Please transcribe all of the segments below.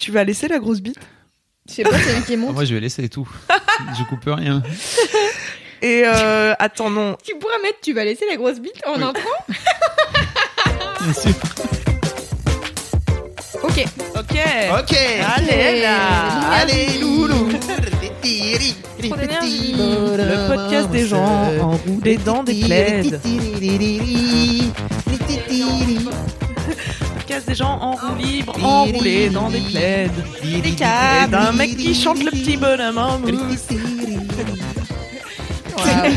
Tu vas laisser la grosse bite Je sais pas, celui qui Ah, monte. moi, je vais laisser tout. je coupe rien. Et euh, attends, non. Tu pourras mettre, tu vas laisser la grosse bite en Oui. intro Bien sûr. Ok. Ok. Ok. Allez là Allez, loulou. Trop d'énergie. Le podcast des gens en roue des dents des plaides. Le podcast des gens en roue libre, enroulés dans des plaides. Des Ah câbles. D'un mec qui chante le petit bonhomme en mousse. Waouh.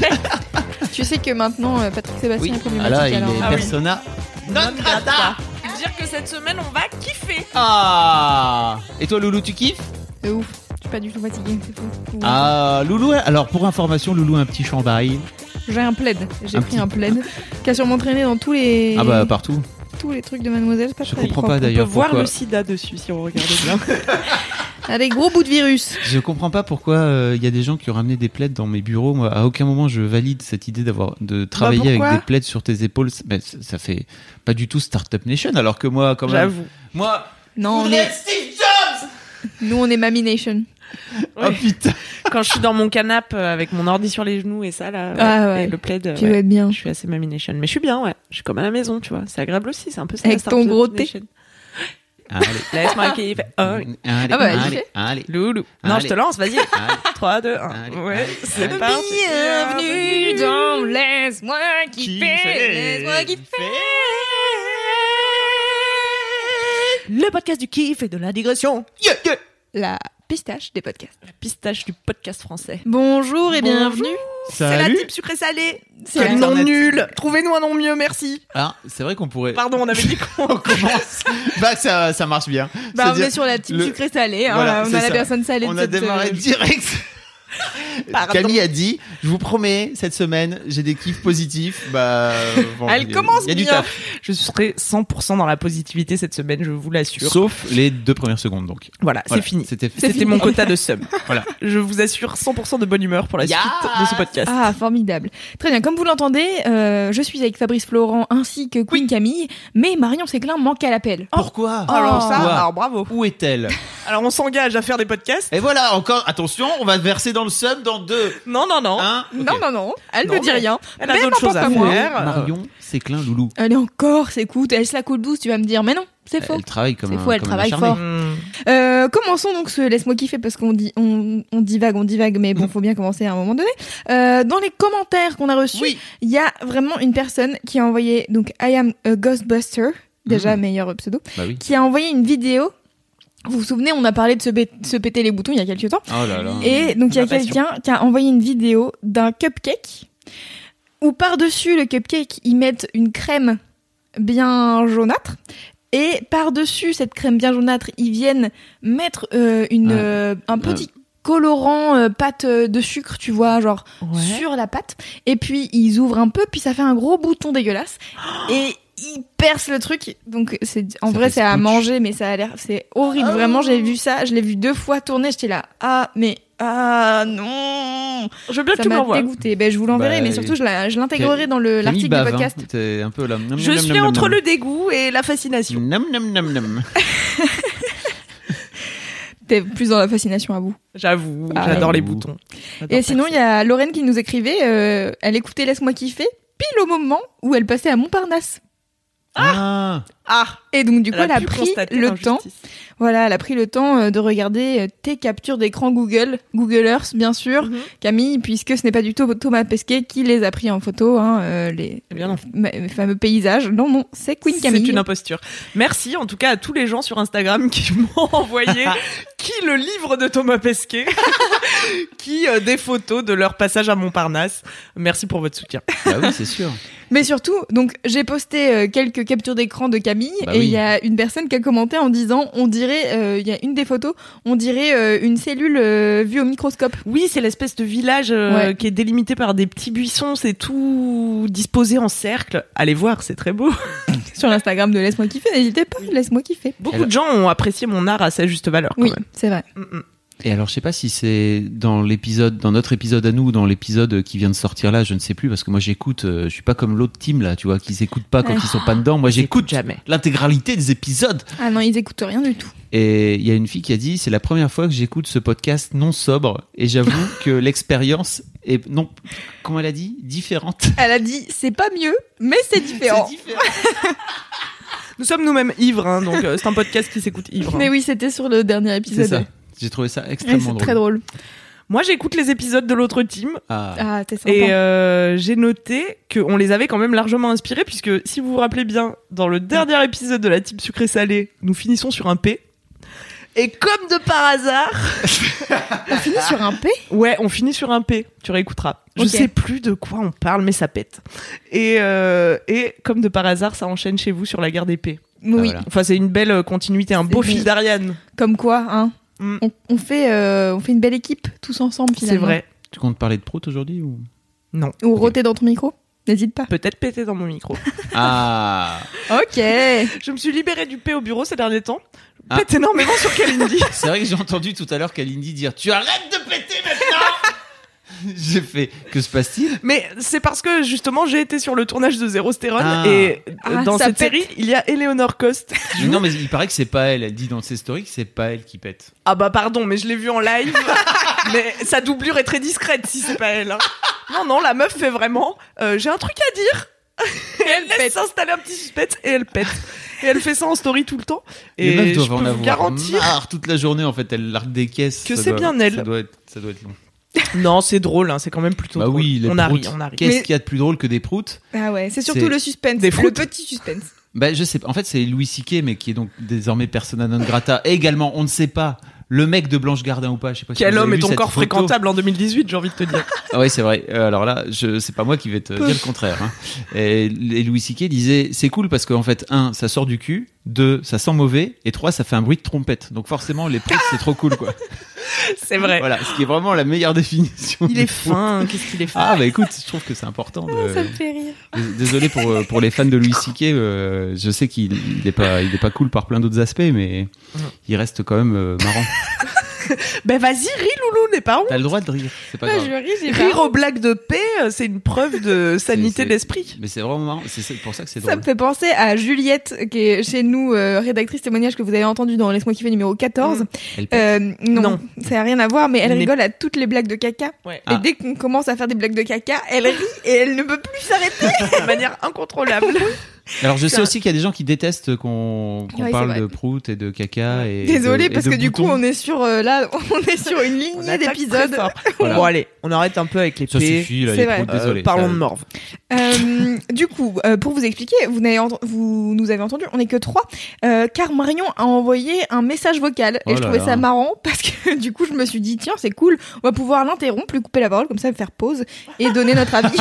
tu sais que maintenant, euh, Patrick Sébastien est Ah problématique. là, il alors. est Ah oui. persona. Non grata. Dire que cette semaine, on va kiffer. Ah Et toi, Loulou, tu kiffes De ouf. Je suis pas du tout fatiguée, c'est fou. Ouh. Ah, Loulou, alors pour information, Loulou a un petit chandail. J'ai un plaid. J'ai Un pris petit- un plaid qui a sûrement traîné dans tous les Ah bah, partout. tous les trucs de Mademoiselle. c'est Pas Je très- comprends On pas peut d'ailleurs voir pourquoi. le sida dessus si on regarde bien. Ah, des gros bouts de virus. Je comprends pas pourquoi euh, il y a des gens qui ont ramené des plaids dans mes bureaux. Moi, à aucun moment je valide cette idée d'avoir de travailler avec pourquoi des plaids sur tes épaules. C'est- Mais ça ça fait pas du tout Startup Nation. Alors que moi, quand même, J'avoue. moi, Non, on est... Nous, on est Mami Nation. oh putain, Quand je suis dans mon canapé euh, avec mon ordi sur les genoux et ça là, ouais, Ah ouais. et le plaid, euh, Tu ouais, dois être bien. je suis assez mamination. Mais je suis bien, ouais. Je suis comme à la maison, tu vois. C'est agréable aussi, c'est un peu ça. Avec la ton start-up gros thé. nation. allez, Laisse-moi kiffer. Oh, oui. allez, allez, Ah bah, vas-y, allez, fais. allez, Loulou. Non, Allez. je te lance, vas-y. allez. 3, 2, 1. Allez, Ouais, allez, c'est allez. parti. Bienvenue dans Laisse-moi Qui kiffer. fait- Laisse-moi kiffer. Le podcast du kiff et de la digression. Yeah, yeah. La pistache des podcasts. La pistache du podcast français. Bonjour et Bonjour. bienvenue. C'est la Salut. type sucrée salée. C'est Quel la- nom Internet. nul. Trouvez-nous un nom mieux, merci. Ah, c'est vrai qu'on pourrait. Pardon, on avait dit qu'on. On commence. bah ça, ça marche bien. Bah, on C'est-à-dire, est sur la team le- sucrée salée. hein, Voilà, on c'est a la ça. personne salée on de a cette démarré euh, direct. Pardon. Camille a dit, je vous promets, cette semaine, j'ai des kiffs positifs. Bah, bon, Elle il y a- commence il y a du bien. taf. Je serai 100% dans la positivité cette semaine, je vous l'assure. Sauf les deux premières secondes, donc. Voilà, Voilà, c'est fini. C'était C'est C'était fini. mon quota de sub. Voilà. Je vous assure 100% de bonne humeur pour la Yeah. suite de ce podcast. Ah, formidable. Très bien. Comme vous l'entendez, euh, je suis avec Fabrice Florent ainsi que Queen Camille, mais Marion Séclin manque à l'appel. Pourquoi Oh. Alors ça, Pourquoi alors bravo. Où est-elle Alors on s'engage à faire des podcasts Et voilà, encore, attention, on va verser dans le sum dans deux. Non, non, non. Un. Oh, Non, non, non, elle Non, ne dit mais- rien. Elle a Mais d'autres n'importe choses à pas moi. faire. Marion Séclin Loulou. Elle est encore, s'écoute, elle se la coule douce, tu vas me dire, mais non, c'est faux. Elle travaille comme C'est un- faux, elle comme un travaille acharné. fort. Hmm. Euh, commençons donc ce laisse-moi kiffer parce qu'on dit, on, on divague, on divague, mais Mm. bon, faut bien commencer à un moment donné. Euh, dans les commentaires qu'on a reçus, il Oui. y a vraiment une personne qui a envoyé donc I am a Ghostbuster, déjà meilleur pseudo, Bah oui. qui a envoyé une vidéo. Vous vous souvenez, on a parlé de se, bé- se péter les boutons il y a quelques temps. Oh là là. Et euh, donc il y a Ma passion. quelqu'un qui a envoyé une vidéo d'un cupcake où par-dessus le cupcake, ils mettent une crème bien jaunâtre. Et par-dessus cette crème bien jaunâtre, ils viennent mettre euh, une, Ouais. euh, un petit colorant euh, pâte euh, de sucre, tu vois, genre sur la pâte. Et puis ils ouvrent un peu, puis ça fait un gros bouton dégueulasse. Et ils percent le truc. Donc c'est en Ça vrai fait c'est à sploosh. manger, mais ça a l'air c'est horrible. Vraiment, j'ai vu ça, je l'ai vu deux fois tourner. J'étais là, ah mais ah non, Je veux bien que Ah, ça tu me m'a l'envoies. dégoûté. Ben je vous l'enverrai, Bah, mais surtout je la- je l'intégrerai dans le Camille l'article bave, du podcast. hein. T'es un peu là. Nom, Je nom, suis nom, nom, entre nom. le dégoût et la fascination. Nom, nom, nom, nom. T'es plus dans la fascination à vous. J'avoue, Ah, j'adore j'avoue. les boutons. Et sinon il y a Lorraine qui nous écrivait, euh, elle écoutait laisse-moi kiffer pile au moment où elle passait à Montparnasse. Ah, Ah, Et donc du coup elle a pu pris constater le l'injustice. temps Voilà, elle a pris le temps euh, de regarder euh, tes captures d'écran Google, Google Earth bien sûr, Mhm. Camille, puisque ce n'est pas du tout Thomas Pesquet qui les a pris en photo, hein, euh, les, Eh bien non. ma- les fameux paysages. Non, non, c'est Queen Camille. C'est une imposture. Merci en tout cas à tous les gens sur Instagram qui m'ont envoyé qui le livre de Thomas Pesquet, qui euh, des photos de leur passage à Montparnasse. Merci pour votre soutien. bah oui, c'est sûr. Mais surtout, donc j'ai posté euh, quelques captures d'écran de Camille Bah et il oui. y a une personne qui a commenté en disant, on dirait, euh, il y a une des photos, on dirait euh, une cellule euh, vue au microscope. Oui, c'est l'espèce de village euh, Ouais. qui est délimité par des petits buissons, c'est tout disposé en cercle. Allez voir, c'est très beau. Sur l'Instagram de Laisse-moi kiffer, n'hésitez pas, laisse-moi kiffer. Beaucoup de gens ont apprécié mon art à sa juste valeur quand Oui, même. c'est vrai. Mm, mm. Et alors, je sais pas si c'est dans l'épisode, dans notre épisode à nous, dans l'épisode qui vient de sortir là, je ne sais plus, parce que moi j'écoute, euh, je suis pas comme l'autre team là, tu vois, qui s'écoutent pas quand Ouais. ils sont pas dedans. Moi j'écoute jamais. l'intégralité des épisodes. Ah non, ils écoutent rien du tout. Et il y a une fille qui a dit, c'est la première fois que j'écoute ce podcast non sobre, et j'avoue que l'expérience est, non, comment elle a dit, différente. Elle a dit c'est pas mieux, mais c'est différent. différent. Nous sommes nous-mêmes ivres, hein, donc euh, c'est un podcast qui s'écoute ivre. hein. Mais oui, c'était sur le dernier épisode. C'est ça. J'ai trouvé ça Ouais, extrêmement c'est drôle. très drôle. Moi, j'écoute les épisodes de l'autre team Ah. Ah, t'es sympa. et euh, j'ai noté qu'on les avait quand même largement inspirés, puisque si vous vous rappelez bien, dans le dernier épisode de la team sucré-salé, nous finissons sur un P. Et comme de par hasard, On finit sur un Ah, P ouais, on finit sur un P. Tu réécouteras. Je Ok. sais plus de quoi on parle, mais ça pète. Et, euh, et comme de par hasard, ça enchaîne chez vous sur la guerre des P. Oui, Ah, voilà. Enfin, c'est une belle euh, continuité, un beau C'est fil bon. d'Ariane. comme quoi, hein. Mm. On, on fait, euh, on fait une belle équipe tous ensemble C'est finalement. vrai. Tu comptes parler de Prout aujourd'hui ou Ou roter dans ton micro N'hésite pas. Peut-être péter dans mon micro. Ah Ok. Je me suis libérée du P au bureau ces derniers temps. Je Ah. Pète énormément sur Kalindi. C'est vrai que j'ai entendu tout à l'heure Kalindi dire Tu arrêtes de péter maintenant J'ai fait Que se passe-t-il Mais c'est parce que justement j'ai été sur le tournage de Zéro Stérone Ah. et euh, Ah, dans ça cette pète. série il y a Eleanor Cost. Mais Non, mais il paraît que c'est pas elle. Elle dit dans ses stories que c'est pas elle qui pète. Ah bah pardon, mais je l'ai vue en live. mais sa doublure est très discrète si c'est pas elle. hein. Non non, la meuf fait vraiment. euh, j'ai un truc à dire. Et elle laisse s'installer un petit suspense et elle pète. Et elle fait ça en story tout le temps. Et Les meufs je doivent peux en vous avoir Ah. garantir marre toute la journée en fait. Elle largue des caisses. Que ça c'est doit- bien elle. Ça doit être, ça doit être long. Non, c'est drôle, hein, c'est quand même plutôt bah drôle. oui, les on a ri, proutes. on a ri. Qu'est-ce Mais- qu'il y a de plus drôle que des proutes Ah ouais, c'est C'est surtout le suspense. des le fruits. petit suspense. Bah je sais pas. En fait, c'est Louis Siquet, mais qui est donc désormais persona non grata. Et également, on ne sait pas. Le mec de Blanche Gardin ou pas, je sais pas si Quel vous avez homme vu est cette encore photo. fréquentable en 2018, j'ai envie de te dire. Ah ouais, c'est vrai. Euh, alors là, je, c'est pas moi qui vais te dire le contraire. hein. Et, et Louis Siquet disait, c'est cool parce qu'en fait, un, ça sort du cul, deux, ça sent mauvais, et trois, ça fait un bruit de trompette. Donc forcément, les proutes, c'est trop cool, quoi. C'est vrai. Voilà, ce qui est vraiment la meilleure définition. Il des est proutes. fin, hein, qu'est-ce qu'il est fin. Ah bah écoute, je trouve que c'est important. de- Ça me fait rire. Dés- Désolé pour euh, pour les fans de Louis Siquet. euh, je sais qu'il il est pas il est pas cool par plein d'autres aspects, mais il reste quand même euh, marrant. Ben vas-y, ris Loulou, n'est pas honte. T'as le droit de rire, c'est pas Ouais, grave. Ah, je ris, j'ai Rire pas. aux blagues de paix, euh, c'est une preuve de C'est- sanité c'est- d'esprit. Mais c'est vraiment marrant. C'est c'est pour ça que c'est Ça drôle. me fait penser à Juliette, qui est chez nous, euh, rédactrice témoignage que vous avez entendu dans Laisse-moi kiffer numéro 14. Elle pète. Euh, non, Non. ça n'a rien à voir, mais elle Mais- rigole à toutes les blagues de caca. Ouais. Ah. Et dès qu'on commence à faire des blagues de caca, elle rit et elle ne peut plus s'arrêter. De manière incontrôlable. Alors je sais Ça- aussi qu'il y a des gens qui détestent qu'on qu'on Ouais, c'est parle vrai. de prout et de caca et Désolée, de- et parce de que du coup, boutons. on est sur, euh, là, on est sur une On lignée attaque d'épisodes. très fort. Voilà. Bon allez, on arrête un peu avec les ça paix. suffit là, C'est les vrai. proutes, Euh, désolé. parlons ça- de morve. Euh, du coup, euh, pour vous expliquer, vous, n'avez ent- vous nous avez entendu, on n'est que trois, euh, car Marion a envoyé un message vocal et Oh je là trouvais là. ça marrant parce que du coup, je me suis dit tiens, c'est cool, on va pouvoir l'interrompre, lui couper la parole comme ça, faire pause et donner notre avis.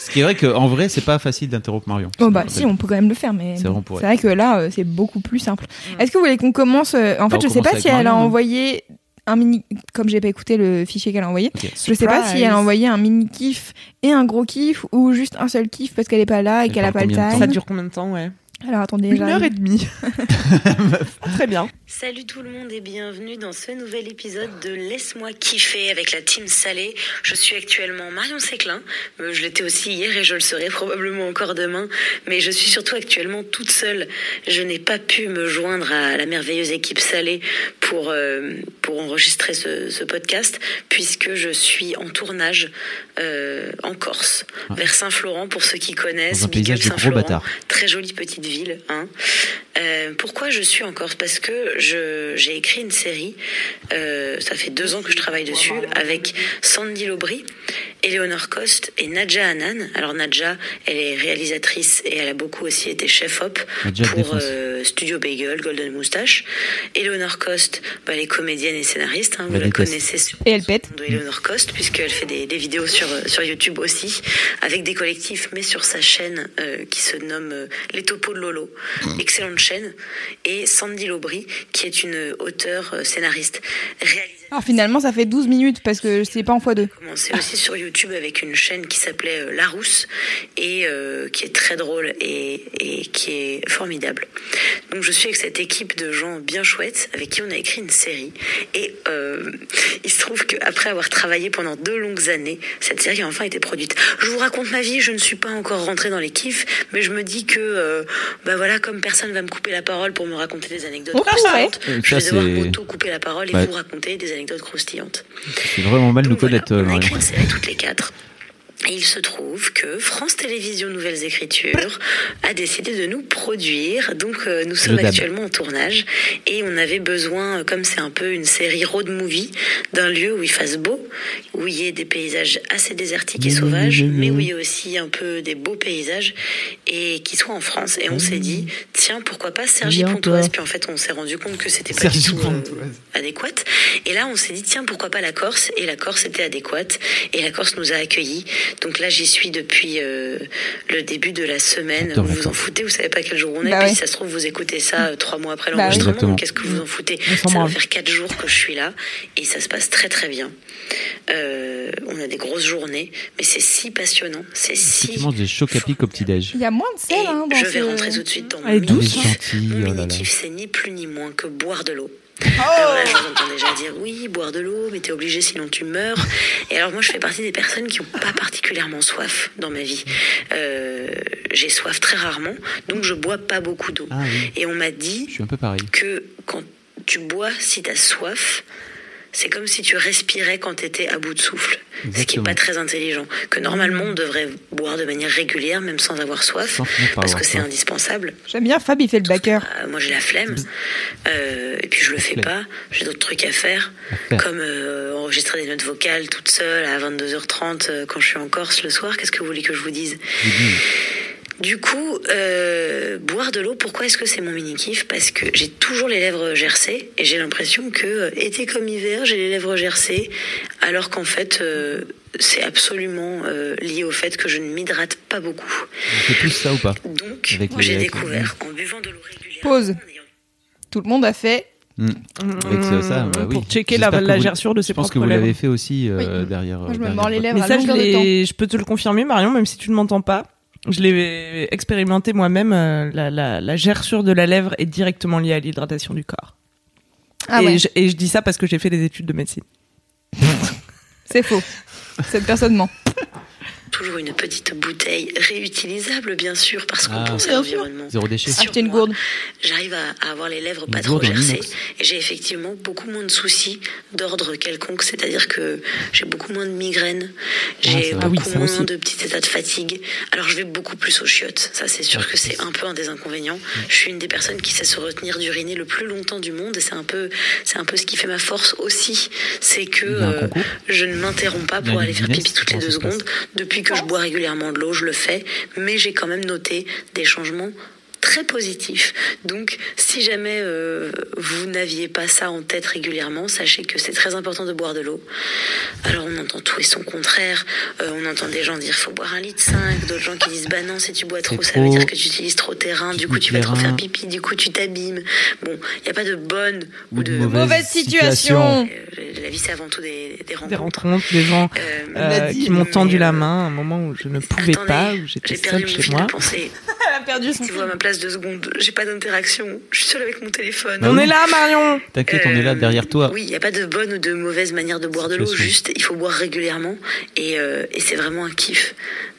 Ce qui est vrai qu'en vrai, c'est pas facile d'interrompre Marion. oh bah si, on peut quand même le faire, mais C'est bon, vrai, on pourrait. c'est vrai que là, euh, c'est beaucoup plus simple. Mm. Est-ce que vous voulez qu'on commence euh, En Bah, fait, je on sais commence pas avec si elle a Marion, hein. envoyé un mini, comme j'ai pas écouté le fichier qu'elle a envoyé. Ok. Je sais pas si elle a envoyé un mini kiff et un gros kiff ou juste un seul kiff parce qu'elle est pas là et Elle qu'elle a parle pas le combien de time. temps Ça dure combien de temps, ouais Alors attendez, Une j'arrive. heure et demie. Ah, Très bien. Salut tout le monde et bienvenue dans ce nouvel épisode de Laisse-moi kiffer avec la team salée. Je suis actuellement Marion Séclin, Euh, je l'étais aussi hier et je le serai probablement encore demain, mais je suis surtout actuellement toute seule. Je n'ai pas pu me joindre à la merveilleuse équipe salée pour, euh, pour enregistrer ce, ce podcast puisque je suis en tournage euh, en Corse, Ah. vers Saint-Florent pour ceux qui connaissent. Dans un Big up paysage de gros Saint-Florent. bâtards. Très jolie petite ville. Hein. Euh, pourquoi je suis en Corse Parce que je- j'ai écrit une série, euh, ça fait deux ans que je travaille dessus, avec Sandy Lobry, Eleonore Coste et Nadja Hanan. Alors Nadja, elle est réalisatrice et elle a beaucoup aussi été chef-op Nadja te pour défonce. euh, Studio Bagel, Golden Moustache. Eleonore Coste, bah, elle est comédienne et scénariste, hein, vous La la déteste. connaissez sur Et elle pète. de Eleanor Cost, puisqu'elle fait des, des vidéos sur, euh, sur YouTube aussi, avec des collectifs, mais sur sa chaîne euh, qui se nomme euh, Les Topos de Lolo. Excellente chaîne. Et Sandy Lobry, qui est une auteure euh, scénariste, réalisatrice. Alors finalement, ça fait 12 minutes parce que c'est pas en x2. commencé aussi sur YouTube avec une chaîne qui s'appelait euh, La Rousse et euh, qui est très drôle et, et qui est formidable. Donc je suis avec cette équipe de gens bien chouettes avec qui on a écrit une série et euh, il se trouve qu'après avoir travaillé pendant deux longues années, cette série a enfin été produite. Je vous raconte ma vie, je ne suis pas encore rentrée dans les kiffs, mais je me dis que euh, bah voilà comme personne va me couper la parole pour me raconter des anecdotes On pourrait. croustillantes, Euh, je ça, vais devoir c'est- auto couper la parole et Ouais. vous raconter des anecdotes croustillantes. C'est vraiment mal nous Donc connaître, voilà, euh, on a Marion. écrit une série toutes les quatre. Et il se trouve que France Télévisions Nouvelles Écritures a décidé de nous produire. Donc euh, nous sommes dab. actuellement en tournage et on avait besoin, euh, comme c'est un peu une série road movie, d'un lieu où il fasse beau, où il y ait des paysages assez désertiques et sauvages, mais où il y ait aussi un peu des beaux paysages et qui soit en France. Et on s'est dit, tiens, pourquoi pas Sergi Bien, Pontoise toi. Puis en fait, on s'est rendu compte que c'était pas du Sergi tout euh, Pontoise. adéquate. Et là, on s'est dit, tiens, pourquoi pas la Corse Et la Corse était adéquate. Et la Corse nous a accueillis. Donc là, j'y suis depuis euh, le début de la semaine. J'adore Vous la vous en Corse. foutez, vous savez pas quel jour on est. Bah puis ouais. si ça se trouve, vous écoutez ça euh, trois mois après Bah oui. l'enregistrement. Exactement. Donc, Qu'est-ce que vous en foutez On s'en Ça va branle. faire quatre jours que je suis là. Et ça se passe très, très bien. Euh, on a des grosses journées. Mais c'est si passionnant. C'est Tu si manges des chocs à pic au petit-déj. Il y a moins de sel, et hein, dans je vais ce- rentrer tout de suite dans mon Elle est Elle est douce, hein. mini-kiff. gentille, Mon oh là là. mini-kiff, c'est ni plus ni moins que boire de l'eau. Alors là, je vous entends déjà dire oui, boire de l'eau, mais t'es obligé sinon tu meurs. Et alors moi, je fais partie des personnes qui n'ont pas particulièrement soif dans ma vie. Euh, J'ai soif très rarement, donc je bois pas beaucoup d'eau. Ah oui, Et on m'a je dit suis un peu pareil. que quand tu bois, si t'as soif, c'est comme si tu respirais quand t'étais à bout de souffle. Ce qui est Exactement. pas très intelligent. Que normalement, on devrait boire de manière régulière, même sans avoir soif, Sans finir par parce avoir que c'est soif. indispensable. J'aime bien Fab, il fait le backer. Euh, moi j'ai la flemme Euh, et puis je le fais Mhm. Flemme. pas j'ai d'autres trucs à faire À faire. comme euh, enregistrer des notes vocales toute seule à 22h30 euh, quand je suis en Corse le soir qu'est-ce que vous voulez que je vous dise Je dis, du coup, euh, boire de l'eau, pourquoi est-ce que c'est mon mini-kiff Parce que j'ai toujours les lèvres gercées et j'ai l'impression que, euh, été comme hiver, j'ai les lèvres gercées, alors qu'en fait, euh, c'est absolument euh, lié au fait que je ne m'hydrate pas beaucoup. On fait plus ça ou pas Donc, Avec les- j'ai avec les- découvert en buvant de l'eau régulière. Pause. Tout le monde a fait. Avec ça, ça, bah oui. Mm, Pour checker la, J'espère que la vous- gerçure de ses Je pense que propres vous lèvres. l'avez fait aussi euh, Oui. derrière. Moi, je me derrière mords les votre- lèvres. Mais à ça, je, longueur de l'ai- je peux te le confirmer, Marion, même si tu ne m'entends pas. Je l'ai expérimenté moi-même. euh, La, la- la gerçure de la lèvre est directement liée à l'hydratation du corps. Ah et, ouais, je, et je dis ça parce que j'ai fait des études de médecine. c'est faux. Cette personne ment. toujours une petite bouteille réutilisable, bien sûr, parce qu'on Ah. pense à Bien sûr. l'environnement. Zéro déchet. Sur Acheter une moi. gourde. J'arrive à, à avoir les lèvres Une pas trop gourde en gercées inox. et j'ai effectivement beaucoup moins de soucis d'ordre quelconque, c'est-à-dire que j'ai beaucoup moins de migraines, j'ai ça va. Ah beaucoup oui, ça moins aussi. de petits états de fatigue. Alors je vais beaucoup plus aux chiottes, ça c'est sûr que c'est un peu un des inconvénients. Je suis une des personnes qui sait se retenir d'uriner le plus longtemps du monde et c'est un peu c'est un peu ce qui fait ma force aussi, c'est que Il y a un euh, concours. je ne m'interromps pas Il y a pour un aller faire Guinness, pipi toutes les comment deux ça se passe secondes. Depuis que je bois régulièrement de l'eau, je le fais, mais j'ai quand même noté des changements très positifs. Donc, si jamais euh, vous n'aviez pas ça en tête régulièrement, sachez que c'est très important de boire de l'eau. Alors, on entend tout et son contraire. Euh, on entend des gens dire faut boire un litre 5, d'autres gens qui disent bah non, si tu bois trop, C'est ça veut trop. dire que tu utilises trop tes reins, du Tu coup tu vas trop t'es reins. faire pipi, du coup tu t'abîmes. Bon, il n'y a pas de bonne ou de Mauvaise situation. Euh, La vie, c'est avant tout des, des rencontres. Des rencontres, des gens Euh, euh, qui m'ont tendu la main à un moment où je ne pouvais Attendez, pas, où j'étais J'ai perdu seule mon chez fil moi. de pensée. Elle a perdu son Tu vois ma place deux secondes. J'ai pas d'interaction. Je suis seule avec mon téléphone. Bah On oui. est là, Marion T'inquiète, on est là Euh, derrière toi. Oui, il n'y a pas de bonne ou de mauvaise manière de boire de l'eau. Situation. Juste, il faut boire régulièrement. Et, euh, et c'est vraiment un kiff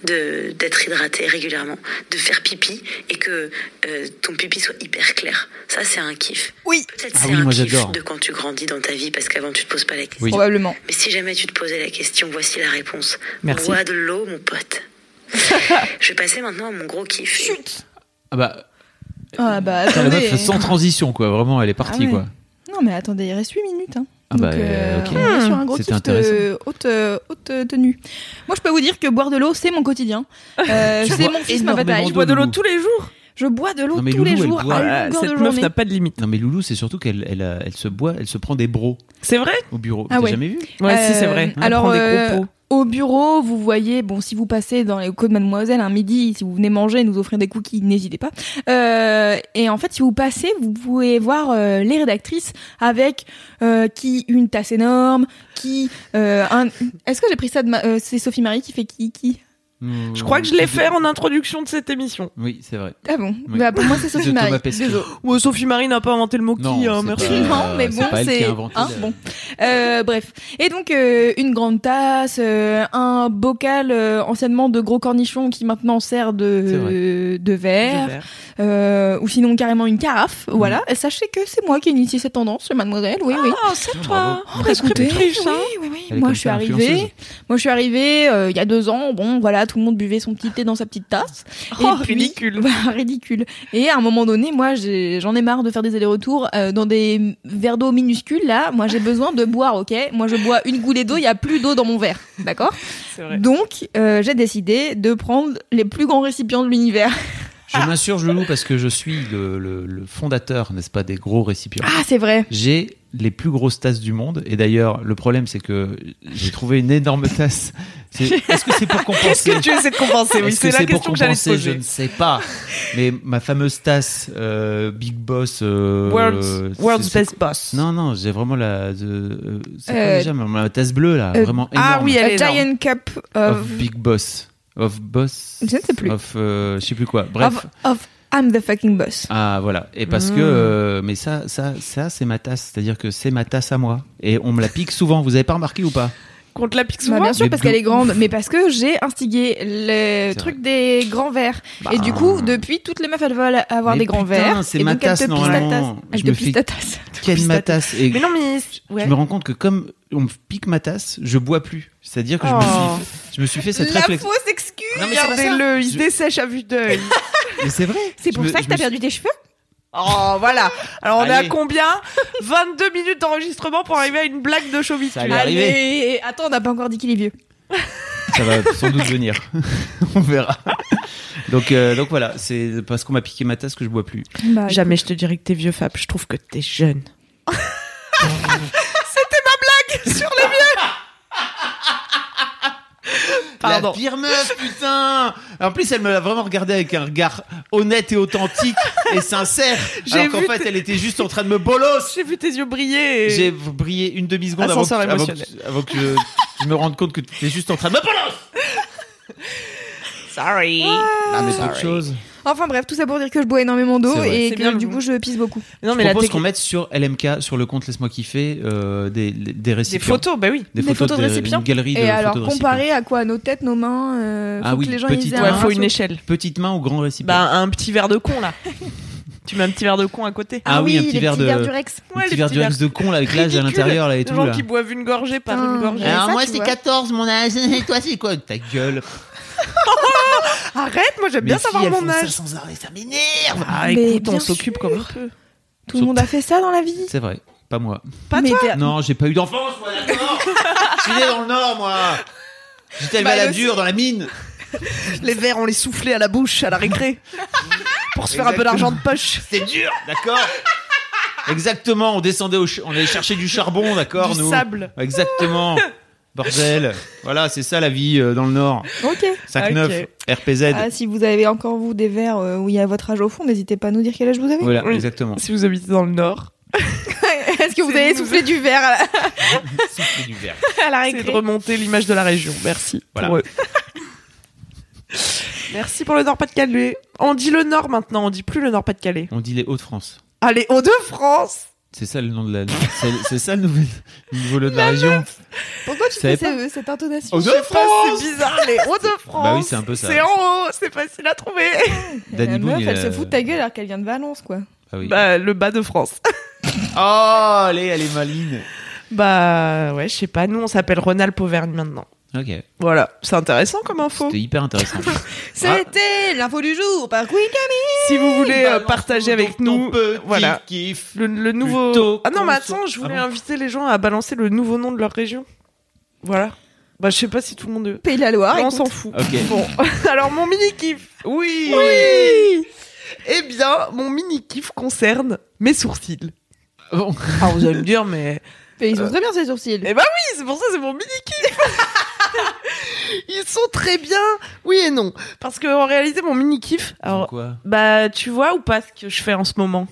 de- d'être hydraté régulièrement, de faire pipi et que euh, ton pipi soit hyper clair. Ça, c'est un kiff. Oui. Peut-être Ah c'est oui, un moi, kiff j'adore. de quand tu grandis dans ta vie parce qu'avant, tu te poses pas la question. Oui. Probablement. Mais si jamais tu te posais la question, voici la réponse. Merci. Bois de l'eau, mon pote. je vais passer maintenant à mon gros kiff. Et Chut Ah bah, Ah bah putain, la attendez. meuf, sans transition, quoi. Vraiment, elle est partie, Ah ouais. quoi. Non mais attendez, il reste 8 minutes. Hein. Ah bah, Donc, euh, ok. on est sur un gros C'était kiff de haute, euh, haute euh, tenue. Moi je peux vous dire que boire de l'eau c'est mon quotidien. Euh, Tu c'est bois mon fils, ma énormément bataille. Je bois de l'eau Loulou. tous les jours Je bois de l'eau Non, mais tous les Loulou, elle jours boit. à Voilà, longueur Ah, de Cette meuf journée. n'a pas de limite. Non, mais Loulou, c'est surtout qu'elle elle, a- elle se boit, elle se prend des bros C'est vrai au bureau. Ah T'as ouais. jamais vu Ouais, si, Euh, c'est vrai. Elle alors, prend des euh, gros pots. au bureau, vous voyez, bon, si vous passez dans les locaux de Mademoiselle un midi, si vous venez manger et nous offrir des cookies, n'hésitez pas. Euh, et en fait, si vous passez, vous pouvez voir euh, les rédactrices avec euh, qui une tasse énorme, qui euh, un. Est-ce que j'ai pris ça de ma... euh, C'est Sophie Marie qui fait qui qui Je crois que je l'ai fait en introduction de cette émission. Oui, c'est vrai. Ah bon Oui. Bah pour moi c'est Sophie De Marie. Thomas Pesquet. Désolé. Ouais, Sophie Marie n'a pas inventé le mot qui, hein, c'est merci. pas- Non, mais bon, pas elle qui a Euh, c'est- inventé hein, la- bon. Euh, bref. Et donc, euh, une grande tasse, euh, un bocal euh, anciennement de gros cornichons qui maintenant sert C'est de, de verre, Mm. euh, ou sinon carrément une carafe. Voilà. Et sachez que c'est moi qui ai initié cette tendance, mademoiselle. Oui, oui. Ah, c'est Ah, toi. Oh, bravo. Écoutez, Prescriptrice, oui, hein. oui, oui. Elle est Moi, comme je suis ça, arrivée. influenceuse. Moi, je suis arrivée euh, il y a deux ans. Bon, voilà, tout le monde buvait son petit thé dans sa petite tasse. Oh, puis- ridicule. Bah, ridicule. Et à un moment donné, moi, j'ai- j'en ai marre de faire des allers-retours euh, dans des verres d'eau minuscules. Là, moi, j'ai besoin de boire, ok Moi, je bois une goulée d'eau, il y a plus d'eau dans mon verre, d'accord C'est vrai. Donc, euh, j'ai décidé de prendre les plus grands récipients de l'univers. Je m'insurge, Loulou, parce que je suis le, le- le fondateur, n'est-ce pas, des gros récipients. Ah, c'est vrai. J'ai les plus grosses tasses du monde. Et d'ailleurs, le problème, c'est que j'ai trouvé une énorme tasse. C'est- Est-ce que c'est pour Qu'est-ce compenser que tu essaies de compenser Oui, Est-ce c'est que la pour question que j'allais te compenser Je poser. ne sais pas. Mais ma fameuse tasse euh, Big Boss. euh, World's, c'est- World's c'est- Best Boss. Non, non, j'ai vraiment la. de- c'est quoi Euh, déjà ma, ma tasse bleue, là euh, Vraiment énorme. ah oui, elle A est énorme. giant cup Of hein. of... Big Boss. Of Boss. Je ne sais plus. Of. euh, je sais plus quoi. Bref. of- of I'm the fucking boss. Ah voilà et parce Mm. que euh, mais ça ça ça c'est ma tasse c'est-à-dire que c'est ma tasse à moi et on me la pique souvent vous avez pas remarqué ou pas Qu'on te la pique Bah, souvent bien sûr, Mais parce d'où- qu'elle est grande, mais parce que j'ai instigé le C'est Bah. truc des grands verres. Et du coup, depuis, toutes les meufs, elles veulent avoir Mais des grands putain, verres. c'est et ma donc, elles tasse, te pissent la tasse. normalement. Elles Je te me pissent fais- ta tasse. quelle ma tasse et Mais non, mais. Ouais. je me rends compte que comme on me pique ma tasse je bois plus c'est-à-dire que je me Oh. suis je me suis fait cette La réflexion fausse excuse Non, mais c'est pas ça. Regardez-le, il se Je- dessèche à vue d'œil. mais c'est vrai Ah, C'est Je pour me- ça je que t'as me suis- perdu tes cheveux Oh, voilà. Alors, on est à Allez. combien 22 minutes d'enregistrement pour arriver à une blague de Chauvitude. Ça lui est arrivé. Allez, Attends, on n'a pas encore dit qu'il est vieux. ça va sans doute venir on verra donc euh, donc voilà c'est parce qu'on m'a piqué ma tasse que je bois plus Bah, Jamais je te dirai que t'es vieux, Fab. Je trouve que t'es jeune. Pardon. La pire meuf, putain En plus, elle me l'a vraiment regardé avec un regard honnête et authentique et sincère. J'ai Alors qu'en vu fait, tes- elle était juste en train de me bolos. J'ai vu tes yeux briller. et- J'ai brillé une demi-seconde avant que, Ascenseur avant, que, émotionnel. avant que je, je me rende compte que tu étais juste en train de me bolos. Sorry. Ah, mais sorry. autre chose. Enfin bref, tout ça pour dire que je bois énormément d'eau C'est vrai. et C'est que bien, du vous. coup je pisse beaucoup. Non, mais je la propose technique- qu'on mette sur LMK, sur le compte Laisse-moi kiffer, euh, des, des Des récipients. photos, bah oui. Des Des photos, photos de récipients. Une galerie de Et alors photos de comparé à quoi Nos têtes, nos mains, euh, faut Ah oui, que les gens petite ils aient main. Ouais, un faut une ratio. échelle. Petit main ou grand récipient Bah, un petit verre de con, là. tu mets un petit verre de con à côté. Ah oui, un petit les verre petits de- verres du Rex. Un Ouais, petit les verre petits du Rex de con là, avec l'âge à Ridicule. l'intérieur là et Les tout gens là. qui boivent une gorgée par Putain. une gorgée. Ah. Alors ça, moi tu c'est vois. 14 mon âge, et toi c'est quoi Ta gueule Arrête, moi j'aime bien Mais savoir si, elles mon font ça âge. sans arrêt, ça m'énerve. Ah, Mais écoute, on bien s'occupe sûr. comme on peut. Tout le monde a fait ça dans la vie. C'est vrai, pas moi. Pas Mais toi. t'es- Non, j'ai pas eu d'enfance, moi, d'accord Je suis né dans le Nord, moi J'étais élevé Bah, à la le- dure, dans la mine Les verres, on les soufflait à la bouche, à la récré. pour se faire un peu Exactement. d'argent de poche. C'était dur, d'accord Exactement, on descendait, au ch- on allait chercher du charbon, d'accord, Du nous sable. Exactement Bordel Voilà, c'est ça la vie euh, dans le Nord. Ok. 5-9, Ok. RPZ. Ah, si vous avez encore vous des verres euh, où il y a votre âge au fond, n'hésitez pas à nous dire quel âge vous avez. Voilà, Oui. exactement. Si vous habitez dans le nord, Est-ce que vous C'est avez nous. soufflé du verre à Souffler du verre. la, à la c'est récré de remonter l'image de la région. Merci. Voilà. pour eux. Merci pour le Nord-Pas-de-Calais. On dit le Nord maintenant, on dit plus le Nord-Pas-de-Calais. On dit les Hauts-de-France. Allez, Hauts-de-France C'est ça le nom de la. C'est c'est ça le nouvel le nouveau lot de la région. Pourquoi tu fais savais ce- cette intonation Hauts-de-France Hauts-de-France C'est bizarre, les Hauts-de-France Bah oui, c'est un peu ça. C'est en haut, c'est facile à trouver Danny La Boone, meuf, il elle a- se fout de ta gueule alors qu'elle vient de Valence, quoi. Ah oui. Bah, le bas de France. Oh, allez, elle est maligne. Bah, ouais, je sais pas, nous on s'appelle Rhône-Alpes Auvergne maintenant. Ok, Voilà, c'est intéressant comme info. c'était hyper intéressant. Ah. C'était l'info du jour par Queen Si vous voulez Bah, euh, partager avec nous, voilà. Le, le nouveau. Plutôt ah non, mais qu'on attends, se- je voulais Ah bon inviter les gens à balancer le nouveau nom de leur région. Voilà. Bah, je sais pas si tout le monde. Pays de la Loire. on Ah, écoute. s'en fout. Ok. Bon, alors mon mini kiff. Oui. Eh bien, mon mini kiff concerne mes sourcils. Ah, vous allez me dire, mais. Euh, Mais Ils ont très bien ces sourcils. Bah Eh ben oui, c'est pour ça, c'est mon mini kiff. Ils sont très bien. Oui et non. Parce que en réalité, mon mini kiff. Alors, quoi bah, tu vois ou pas ce que je fais en ce moment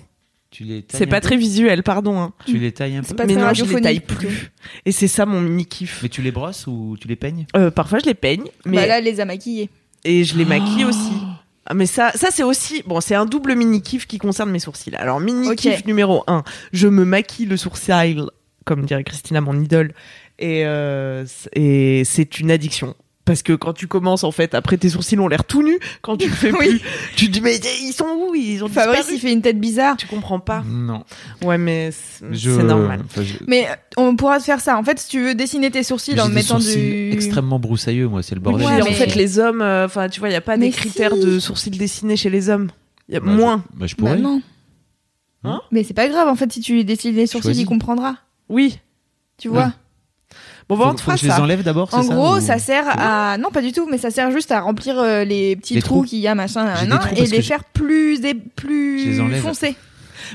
Tu les tailles C'est un pas peu très visuel, pardon. hein. Tu les tailles un peu C'est pas Mais très non, je les radiophonique, taille plutôt. plus. Et c'est ça mon mini kiff. Mais tu les brosses ou tu les peignes Euh, parfois, je les peigne, mais Bah là, elle les a maquillés. et je les maquille aussi. Oh. Ah, Mais ça, ça c'est aussi bon, c'est un double mini kiff qui concerne mes sourcils. Alors mini Ok. kiff numéro 1, je me maquille le sourcil, comme dirait Christina, mon idole, et euh, c- et c'est une addiction. Parce que quand tu commences, en fait, après tes sourcils ont l'air tout nus. Quand tu le fais Oui. plus, tu te dis mais ils sont où Ils ont Fabrice, disparu. il fait une tête bizarre. Tu comprends pas. Non. Ouais, mais c'est Mm. Je- c'est normal. enfin, je- Mais euh, on pourra te faire ça. En fait, si tu veux dessiner tes sourcils en J'ai des mettant sourcils du. extrêmement broussailleux, moi, c'est le Oui, bordel. Ouais, mais en mais- fait, les hommes, euh, enfin, tu vois, il n'y a pas Mais des critères si. de sourcils dessinés chez les hommes. Y a Bah, je- moins. Bah, je Bah pourrais. non. Hein mais c'est pas grave, en fait, si tu lui dessines les sourcils, Choisis. il comprendra. Oui. Tu vois Bon, bah, Faut- on te faut fera que je les ça. enlève d'abord, c'est En ça, gros, ou- ça sert à. Non, pas du tout, mais ça sert juste à remplir euh, les petits Les trous, trous. qu'il y a, machin, J'ai des nan, trous et parce que les je- faire plus, et Je les plus enlève. foncés.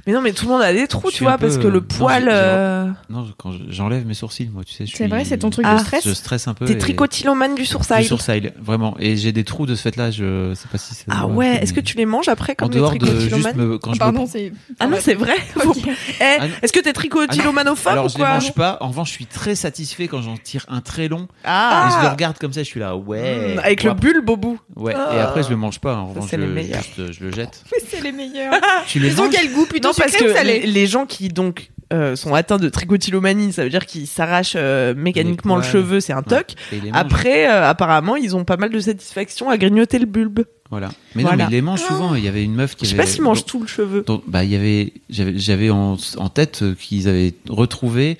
Mais non, mais tout le monde a des trous, Je tu suis vois, un peu, parce que euh, le non, poil. j'ai- j'ai- euh, Non, je- quand je- j'enlève mes sourcils, moi, tu sais, je C'est suis- vrai, c'est ton truc Ah. de stress. Je stresse un peu. T'es et- tricotilomane du du sourcil. sourcil, vraiment. Et j'ai des trous de ce fait-là, je sais pas si ça. Ah doit- ouais, est-ce que mais- tu les manges après En comme les dehors de juste tricotilomanes me- quand je me Pardon, c'est. Ah non, c'est vrai. Faut Ok. pas- Eh, non. Est-ce que t'es tricotilomanophobe Alors ou je les quoi mange pas. En revanche, je suis très satisfait quand j'en tire un très long. Ah. Et je le regarde comme ça, je suis là, ouais. Mmh, Avec le Ouais. bulbe au bout. Ouais. Ah. Et après, je le mange pas. En revanche, c'est Ah, les je, meilleurs. juste, euh, je le jette. Mais c'est les meilleurs. Tu les Ils ont manges quel goût plutôt non, parce sucré ou que salé les, les gens qui donc euh, sont atteints de tricotilomanie, ça veut dire qu'ils s'arrachent euh, mécaniquement le poils. cheveu, c'est un Ouais. toc. et ils les mangent. Après, euh, apparemment, ils ont pas mal de satisfaction à grignoter le bulbe. Voilà. Mais Voilà. Ah. non, mais ils les mangent souvent. Il y avait une meuf qui. Je sais pas avait- s'ils mangent dont- tout le cheveu. dont- bah, il y avait. J'avais j'avais en, en tête euh, qu'ils avaient retrouvé.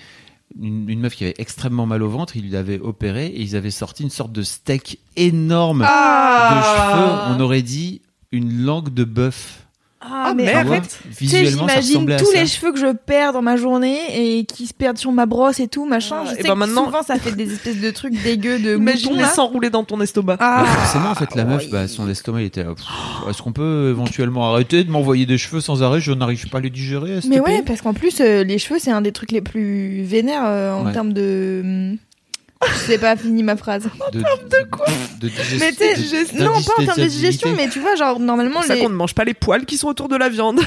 Une, une meuf qui avait extrêmement mal au ventre, ils l'avaient opéré et ils avaient sorti une sorte de steak énorme Ah, Ah, de cheveux. On aurait dit une langue de bœuf. Ah, mais Tu en merde. vois, fait, Tu sais, visuellement, ça j'imagine ressemblait à tous ça. les cheveux que je perds dans ma journée et qui se perdent sur ma brosse et tout, machin. Ah, je et sais ben que maintenant- souvent, ça fait des espèces de trucs dégueux de Imagine moutons, les là. s'enrouler dans ton estomac. Ah. Bah, forcément, en fait, la meuf, bah, son estomac, il était là. Pff, Est-ce qu'on peut éventuellement arrêter de m'envoyer des cheveux sans arrêt Je n'arrive pas à les digérer. s'il Mais te ouais, plaît. parce qu'en plus, euh, les cheveux, c'est un des trucs les plus vénères euh, en Ouais. termes de. hum, Je sais pas fini ma phrase. De, de quoi De digest- Mais tu sais, de- je- non, pas en termes de digestion, mais tu vois, genre, normalement, C'est pour ça les... qu'on ne mange pas les poils qui sont autour de la viande.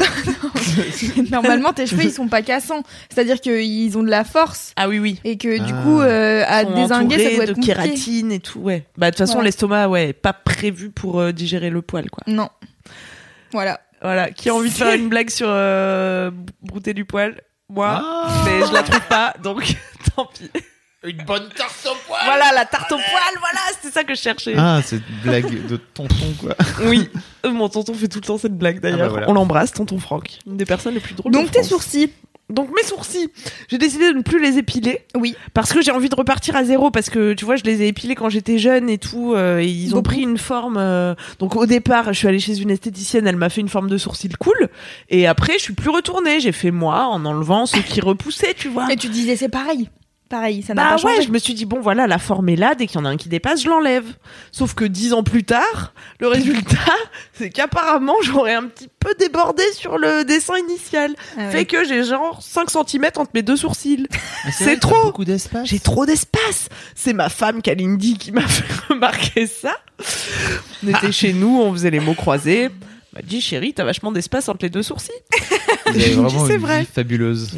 normalement tes cheveux, ils sont pas cassants. C'est-à-dire qu'ils ont de la force Ah oui, oui. et que du Ah. coup, euh, à sont désinguer, ça entourés doit être de compliqué. kératine et tout, ouais. Bah, de toute façon, Ouais. l'estomac, ouais, est pas prévu pour euh, digérer le poil, quoi. Non. Voilà. Voilà. Qui a envie de faire une blague sur euh, brouter du poil Moi. Ah. Mais je la trouve pas, donc tant pis. Une bonne tarte au poil Voilà, la tarte au poil, voilà, c'était ça que je cherchais. Ah, cette blague de tonton, quoi. Oui. Euh, Mon tonton fait tout le temps cette blague, d'ailleurs. Ah bah voilà. On l'embrasse, tonton Franck. Une des personnes les plus drôles Donc de tes France. sourcils. Donc mes sourcils, j'ai décidé de ne plus les épiler. Oui. Parce que j'ai envie de repartir à zéro, parce que tu vois, je les ai épilés quand j'étais jeune et tout, euh, et ils ont Beaucoup. pris une forme. euh, donc au départ, je suis allée chez une esthéticienne, elle m'a fait une forme de sourcil cool, et après, je suis plus retournée. J'ai fait moi en enlevant ceux qui repoussaient, tu vois. Et tu disais c'est pareil. Pareil, ça n'a Ah. Bah pas ouais, changé. je me suis dit bon voilà, la forme est là, dès qu'il y en a un qui dépasse, je l'enlève. Sauf que dix ans plus tard, le résultat, c'est qu'apparemment j'aurais un petit peu débordé sur le dessin initial. Ah ouais. Fait que j'ai genre 5 cm entre mes deux sourcils. C'est vrai, t'as trop. Beaucoup d'espace. J'ai trop d'espace. C'est ma femme Kalindi qui m'a fait remarquer ça. On était chez nous, on faisait les mots croisés. Elle m'a dit chérie, t'as vachement d'espace entre les deux sourcils. Vous avez Je me dis, vraiment c'est une vrai. vie fabuleuse.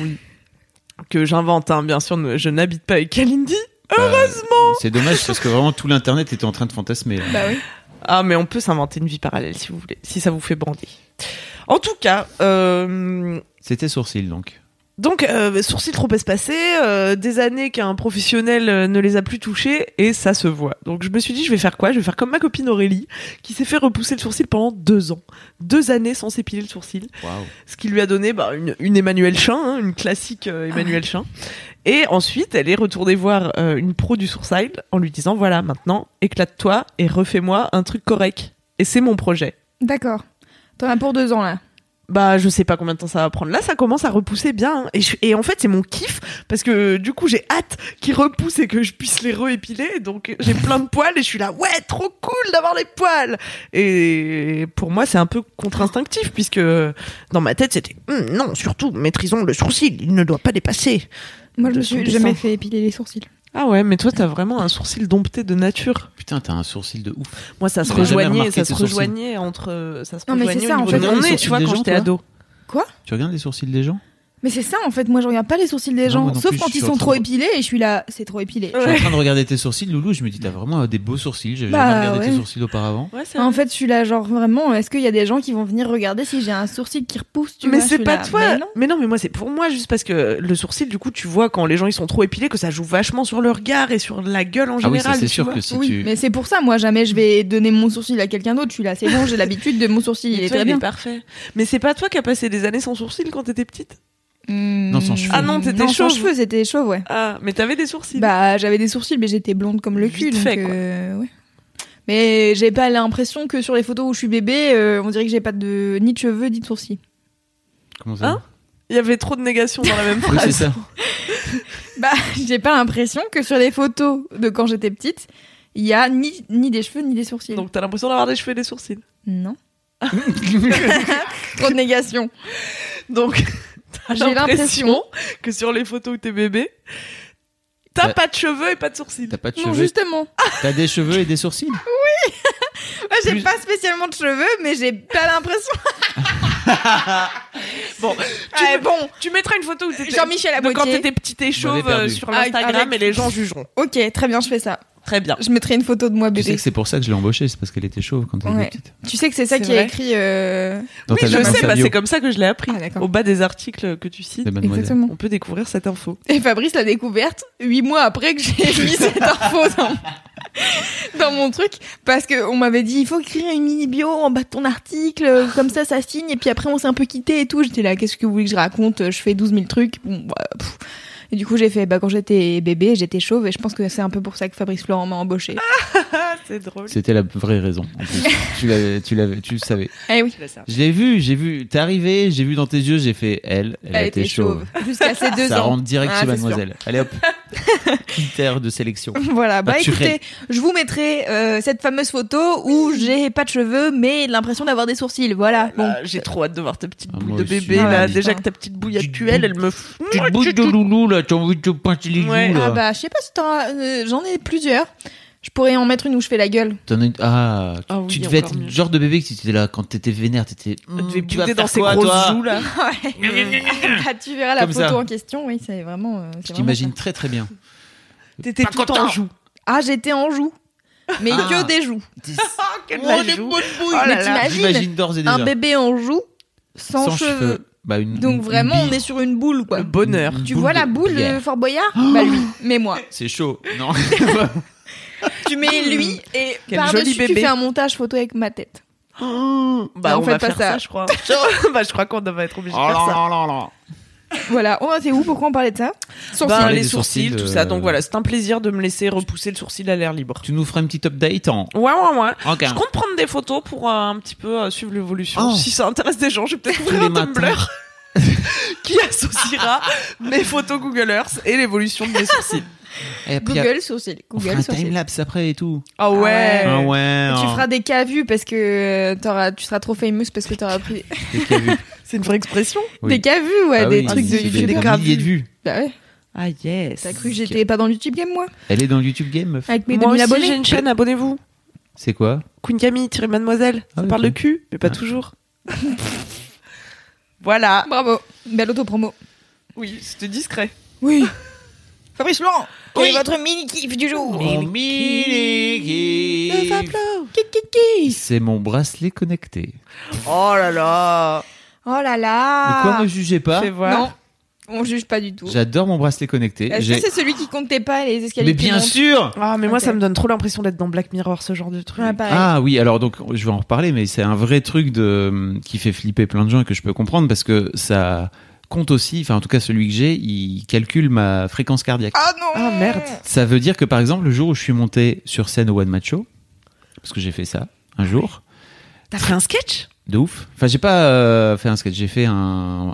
Que j'invente, hein. bien sûr, ne- je n'habite pas avec Kalindi. Heureusement. Bah, C'est dommage parce que vraiment tout l'internet était en train de fantasmer. là. Bah oui. Ah, mais on peut s'inventer une vie parallèle si vous voulez, si ça vous fait bander. En tout cas, euh, C'était sourcil donc. donc euh, sourcils trop espacés, euh, des années qu'un professionnel euh, ne les a plus touchés et ça se voit. Donc je me suis dit, je vais faire quoi Je vais faire comme ma copine Aurélie qui s'est fait repousser le sourcil pendant deux ans, deux années sans s'épiler le sourcil. Waouh. ce qui lui a donné bah, une, une Emmanuel Chin, hein, une classique euh, Emmanuel Chin. Et ensuite, elle est retournée voir euh, une pro du sourcil en lui disant voilà, maintenant, éclate-toi et refais-moi un truc correct. Et c'est mon projet. D'accord. T'en as pour deux ans là. Bah, je sais pas combien de temps ça va prendre. Là, ça commence à repousser bien. hein. Et, je- et en fait, c'est mon kiff parce que du coup, j'ai hâte qu'ils repoussent et que je puisse les réépiler. Donc, j'ai plein de poils et je suis là, ouais, trop cool d'avoir les poils. Et pour moi, c'est un peu contre-instinctif puisque dans ma tête, c'était Hum, non, surtout maîtrisons le sourcil, il ne doit pas dépasser. Moi, je De me son suis dessin. jamais fait épiler les sourcils. Ah ouais, mais toi, t'as vraiment un sourcil dompté de nature. Putain, t'as un sourcil de ouf. Moi, ça se J'aurais jamais rejoignait, remarqué ça se tes sourcils. rejoignait entre, ça se Non, mais c'est rejoignait ça, au en niveau fait, de les mon nez, sourcils tu vois, des quand gens, j'étais toi. ado. Tu regardes les sourcils des gens Mais c'est ça, en fait, moi je regarde pas les sourcils des Non, gens, moi non sauf plus, je quand suis ils en sont train trop de- épilés et je suis là, c'est trop épilé. Je Ouais. suis en train de regarder tes sourcils, Loulou. Je me dis, t'as vraiment des beaux sourcils. J'avais Bah, jamais regardé ouais. tes sourcils auparavant. Ouais, c'est En fait, je suis là, genre vraiment, est-ce qu'il y a des gens qui vont venir regarder si j'ai un sourcil qui repousse tu mais vois, je c'est suis pas là, toi. mais non. mais moi c'est pour moi juste parce que le sourcil du coup tu vois quand les gens ils sont trop épilés que ça joue vachement sur le regard et sur la gueule en Ah oui, général. ça c'est tu sûr vois. que si oui, tu. mais c'est pour ça, moi jamais je vais donner mon sourcil à quelqu'un d'autre. Je suis là, c'est bon, j'ai l'habitude de mon sourcil, Mais il est toi, très bien. parfait. Mais c'est pas toi qui as passé des années sans sourcil quand t'étais petite. Non, sans cheveux. Ah non, t'étais sans chauve. cheveux, c'était chauve, ouais. Ah, mais t'avais des sourcils. Bah, j'avais des sourcils, mais j'étais blonde comme le cul. Vite donc, fait, quoi. euh, ouais. Mais j'ai pas l'impression que sur les photos où je suis bébé, euh, on dirait que j'ai pas de ni de cheveux ni de sourcils. Comment ça Hein Il y avait trop de négations dans la même Oui, phrase. c'est ça. Bah, j'ai pas l'impression que sur les photos de quand j'étais petite, il y a ni, ni des cheveux ni des sourcils. Donc t'as l'impression d'avoir des cheveux et des sourcils. Non. Trop de négation. Donc t'as J'ai l'impression que sur les photos où t'es bébé, t'as T'as- pas de cheveux et pas de sourcils. T'as pas de Non, cheveux. justement. T'as des cheveux et des sourcils. Moi, Ah, bah, j'ai Plus- pas spécialement de cheveux, mais j'ai pas l'impression. Bon, Tu Ah, me- bon, Tu mettras une photo où t'étais. Jean-Michel de quand Aboitier. t'étais petite et chauve perdu. euh, sur Ah, l'Instagram avec- et les gens jugeront. Ok, très bien, je fais ça. Très bien. Je mettrai une photo de moi Tu bébé. sais que c'est pour ça que je l'ai embauchée, c'est parce qu'elle était chauve quand elle Ouais. était petite. Tu sais que c'est ça C'est qui est vrai. écrit. euh, Dans oui, ta- je dans sais, ta bah, bio c'est comme ça que je l'ai appris. Ah, d'accord. Au bas des articles que tu cites, de mademoiselle. Exactement. on peut découvrir cette info. Et Fabrice l'a découverte huit mois après que j'ai mis cette info dans, dans mon truc. Parce qu'on m'avait dit, il faut écrire une mini bio en bas de ton article, comme ça, ça signe. Et puis après, on s'est un peu quitté et tout. J'étais là, qu'est-ce que vous voulez que je raconte Je fais 12 000 trucs. Bon, bah, pff. Et du coup, j'ai fait, bah, quand j'étais bébé, j'étais chauve. Et je pense que c'est un peu pour ça que Fabrice Florent m'a embauché. Ah, c'est drôle. C'était la vraie raison. en plus. tu l'avais, tu l'avais, tu le savais. Eh oui. Je l'ai vu, j'ai vu. T'es arrivé, j'ai vu dans tes yeux, j'ai fait elle. Elle, a Elle été était chauve. chauve. Jusqu'à ses deux ça ans. rentre direct Ah, chez c'est sûr. mademoiselle. Allez hop. Critère de sélection. Voilà, bah Naturel. écoutez, je vous mettrai euh, cette fameuse photo où j'ai pas de cheveux mais l'impression d'avoir des sourcils. Voilà, bon. Là, Bah, J'ai trop hâte de voir ta petite Ah, boule moi de aussi. bébé. Ah, là. ouais, Déjà putain. que ta petite bouille Petite actuelle, boule- elle me. f- Petite bouche de loulou là, t'as envie de te pincer les Ouais. joues là. Ah bah, je sais pas si t'en as- euh, j'en ai plusieurs. Je pourrais en mettre une où je fais la gueule. T'en as une- Ah, tu- Ah oui, tu devais encore être le mieux. genre de bébé que tu étais là quand t'étais vénère, t'étais. Elle devait Hum, tu vas bouder dans faire ses quoi, grosses toi joues là. bah, tu verras la Comme photo ça. en question, oui, c'est vraiment. euh, c'est Je vraiment t'imagine très très bien. T'étais tout en joue. ça. Ah, j'étais en joue. Mais Ah. que des joues. Ah, quelle Oh, la les joue. bonnes Oh Mais là là. t'imagines J'imagine d'ores et déjà. Un bébé en joue sans, cheveux. Bah, une- une- Donc vraiment, une on est sur une boule, quoi. Le bonheur. une Tu vois boule la de Oh. boule bière. de Fort Boyard Bah lui, mais moi. C'est chaud, non Tu mets Ah, lui et Quel joli par-dessus, tu bébé. fais un montage photo avec ma tête. Oh, Non, Bah, on faites va pas faire ça, ça. je crois. Bah, je crois qu'on va être obligé de Oh faire ça. là là là. Voilà, oh, c'est où Pourquoi on parlait de ça Sourcils. Ben, Parler les des sourcils, sourcils, tout ça. euh, Donc voilà, c'est un plaisir de me laisser repousser le sourcil à l'air libre. Tu nous feras un petit update en. Ouais, ouais, ouais. en Je compte prendre des photos pour euh, un petit peu euh, suivre l'évolution. Oh. Si ça intéresse des gens, je vais peut-être ouvrir les un matins. Tumblr qui associera mes photos Google Earth et l'évolution de mes sourcils. Et après, Google sourcils. on fera Google un sourcils. timelapse après et tout. Ah ouais. ouais. Ah ouais. Tu hein. feras des cas vus parce que euh, t'auras- tu seras trop famous parce que tu auras pris Dès qu'il y a vu. C'est une vraie expression. Oui. des cas vus, ouais, Ah des oui, trucs de c'est des- YouTube. Des gravures. milliers de vues. Bah ouais, Ah yes. t'as cru que j'étais pas dans le YouTube Game, moi Elle est dans le YouTube Game, meuf. Avec mes Moi 2000 aussi, j'ai abonnés une chaîne, abonnez-vous. C'est quoi Queen Camille, tirez mademoiselle. Ah, ça ok. parle de cul, mais pas Ah. toujours. voilà. Bravo, belle autopromo. Oui, c'était discret. Oui. Fabrice Laurent, quel Oui. est votre mini-kiff du jour Oh, Kiff, kiff, kiff. C'est mon bracelet connecté. Oh là là. Oh là Mais quoi, là me jugez pas Fais voir. Non, on juge pas du tout. J'adore mon bracelet connecté. Est-ce J'ai- que Bah, c'est celui qui comptait pas les escaliers Mais qui bien montent sûr Ah, mais moi, Ok. ça me donne trop l'impression d'être dans Black Mirror, ce genre de truc. Ouais, pareil. Ah oui, alors donc je vais en reparler, mais c'est un vrai truc de mm, qui fait flipper plein de gens et que je peux comprendre parce que ça compte aussi, enfin en tout cas celui que j'ai, il calcule ma fréquence cardiaque. Ah non Ah, merde. Ça veut dire que par exemple le jour où je suis monté sur scène au One Match Show, parce que j'ai fait ça un jour, T'as fait un sketch de ouf. Enfin, j'ai pas euh, fait un sketch, j'ai fait un,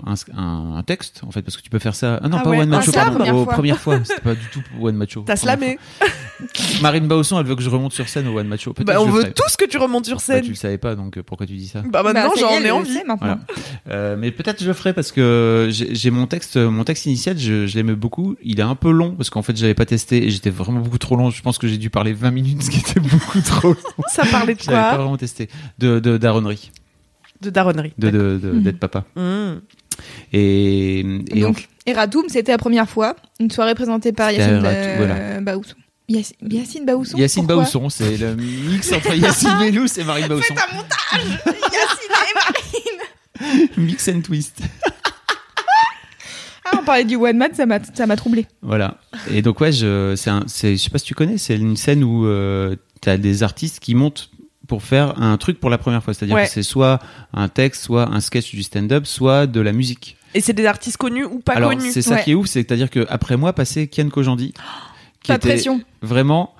un- un- un texte, en fait, parce que tu peux faire ça. Ah non, Ah pas ouais, One ah, Man Show, c'est la pardon, première au- fois. première fois. C'était pas du tout One Man Show. T'as Première slamé. fois. Marine Bausson, elle veut que je remonte sur scène au One Man Show. Peut-être Bah, que on je le veut ferai. tous que tu remontes sur Bah, tu scène. le savais pas, donc euh, pourquoi tu dis ça Bah, maintenant, Bah, ça y est, j'en elle ai le envie. sait maintenant. Voilà. Euh, mais peut-être je le ferai parce que j'ai j'ai mon texte, euh, mon texte initial, je, je l'aimais beaucoup. Il est un peu long parce qu'en fait, j'avais pas testé et j'étais vraiment beaucoup trop long. Je pense que j'ai dû parler 20 minutes, ce qui était beaucoup trop long. Ça parlait de Je l'avais pas quoi vraiment testé. De, de daronnerie, De daronnerie. de, de, de- Mhm. d'être papa. Mmh. Et, et Donc, Eratum, c'était la première fois, une soirée présentée par C'était Yacine Eratum, euh, voilà. Baousson. Yac- Yacine Baousson on- Yacine pourquoi Baousson, c'est le mix entre Yacine Bellous et Marine Baousson. Yacine et Marine mix and twist. Ah, on parlait du One Man, ça m'a ça m'a troublé. Voilà. Et donc ouais, je, c'est un, c'est, je sais pas si tu connais, c'est une scène où euh, t'as des artistes qui montent pour faire un truc pour la première fois. C'est-à-dire Ouais. que c'est soit un texte, soit un sketch du stand-up, soit de la musique. Et c'est des artistes connus ou pas Alors connus. c'est ça Ouais. Oh, qui est ouf, c'est-à-dire que après moi passait Kian Kojandi, qui Pas de était pression. vraiment.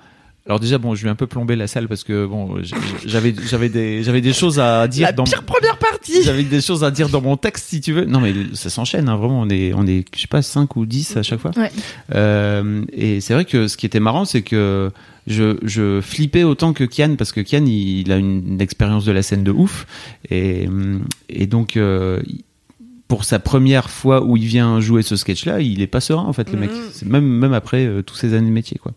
Alors déjà bon, je lui ai un peu plombé la salle parce que bon, j- j'avais j'avais des j'avais des choses à dire La dans pire première partie. j'avais des choses à dire dans mon texte, si tu veux. Non, mais ça s'enchaîne, hein, vraiment. On est, on est, je sais pas, 5 ou 10 à chaque fois. Ouais. Euh, et c'est vrai que ce qui était marrant, c'est que je, je flippais autant que Kian, parce que Kian, il, a une, expérience de la scène de ouf. Et, hum, et donc, euh, il- pour sa première fois où il vient jouer ce sketch-là, il est pas serein, en fait, le mec. Mhm. C'est même, même après euh, tous ces années de métier, quoi.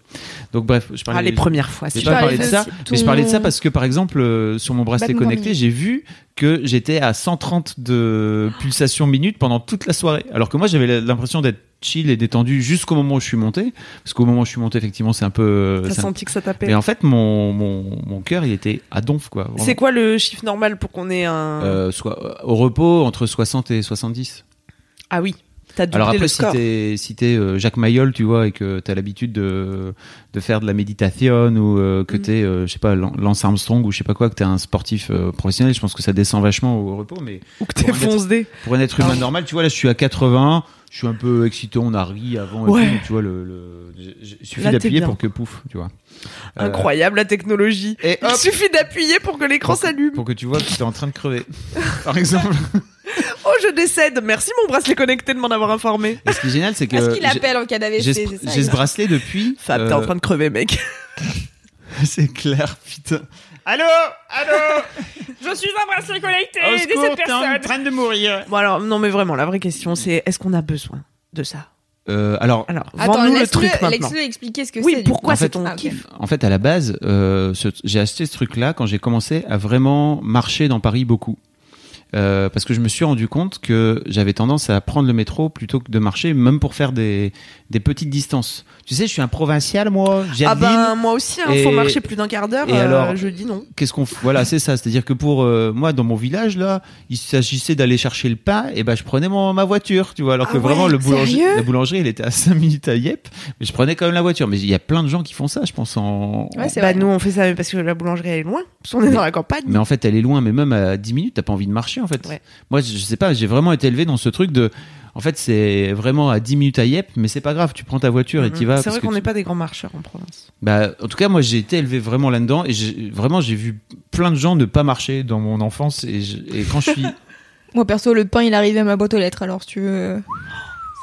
Donc, bref, je parlais. Ah, les premières fois. J'ai c'est Tu pas pas- parlé de parlais ça, de mais je parlais de ça ton- parce que par exemple euh, sur mon bracelet Battement connecté, minute. j'ai vu que j'étais à 130 de pulsations minutes pendant toute la soirée. Alors que moi j'avais l'impression d'être chill et détendu jusqu'au moment où je suis monté, parce qu'au moment où je suis monté effectivement c'est un peu. euh, T'as c'est un- senti que ça tapait. Mais en fait mon mon mon cœur il était à donf quoi. vraiment. C'est quoi hein le chiffre normal pour qu'on ait un. Euh, soit euh, au repos entre 60 et 70. Ah oui. T'as doublé Alors après le si score. t'es si t'es euh, Jacques Mayol tu vois et que t'as l'habitude de de faire de la méditation ou euh, que Mhm. t'es euh, je sais pas Lan- Lance Armstrong ou je sais pas quoi que t'es un sportif euh, professionnel je pense que ça descend vachement au repos mais Ou que t'es pour un être- foncedé. pour un être humain normal tu vois là je suis à 80 je suis un peu excité on a ri avant et Ouais. tout, mais tu vois le, le- j- j- il suffit Là, t'es d'appuyer bien. pour que pouf tu vois Euh, Incroyable la technologie. et Il hop suffit d'appuyer pour que l'écran pour que- s'allume. pour que tu vois que t'es en train de crever par exemple Oh, je décède. Merci mon bracelet connecté de m'en avoir informé. et ce qui est génial c'est que Parce qu'il j'ai- appelle en cas j'ai d'AVC, ce- c'est ça j'ai ce il- bracelet depuis Fab, t'es en euh, train de crever, mec. c'est clair putain Allô Allô Je suis un bracelet connecté, Au aidez cette secours, t'es en personne train de mourir Bon, alors, non, mais vraiment, la vraie Mm. question, c'est est-ce qu'on a besoin de ça Euh, alors, Alors, Attends, vends-nous le truc laisse-le maintenant. laisse-le expliquer ce que Oui, c'est. du pourquoi coup. c'est fait, ton Ah, ok. kiff en fait, à la base, euh, ce- j'ai acheté ce truc-là quand j'ai commencé à vraiment marcher dans Paris beaucoup. Euh, parce que je me suis rendu compte que j'avais tendance à prendre le métro plutôt que de marcher, même pour faire des, des petites distances. Tu sais, je suis un provincial, moi. J'ai Ah de Lille. ben, moi aussi, il faut Et- marcher plus d'un quart d'heure. et euh, alors- je dis non. Qu'est-ce qu'on f- voilà c'est ça c'est à dire que pour euh, moi dans mon village là il s'agissait d'aller chercher le pain et ben je prenais mon, ma voiture tu vois alors Ah que vraiment ouais, le boulanger sérieux la boulangerie elle était à 5 minutes à Yep mais je prenais quand même la voiture mais il y a plein de gens qui font ça je pense en, Ouais, c'est Bah, vrai. nous, on fait ça parce que la boulangerie, elle est loin. Parce qu'on est Mais- dans la campagne. Mais en fait, elle est loin, mais même à 10 minutes, t'as pas envie de marcher, en fait. Ouais. Moi, je je sais pas, j'ai vraiment été élevé dans ce truc de. En fait, c'est vraiment à 10 minutes à Yep, mais c'est pas grave, tu prends ta voiture et t'y vas. Mhm. Mm. C'est parce vrai que qu'on n'est tu- pas des grands marcheurs en province. Bah, en tout cas, moi, j'ai été élevé vraiment là-dedans, et j'ai- vraiment, j'ai vu plein de gens ne pas marcher dans mon enfance, et, je- et quand je suis. Moi perso, le pain il arrivait à ma boîte aux lettres, alors si tu veux.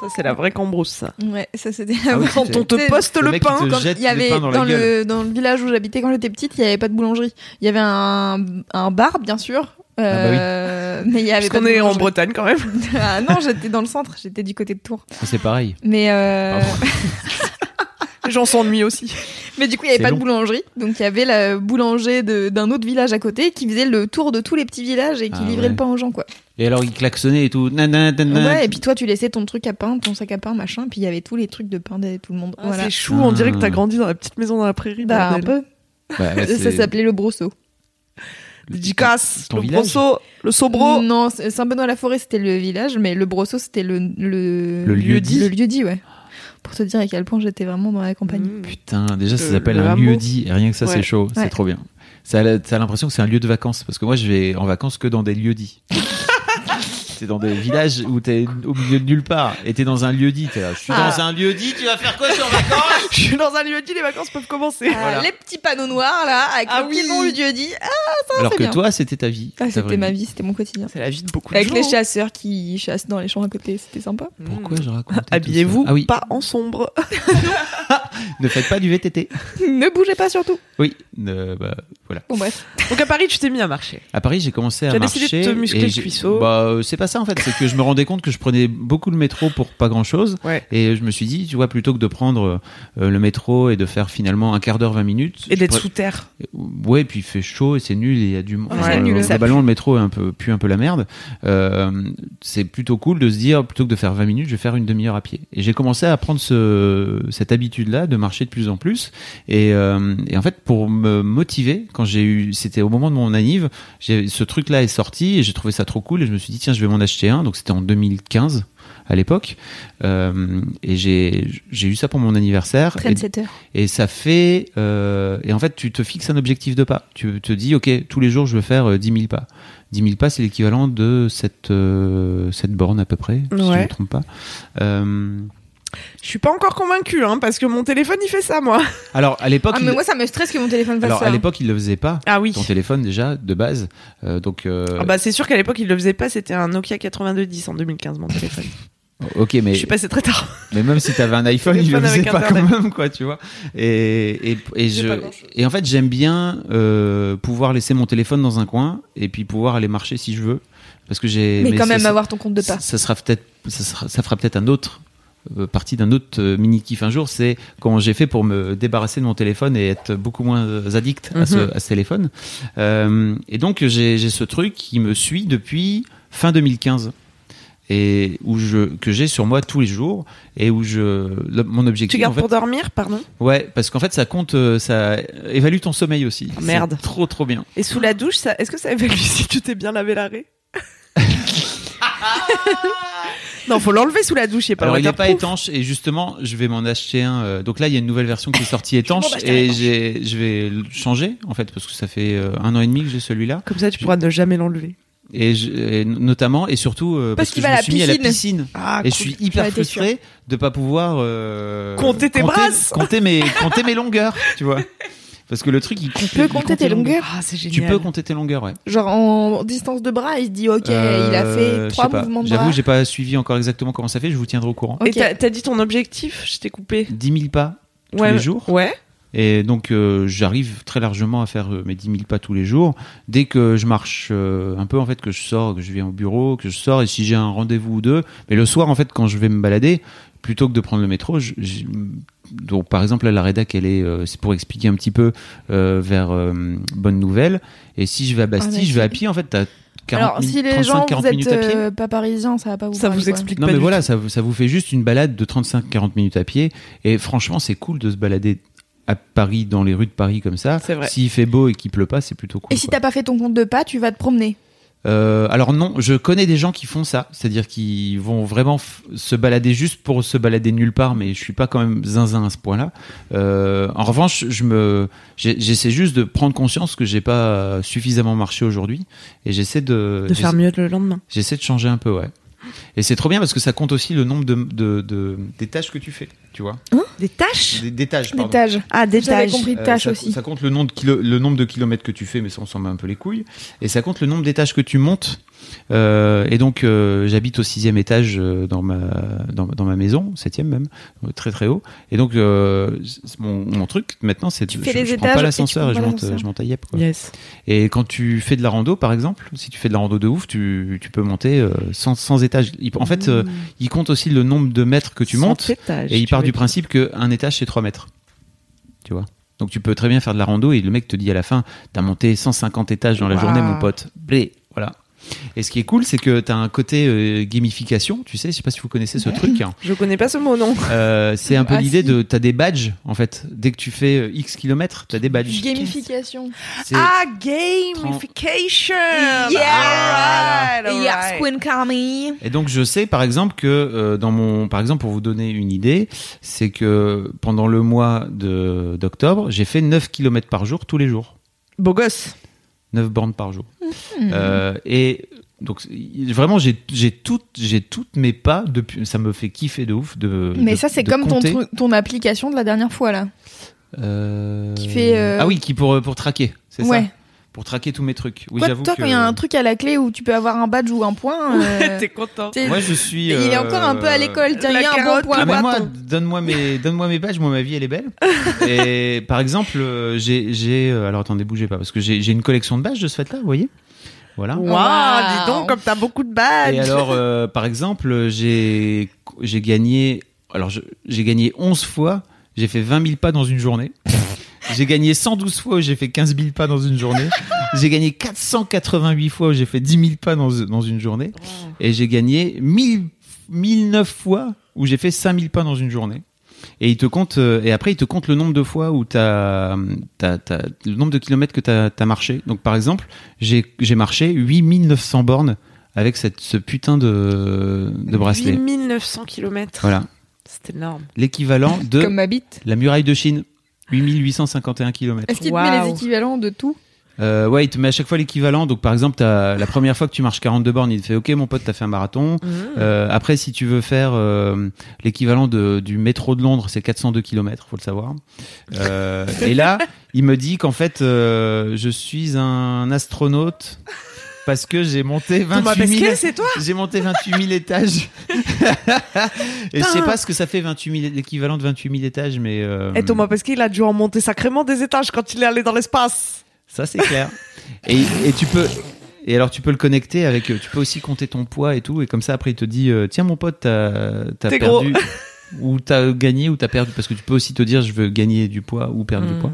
Ça, c'est la vraie cambrousse, ça. Ouais, ça c'était Ah oui, Quand on te C'est- poste le le, mec qui pain. te- Quand jette il y avait des pains dans dans, la le, dans le village où j'habitais quand j'étais petite, il n'y avait pas de boulangerie. Il y avait un, un bar, bien sûr. Ah bah euh, Mais il y Parce avait. pas qu'on de est en boulangerie. Bretagne quand même. Ah non, j'étais dans le centre, j'étais du côté de Tours. C'est pareil. Mais, euh, Pardon. Les gens s'ennuient aussi. mais du coup, il n'y C'est avait pas long. de boulangerie. Donc il y avait la boulanger de- d'un autre village à côté qui faisait le tour de tous les petits villages et qui Ah livrait ouais. le pain aux gens, quoi. Et alors, ils klaxonnaient et tout. Nanana, nanana. Ouais, et puis toi, tu laissais ton truc à pain, ton sac à pain, machin, puis il y avait tous les trucs de pain de tout le monde. voilà. C'est chou, on dirait que Ah. t'as grandi dans la petite maison dans la prairie. Bah, un bordel. peu. Bah, ouais, Ça c'est- s'appelait le brosso. Dédicace, Ton le village brosso, le sobro. Non, c'est- Saint-Benoît-la-Forêt, c'était le village, mais le Brosso, c'était le, le... Le lieu-dit. Le lieu-dit, ouais. Pour te dire à quel point j'étais vraiment dans la campagne. Mmh. Putain, déjà ça Le- s'appelle le un hameau. lieu dit, et rien que ça c'est Ouais. chaud, c'est Ouais. trop bien. Ça a la- T'as l'impression que c'est un lieu de vacances, parce que moi je vais en vacances que dans des lieux dits. c'est dans des villages où t'es au milieu de nulle part et t'es dans un lieu dit. t'es là, Je suis Ah. dans un lieu dit, tu vas faire quoi sur vacances Je suis dans un lieu dit, les vacances peuvent commencer. Ah, Les petits panneaux noirs là, avec Mm. Ah le oui. petit nom du dieu dit. Ah, Alors c'est que bien. Ah, toi, c'était ta vie. ta c'était vraie ma vie, c'était mon quotidien. C'est la vie de beaucoup Avec de les gens. chasseurs qui chassent dans les champs à côté, c'était sympa. Mm. Pourquoi je raconte tout ça Habillez-vous Ah oui, pas en sombre. ne faites pas du VTT. ne bougez pas surtout. Oui, ne- bah, voilà. Bon bref. Donc à Paris, tu t'es mis à marcher. À Paris, j'ai commencé à T'as marcher. décidé de te muscler et le j'ai- cuisseau. Bah, euh, c'est pas ça en fait. C'est que je me rendais compte que je prenais beaucoup le métro pour pas grand chose. Ouais. Et je me suis dit, tu vois, plutôt que de prendre euh, le métro et de faire finalement un quart d'heure, 20 minutes. Et je d'être pourrais- sous terre. Ouais, puis il fait chaud et c'est nul et il y a du monde. Ouais, Enfin, c'est euh, nul, ça globalement, le métro est un peu, pue un peu la merde. Euh, c'est plutôt cool de se dire, plutôt que de faire 20 minutes, je vais faire une demi-heure à pied. Et j'ai commencé à prendre ce, cette habitude-là de marcher de plus en plus. Et, euh, et en fait, pour me motiver, quand j'ai eu, c'était au moment de mon anniv, j'ai- ce truc-là est sorti et j'ai trouvé ça trop cool et je me suis dit, tiens, je vais m'en acheter un. Donc c'était en 2015 à l'époque. Euh, et j'ai j'ai eu ça pour mon anniversaire. Et- 37 heures. et ça fait. euh, et en fait, tu te fixes un objectif de pas. Tu te dis, OK, tous les jours, je veux faire euh, 10 000 pas. 10 000 pas, c'est l'équivalent de cette, euh, cette borne à peu près, si je Ouais. ne me trompe pas. Euh, Je suis pas encore convaincue, hein, parce que mon téléphone, il fait ça, moi. alors, à l'époque. Ah il- mais moi ça me stresse que mon téléphone fasse alors, ça. à l'époque, il le faisait pas. Ah oui. Ton téléphone, déjà, de base. Euh, donc, euh, Ah bah, c'est sûr qu'à l'époque, il le faisait pas. C'était un Nokia 9210 en 2015, mon téléphone. ok, mais, Je suis passé très tard. mais même si t'avais un iPhone, il le Téléphone faisait avec pas Internet. quand même, quoi, tu vois. Et, et, et J'ai je, pas grand-chose. et en fait, j'aime bien euh, pouvoir laisser mon téléphone dans un coin et puis pouvoir aller marcher si je veux. Parce que j'ai. mais quand ça- même ça- avoir ton compte de pas. Ça, ça sera peut-être, ça, sera- ça fera peut-être un autre euh, partie d'un autre mini kiff un jour. C'est quand j'ai fait pour me débarrasser de mon téléphone et être beaucoup moins euh, addict à, ce, Mhm. à ce téléphone. Euh, et donc j'ai, j'ai ce truc qui me suit depuis fin 2015 et où je que j'ai sur moi tous les jours et où je le- mon objectif Tu gardes en fait- pour dormir, pardon ouais parce qu'en fait ça compte euh, ça évalue ton sommeil aussi Ah, merde. C'est trop trop bien Et sous la douche, ça... est-ce que ça évalue si tu t'es bien lavé l'arrêt Non, faut l'enlever sous la douche, il est pas Alors il n'est pas waterproof. étanche et justement je vais m'en acheter un. euh, donc là il y a une nouvelle version qui est sortie étanche m'en acheter un et étanche. j'ai- je vais le changer en fait parce que ça fait euh, un an et demi que j'ai celui-là Comme ça, tu pourras ne jamais l'enlever. et, je- et notamment et surtout euh, Parce parce, que qu'il je va me à la suis mis à la piscine. piscine Ah, et je suis hyper J'aurais été frustré de pas pouvoir euh, Compter tes brasses. compter mes compter mes longueurs tu vois parce que le truc il compte- peux il compter compte tes les longueurs. Ah, c'est génial. Tu peux compter tes longueurs ouais. Genre en distance de bras, il se dit ok, il a Euh, fait je trois sais pas. mouvements de bras. J'avoue j'ai pas suivi encore exactement comment ça fait. Je vous tiendrai au courant. Et Ok. t'as- t'as dit ton objectif, je t'ai coupé. 10 000 pas tous ouais. les jours. Ouais. Et donc euh, j'arrive très largement à faire euh, mes 10 000 pas tous les jours. Dès que je marche euh, un peu, en fait, que je sors, que je viens au bureau, que je sors, et si j'ai un rendez-vous ou deux, mais le soir, en fait, quand je vais me balader, plutôt que de prendre le métro, je- je- donc par exemple là, la rédac, elle est, euh, c'est pour expliquer un petit peu euh, vers euh, Bonne Nouvelle. Et si je vais à Bastille, Ah, je vais à Bastille. pied. En fait, t'as 40 Alors si les gens 35, vous 40 êtes minutes à pied. euh, pas parisiens, ça va pas vous Ça parler, vous quoi. explique Non pas mais du voilà, ça, vous- ça vous fait juste une balade de 35-40 minutes à pied. Et franchement, c'est cool de se balader à Paris, dans les rues de Paris comme ça. C'est vrai. S'il fait beau et qu'il pleut pas, c'est plutôt cool. Et si quoi. t'as pas fait ton compte de pas, tu vas te promener. Euh, alors non, je connais des gens qui font ça, c'est-à-dire qui vont vraiment f- se balader juste pour se balader nulle part, mais je suis pas quand même zinzin à ce point-là. Euh, en revanche, je me, j'ai- j'essaie juste de prendre conscience que j'ai pas suffisamment marché aujourd'hui, et j'essaie de, De faire mieux le lendemain. J'essaie de changer un peu, ouais. Et c'est trop bien parce que ça compte aussi le nombre de, de, de- des tâches que tu fais, tu vois. Des tâches Des, des tâches, pardon. L'étage. Ah, des J'avais tâches. compris Euh, tâche ça, aussi. ça compte le nombre, de kilo- le nombre de kilomètres que tu fais, mais ça on s'en met un peu les couilles. Et ça compte le nombre d'étages que tu montes. Euh, et donc euh, j'habite au sixième étage euh, dans ma dans, dans ma maison, septième même, euh, très très haut. Et donc euh, c'est- mon, mon truc maintenant c'est de- Tu je, fais les je étages prends et tu pas l'ascenseur et, je prends pas monte l'ascenseur. je monte à Yep. Quoi. Yes. Et quand tu fais de la rando, par exemple, si tu fais de la rando de ouf, tu, tu peux monter euh, sans, sans étage. Il- en fait, Mm. euh, Mmh. il compte aussi le nombre de mètres que tu montes et il part du principe qu'un étage, c'est 3 mètres. Tu vois Donc tu peux très bien faire de la rando et le mec te dit à la fin T'as monté 150 étages dans la Waouh. journée, mon pote. Blé Voilà. Et ce qui est cool, c'est que t'as un côté euh, gamification, tu sais, je sais pas si vous connaissez ce truc. hein. Je connais pas ce mot, non. Euh, c'est un peu Ah, l'idée si. de. T'as des badges, en fait. Dès que tu fais euh, X kilomètres, t'as des badges. Gamification. C'est- Ah, gamification! Yeah. All right, all Hier, right. Squin Carmi. Et donc je sais par exemple que euh, dans mon par exemple pour vous donner une idée, c'est que pendant le mois de d'octobre, j'ai fait 9 km par jour tous les jours, Beau gosse. Mhm. 9 bornes par jour. Euh, et Donc il- vraiment, j'ai j'ai toutes, j'ai toutes mes pas depuis. Ça me fait kiffer de ouf de. Mais de- ça, c'est de comme ton, compter. truc- ton application de la dernière fois, là. Euh, qui fait, euh, Ah oui, qui pour pour traquer, c'est Ouais. ça. Pour traquer tous mes trucs. Oui, Quoi, j'avoue toi, que- quand il y a un truc à la clé où tu peux avoir un badge ou un point, euh, T'es content. t'es- Moi, je suis. il est euh, encore un peu à l'école. Tiens, il y la a un bon carotte, point. Ah, mais moi, bâton. donne-moi mes, donne-moi mes badges. Moi, ma vie, elle est belle. Et par exemple, euh, j'ai, j'ai, euh, alors attendez, bougez pas, parce que j'ai, j'ai une collection de badges de ce fait-là, vous voyez. Voilà. Waouh, Waouh. dis donc, comme t'as beaucoup de badges. Et alors, euh, par exemple, j'ai, j'ai gagné, alors je- j'ai gagné 11 fois. J'ai fait 20 000 pas dans une journée. J'ai gagné 112 fois où j'ai fait 15 000 pas dans une journée. J'ai gagné 488 fois où j'ai fait 10 000 pas dans, dans une journée. Et j'ai gagné 1000, 1009 fois où j'ai fait 5 000 pas dans une journée. Et il te compte, euh, et après il te compte le nombre de fois où t'as, t'as, t'as- le nombre de kilomètres que t'as, t'as marché. Donc par exemple, j'ai, j'ai marché 8900 bornes avec cette, ce putain de, de bracelet. 8900 km. Voilà. C'est énorme. L'équivalent de Comme ma bite. la muraille de Chine. 8851 km. Est-ce qu'il te met Waouh. les équivalents de tout Euh, ouais, il te met à chaque fois l'équivalent. Donc, par exemple, t'as- la première fois que tu marches 42 bornes, il te fait OK, mon pote, t'as fait un marathon. Mmh. Euh, après, si tu veux faire euh, l'équivalent de- du métro de Londres, c'est 402 km, faut le savoir. Euh, et là, il me dit qu'en fait, euh, je suis un astronaute parce que j'ai monté Thomas 28 000 Pesquet, c'est toi j'ai monté 28 000 étages. et je sais pas ce que ça fait 28 000, l'équivalent de 28 000 étages, mais euh, Et Eh, Thomas Pesquet, il a dû en monter sacrément des étages quand il est allé dans l'espace. ça c'est clair. et, et tu peux. Et alors tu peux le connecter avec, euh, tu peux aussi compter ton poids et tout, et comme ça après il te dit, euh, tiens mon pote, t'as t'as T'es perdu, ou t'as gagné ou t'as perdu, parce que tu peux aussi te dire, je veux gagner du poids ou perdre du Mm. poids.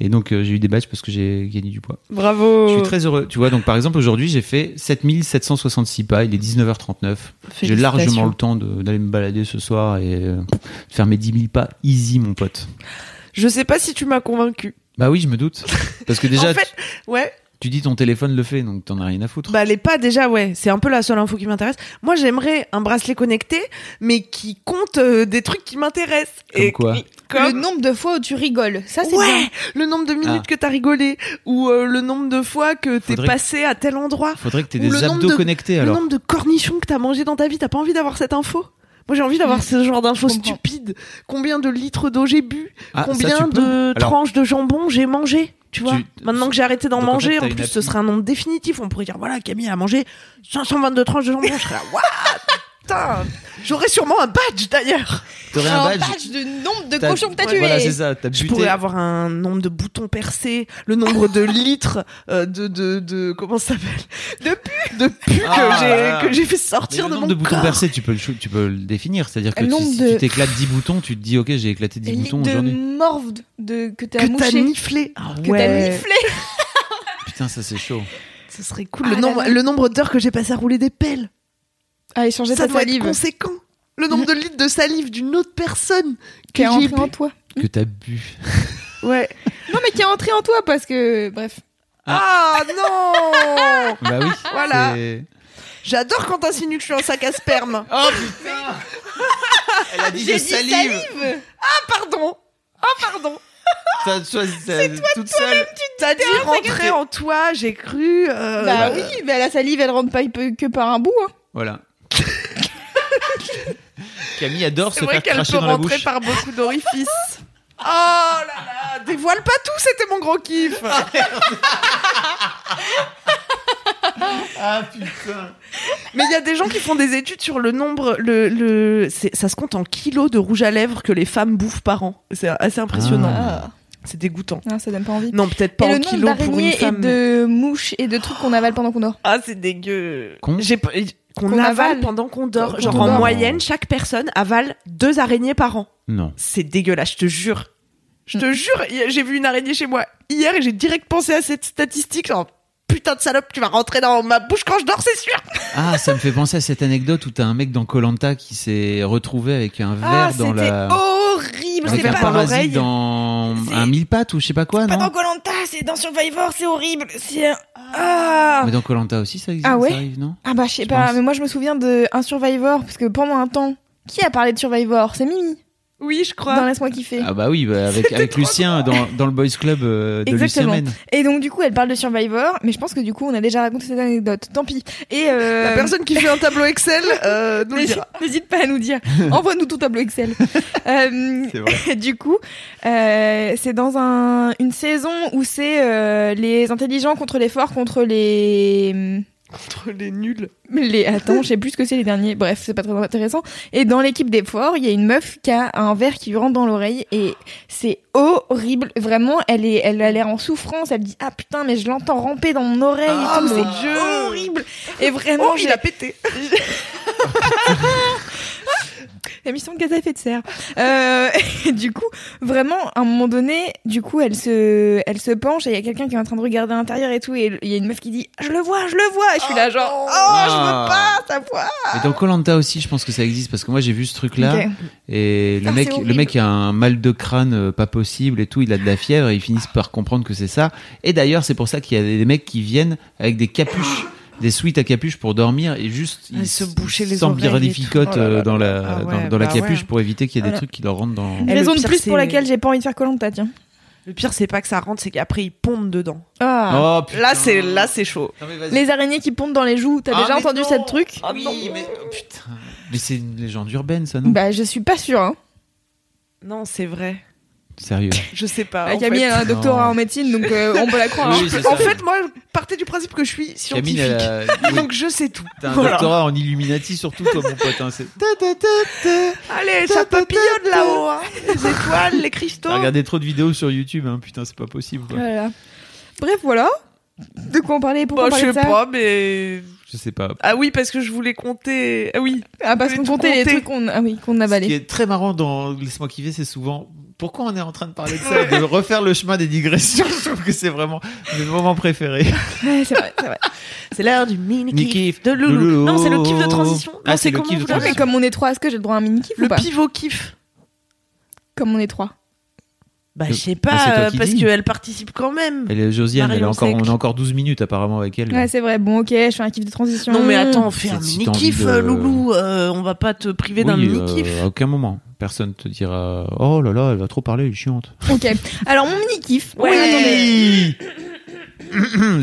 Et donc euh, j'ai eu des badges parce que j'ai gagné du poids. Bravo. Je suis très heureux. Tu vois, donc par exemple aujourd'hui j'ai fait 7766 pas, il est 19h39. J'ai largement le temps de- d'aller me balader ce soir et euh, faire mes 10 000 pas easy, mon pote. Je sais pas si tu m'as convaincu. Bah oui, je me doute. Parce que déjà, En fait- tu, Ouais. tu dis ton téléphone le fait, donc t'en as rien à foutre. Bah les pas déjà ouais, c'est un peu la seule info qui m'intéresse. Moi j'aimerais un bracelet connecté mais qui compte euh, des trucs qui m'intéressent. Comme quoi comme- Le nombre de fois où tu rigoles. Ça, c'est ouais, bien. le nombre de minutes que t'as rigolé ou euh, le nombre de fois que t'es Ah. Faudrait- passé à tel endroit, Faudrait que t'aies Ou des le nombre abdos de- connectés le alors. nombre de cornichons que t'as mangé dans ta vie. T'as pas envie d'avoir cette info Moi j'ai envie d'avoir Mmh, ce genre d'infos je comprends. stupides. Combien de litres d'eau j'ai bu Ah, ça, tu Combien peux. de Alors- tranches de jambon j'ai mangé tu vois, Tu- maintenant que j'ai arrêté d'en Donc, en fait, manger, t'as en une plus appli. ce serait un nombre définitif. On pourrait dire voilà, Camille a mangé 522 tranches de jambon. Je serais là, waouh, putain, j'aurais sûrement un badge d'ailleurs. T'aurais un badge. de nombre de t'as- cochons que t'as tués. Voilà, c'est ça. T'as Je buté. pourrais avoir un nombre de boutons percés, le nombre de litres euh, de, de, de comment ça s'appelle de pu de pu que Ah, j'ai là, là. que j'ai fait Mais sortir le de nombre mon de boutons corps. percés, tu peux le, chou- tu peux le définir. C'est-à-dire que Le si- nombre si, de- tu t'éclates 10 boutons, tu te dis, ok, j'ai éclaté 10 boutons de aujourd'hui. morve de, que t'as que t'as mouché. niflé. Ah Que ouais. t'as niflé. Putain, ça c'est chaud. Ce serait cool. Ah le, là nombre, là. le nombre d'heures que j'ai passé à rouler des pelles. À échanger ça Ah, ta doit être salive. conséquent. Le nombre de litres de salive d'une autre personne Qui que est j'ai entré bu. en toi. Hmm Que t'as bu. Ouais. Non, mais qui est entré en toi parce que. Bref. Ah non Bah oui. Voilà. c'est- J'adore quand t'insinues que je suis un sac à sperme. Oh putain Elle a dit de salive. Pardon Ah pardon T'as choisi euh, toute seule. T'as dit rentrer en toi, j'ai cru... euh, bah euh, oui, mais la salive, elle rentre pas que par un bout. hein. Voilà. Camille adore C'est se vrai faire qu'elle cracher peut dans la rentrer bouche. par beaucoup d'orifices. Oh là là Dévoile pas tout, c'était mon gros kiff Ah putain. Mais il y a des gens qui font des études sur le nombre... Le, le, c'est- ça se compte en kilos de rouge à lèvres que les femmes bouffent par an. C'est assez impressionnant. Ah. C'est dégoûtant. Non, Ah, ça donne pas envie. Non, peut-être pas et en le nombre kilos pour une d'araignées et femme. mais- de mouches et de trucs qu'on avale pendant qu'on dort. Ah, c'est dégueu. Con. J'ai pas- et- Qu'on Qu'on avale, avale. pendant qu'on dort. Qu'on Genre, dort. en moyenne, chaque personne avale deux araignées par an. Non. C'est dégueulasse, je te jure. Je Mm. te jure, hi- j'ai vu une araignée chez moi hier et j'ai direct pensé à cette statistique. Genre, putain de salope, tu vas rentrer dans ma bouche quand je dors, c'est sûr. Ah, ça me fait penser à cette anecdote où t'as un mec dans Colanta qui s'est retrouvé avec un Ah, verre c'était dans la. horrible. Avec C'est un pas dans l'oreille. parasite dans C'est- un mille pattes ou je sais pas quoi, non Colanta, c'est dans Survivor, c'est horrible. C'est un- ah. Mais dans Colanta aussi, ça existe, Ah ouais ça arrive, non Ah bah je sais Je pas, pense. mais moi je me souviens de un Survivor parce que pendant un temps, qui a parlé de Survivor C'est Mimi. Oui, je dans crois. Laisse-moi kiffer. Ah bah oui, bah, avec, avec Lucien dans, dans le Boys Club euh, de Lucien Exactement. Mène. Et donc, du coup, elle parle de Survivor, mais je pense que du coup, on a déjà raconté cette anecdote. Tant pis. Et euh, La personne qui fait un tableau Excel euh, nous le N'hésite dira. n'hésite pas à nous dire. Envoie-nous ton tableau Excel. Euh, C'est vrai. du coup, euh, c'est dans un, une saison où c'est euh, les intelligents contre les forts, contre les... Entre les nuls. les... Attends, je sais plus ce que c'est les derniers. Bref, c'est pas très intéressant. Et dans l'équipe des forts, il y a une meuf qui a un verre qui lui rentre dans l'oreille et c'est horrible. Vraiment, elle, est, elle a l'air en souffrance. Elle dit « Ah putain, mais je l'entends ramper dans mon oreille et Oh, tout, mon c'est Dieu. horrible !» Et vraiment, Oh, j'ai- il a pété. émission de gaz à effet de serre. Euh, et du coup, vraiment, à un moment donné, du coup, elle se, elle se penche et il y a quelqu'un qui est en train de regarder à l'intérieur et tout. Et il y a une meuf qui dit Je le vois, je le vois. Et je suis là, genre, oh, Ah. je veux pas, ta voix. Et dans Colanta aussi, je pense que ça existe parce que moi j'ai vu ce truc-là. Ok. Et le Ah, mec, c'est le horrible. mec a un mal de crâne euh, pas possible et tout, il a de la fièvre et ils finissent par comprendre que c'est ça. Et d'ailleurs, c'est pour ça qu'il y a des mecs qui viennent avec des capuches, des suites à capuches pour dormir et juste Ah, se boucher les oreilles et s'embirlificotent tout. Oh là là. euh, dans la, Ah ouais, dans, dans la bah capuche ouais. pour éviter qu'il y ait des Voilà. trucs qui leur rentrent dans. Et le Raison de pire, plus c'est- pour laquelle j'ai pas envie de faire Colanta, tiens. Le pire, c'est pas que ça rentre, c'est qu'après, ils pondent dedans. Ah. Oh, putain. Là, c'est là, c'est chaud. Non, mais vas-y. Les araignées qui pondent dans les joues, t'as Ah, déjà mais entendu non. cette truc Ah, non. oui, mais oh, putain. Mais c'est une légende urbaine, Mm. ça, non Bah, je suis pas sûre. Hein. Non, c'est vrai. Sérieux. Je sais pas. Bah, Ah, en Camille fait. elle a un doctorat Non. en médecine, donc euh, on peut la croire. Oui, hein. c'est ça. En fait, moi, je partais du principe que je suis scientifique. Camille, elle a- oui, Donc je sais tout. t'as un Voilà. doctorat en Illuminati, surtout, toi, mon pote. hein, c'est- Allez, ça papillonne là-haut. hein. Les étoiles, les cristaux. T'as regardé trop de vidéos sur YouTube, hein, putain, c'est pas possible. Quoi. Voilà. Bref, voilà. De quoi on parlait Pourquoi Bah, on je parlait sais de ça pas, mais. Je sais pas. Ah oui, parce que je voulais compter. Ah oui. Ah, parce Je qu'on voulais tout comptait les compter. trucs qu'on ah, oui, qu'on bah, avalait. Ce qui est très marrant dans Laisse-moi kiffer, c'est souvent pourquoi on est en train de parler de ça, et de refaire le chemin des digressions. Je trouve que c'est vraiment mes moments préférés. Ouais, c'est vrai, c'est vrai. C'est l'heure du mini Mini kiff. de Loulou. Loulou. Non, c'est le kiff de transition. Non, Ah, c'est c'est le comment kiff de vous Non, l'appelez mais comme on est trois, est-ce que j'ai le droit à un mini kiff ou Le pas pivot kiff. Comme on est trois. Bah, Le- je sais pas, Bah, c'est toi euh, qui parce dis. qu'elle participe quand même. Et Josiane, Marion elle a encore, Sec. on a encore 12 minutes apparemment avec elle. Ouais, c'est vrai. Bon, ok, je fais un kiff de transition. Non, mais attends, fais Si- un si mini t'as envie kiff, de- euh, Loulou. euh, on va pas te priver d'un Oui, mini euh, kiff. à aucun moment. Personne te dira Oh là là, elle va trop parler, elle est chiante. Ok. Alors, mon mini kiff. Ouais. Oui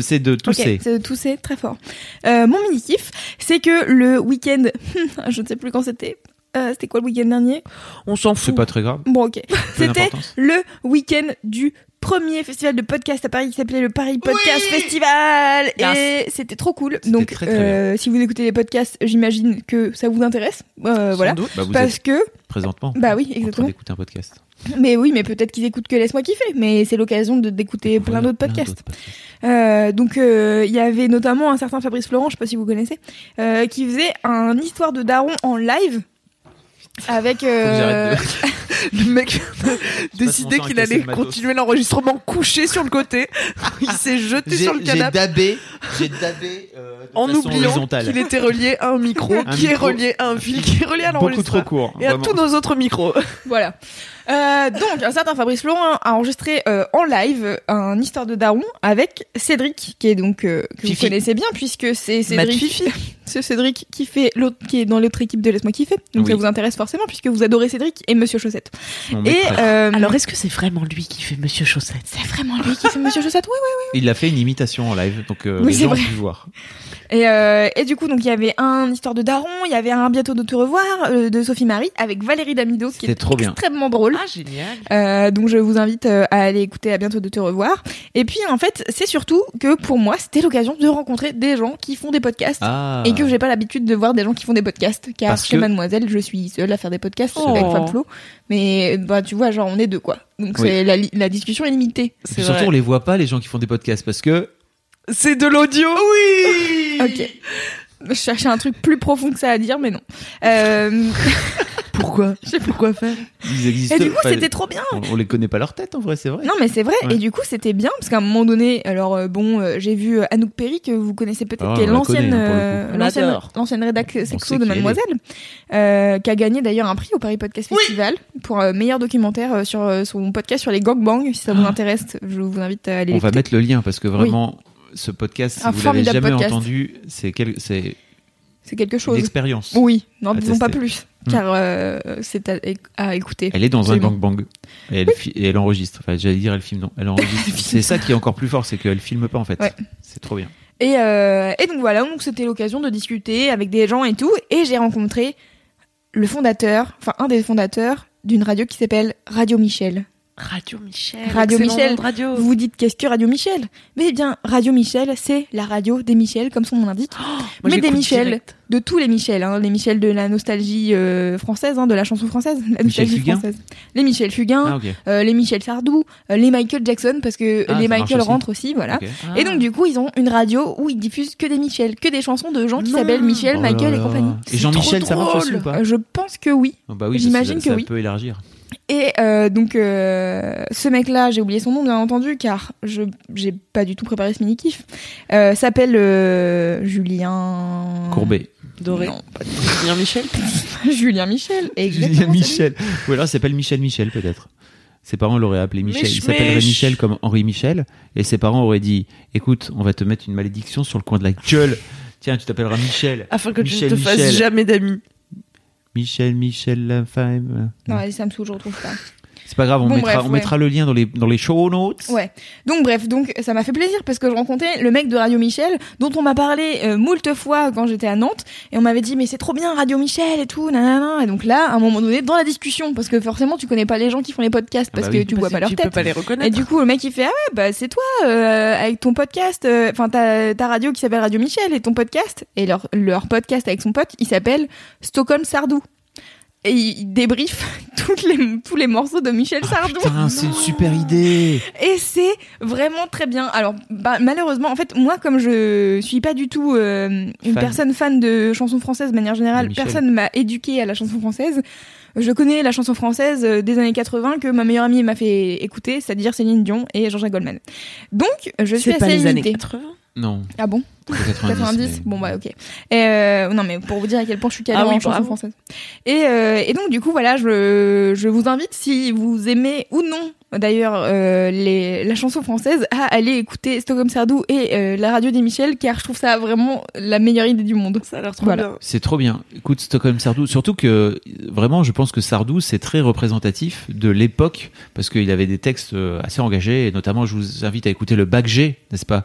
C'est de Ok, tousser. c'est de tousser très fort. Euh, mon mini kiff, c'est que le week-end, je ne sais plus quand c'était. Euh, c'était quoi le week-end dernier On s'en fout. C'est pas très grave. Bon, ok. peu C'était d'importance. le week-end du premier festival de podcast à Paris qui s'appelait le Paris Podcast Festival et c'était trop cool. C'était Donc très, très euh, si vous écoutez les podcasts, j'imagine que ça vous intéresse. Euh, voilà. doute. Bah, vous Parce êtes que présentement bah oui, en train exactement. d'écouter un podcast. Mais oui, mais peut-être qu'ils écoutent que laisse-moi kiffer, mais c'est l'occasion de d'écouter plein Voilà, d'autres podcasts. Euh, donc euh, il y avait notamment un certain Fabrice Florent, je sais pas si vous connaissez, euh, qui faisait un histoire de Daron en live avec Faut que euh, j'arrête de- Le mec a passe mon décidé temps à qu'il casser allait le matos. continuer l'enregistrement couché sur le côté. Il s'est jeté sur le canapé dabé, j'ai dabé euh, de en façon oubliant horizontale. qu'il était relié à un micro, Un qui micro. est relié à un fil, qui est relié à beaucoup trop l'enregistrement. court. Et à tous nos autres micros. Voilà. Euh, donc, un certain Fabrice Laurent a enregistré euh, en live un Histoire de Daron avec Cédric, qui est donc euh, que Fifi. vous connaissez bien puisque c'est Matt Cédric, c'est Cédric qui fait l'autre, qui est dans l'autre équipe de Laisse-moi kiffer. Donc ça Oui. vous intéresse forcément puisque vous adorez Cédric et Monsieur Chaussette. Et euh, est-ce que c'est vraiment lui qui fait Monsieur Chaussette c'est vraiment lui qui fait Monsieur Chaussette, oui. il a fait une imitation en live, donc euh, Oui, les c'est gens ont vrai. pu voir. Et, euh, et du coup, donc il y avait un Histoire de Daron, il y avait un Bientôt de te revoir euh, de Sophie Marie avec Valérie Damido, qui C'était est trop bien. extrêmement drôle. Ah, génial. Euh, donc je vous invite euh, à aller écouter à bientôt de te revoir. Et puis en fait, c'est surtout que pour moi, c'était l'occasion de rencontrer des gens qui font des podcasts. Ah. Et que j'ai pas l'habitude de voir des gens qui font des podcasts, car Parce chez que- Mademoiselle, je suis seule à faire des podcasts Oh. avec Fab Flo. Mais bah tu vois, genre on est deux quoi. Donc Oui. c'est la, li- la discussion est limitée. Et puis surtout, on les voit pas les gens qui font des podcasts parce que C'est de l'audio. Ah Oui. Ok. Je cherchais un truc plus profond que ça à dire, mais non. Euh, Pourquoi Je sais pourquoi faire. ils existent. Et du coup, pas. c'était trop bien. On, on les connaît pas leur tête en vrai, c'est vrai. Non mais c'est vrai Ouais. et du coup c'était bien parce qu'à un moment donné alors euh, bon euh, j'ai vu euh, Anouk Perry que vous connaissez peut-être Ah, qui est on la l'ancienne connaît, hein, pour le euh, coup. On l'ancienne- l'adore. l'ancienne rédac sait sexo qui de elle est. Mademoiselle euh, qui a gagné d'ailleurs un prix au Paris Podcast Festival pour euh, meilleur documentaire euh, sur euh, son podcast sur les gangbangs si ça vous intéresse je vous invite à aller Ah. on va l'écouter. mettre le lien parce que vraiment, ce podcast, si Un vous l'avez formidable jamais podcast. entendu, c'est quel- c'est C'est quelque une chose. expérience. Oui, non, à disons pas tester. plus, Mm. car euh, c'est à, à écouter. Elle est dans un Absolument. gangbang bang et elle, fi- et elle enregistre. Enfin, j'allais dire elle filme, non, elle enregistre. c'est ça qui est encore plus fort, c'est qu'elle filme pas en fait. Ouais. C'est trop bien. Et, euh, et donc voilà, donc c'était l'occasion de discuter avec des gens et tout, et j'ai rencontré le fondateur, enfin un des fondateurs d'une radio qui s'appelle Radio Michel. Radio Michel. Radio excellent Michel. nom de Radio. Vous vous dites qu'est-ce que Radio Michel Mais eh bien, Radio Michel, c'est la radio des Michel, comme son nom l'indique. Oh, Moi, mais des j'écoute Michel, direct. de tous les Michel, hein, les Michel de la nostalgie euh, française, hein, de la chanson française, la Michel nostalgie Fugain française. Les Michel Fugain, Ah ok. euh, les Michel Sardou, euh, les Michael Jackson, parce que Ah, les ça marche Michael aussi. rentrent aussi, voilà. ok. Et donc, du coup, ils ont une radio où ils diffusent que des Michel, que des chansons de gens qui Non. s'appellent Michel, Oh là Michael et là. compagnie. Et Jean-Michel, trop ça marche aussi ou drôle. pas Euh, Je pense que oui. Oh, Bah oui, parce j'imagine ça- que Ça oui. peut élargir. Et euh, donc, euh, ce mec-là, j'ai oublié son nom, bien entendu, car je j'ai pas du tout préparé ce mini-kiff, euh, s'appelle euh, Julien... Courbet. Doré. Non, pas Bien Michel. Julien Michel. exactement, Julien salut. Michel. Ou alors il s'appelle Michel Michel peut-être. Ses parents l'auraient appelé Michel. Mich, il s'appellerait mich. Michel comme Henri Michel. Et ses parents auraient dit Écoute, on va te mettre une malédiction sur le coin de la gueule. Tiens, tu t'appelleras Michel. Afin que Michel, tu ne te fasses Michel. jamais d'amis. Michel, Michel, la femme. Non, allez, ça me saoule, je retrouve pas. C'est pas grave, on, Bon, mettra, bref, on ouais. mettra le lien dans les, dans les show notes. Ouais. Donc bref, donc ça m'a fait plaisir parce que je rencontrais le mec de Radio Michel dont on m'a parlé euh, moult fois quand j'étais à Nantes et on m'avait dit mais c'est trop bien Radio Michel et tout nanana et donc là à un moment donné dans la discussion parce que forcément tu connais pas les gens qui font les podcasts Ah bah parce oui. que tu vois pas leur tu tête. peux pas les Et reconnaître. du coup, le mec, il fait Ah ouais, bah c'est toi, euh, avec ton podcast, euh, enfin ta, ta radio qui s'appelle Radio Michel et ton podcast. Et leur, leur podcast avec son pote, il s'appelle Stockholm Sardou. Et il il débriefe toutes les, tous les morceaux de Michel Sardou. Ah, Putain, c'est une super idée. Et c'est vraiment très bien. Alors, bah, malheureusement, en fait, moi, comme je suis pas du tout euh, une Fan. personne fan de chansons françaises de manière générale, De Michel. personne m'a éduquée à la chanson française. Je connais la chanson française euh, des années 80 que ma meilleure amie m'a fait écouter, c'est-à-dire Céline Dion et Jean-Jacques Goldman. Donc, je suis C'est assez pas les années limitée. 80. Non, Ah bon 90. 90 mais- Bon bah ok. Et, euh, non mais pour vous dire à quel point je suis calée Ah en oui, chanson bravo. française. Et, euh, et donc du coup voilà, je, je vous invite si vous aimez ou non d'ailleurs euh, les- la chanson française à aller écouter Stockholm Sardou et euh, la radio des Michel car je trouve ça vraiment la meilleure idée du monde. Ça a l'air trop Voilà. bien. C'est trop bien. Écoute, Stockholm Sardou, surtout que euh, vraiment, je pense que Sardou, c'est très représentatif de l'époque, parce qu'il avait des textes euh, assez engagés, et notamment, je vous invite à écouter le Bac G, n'est-ce pas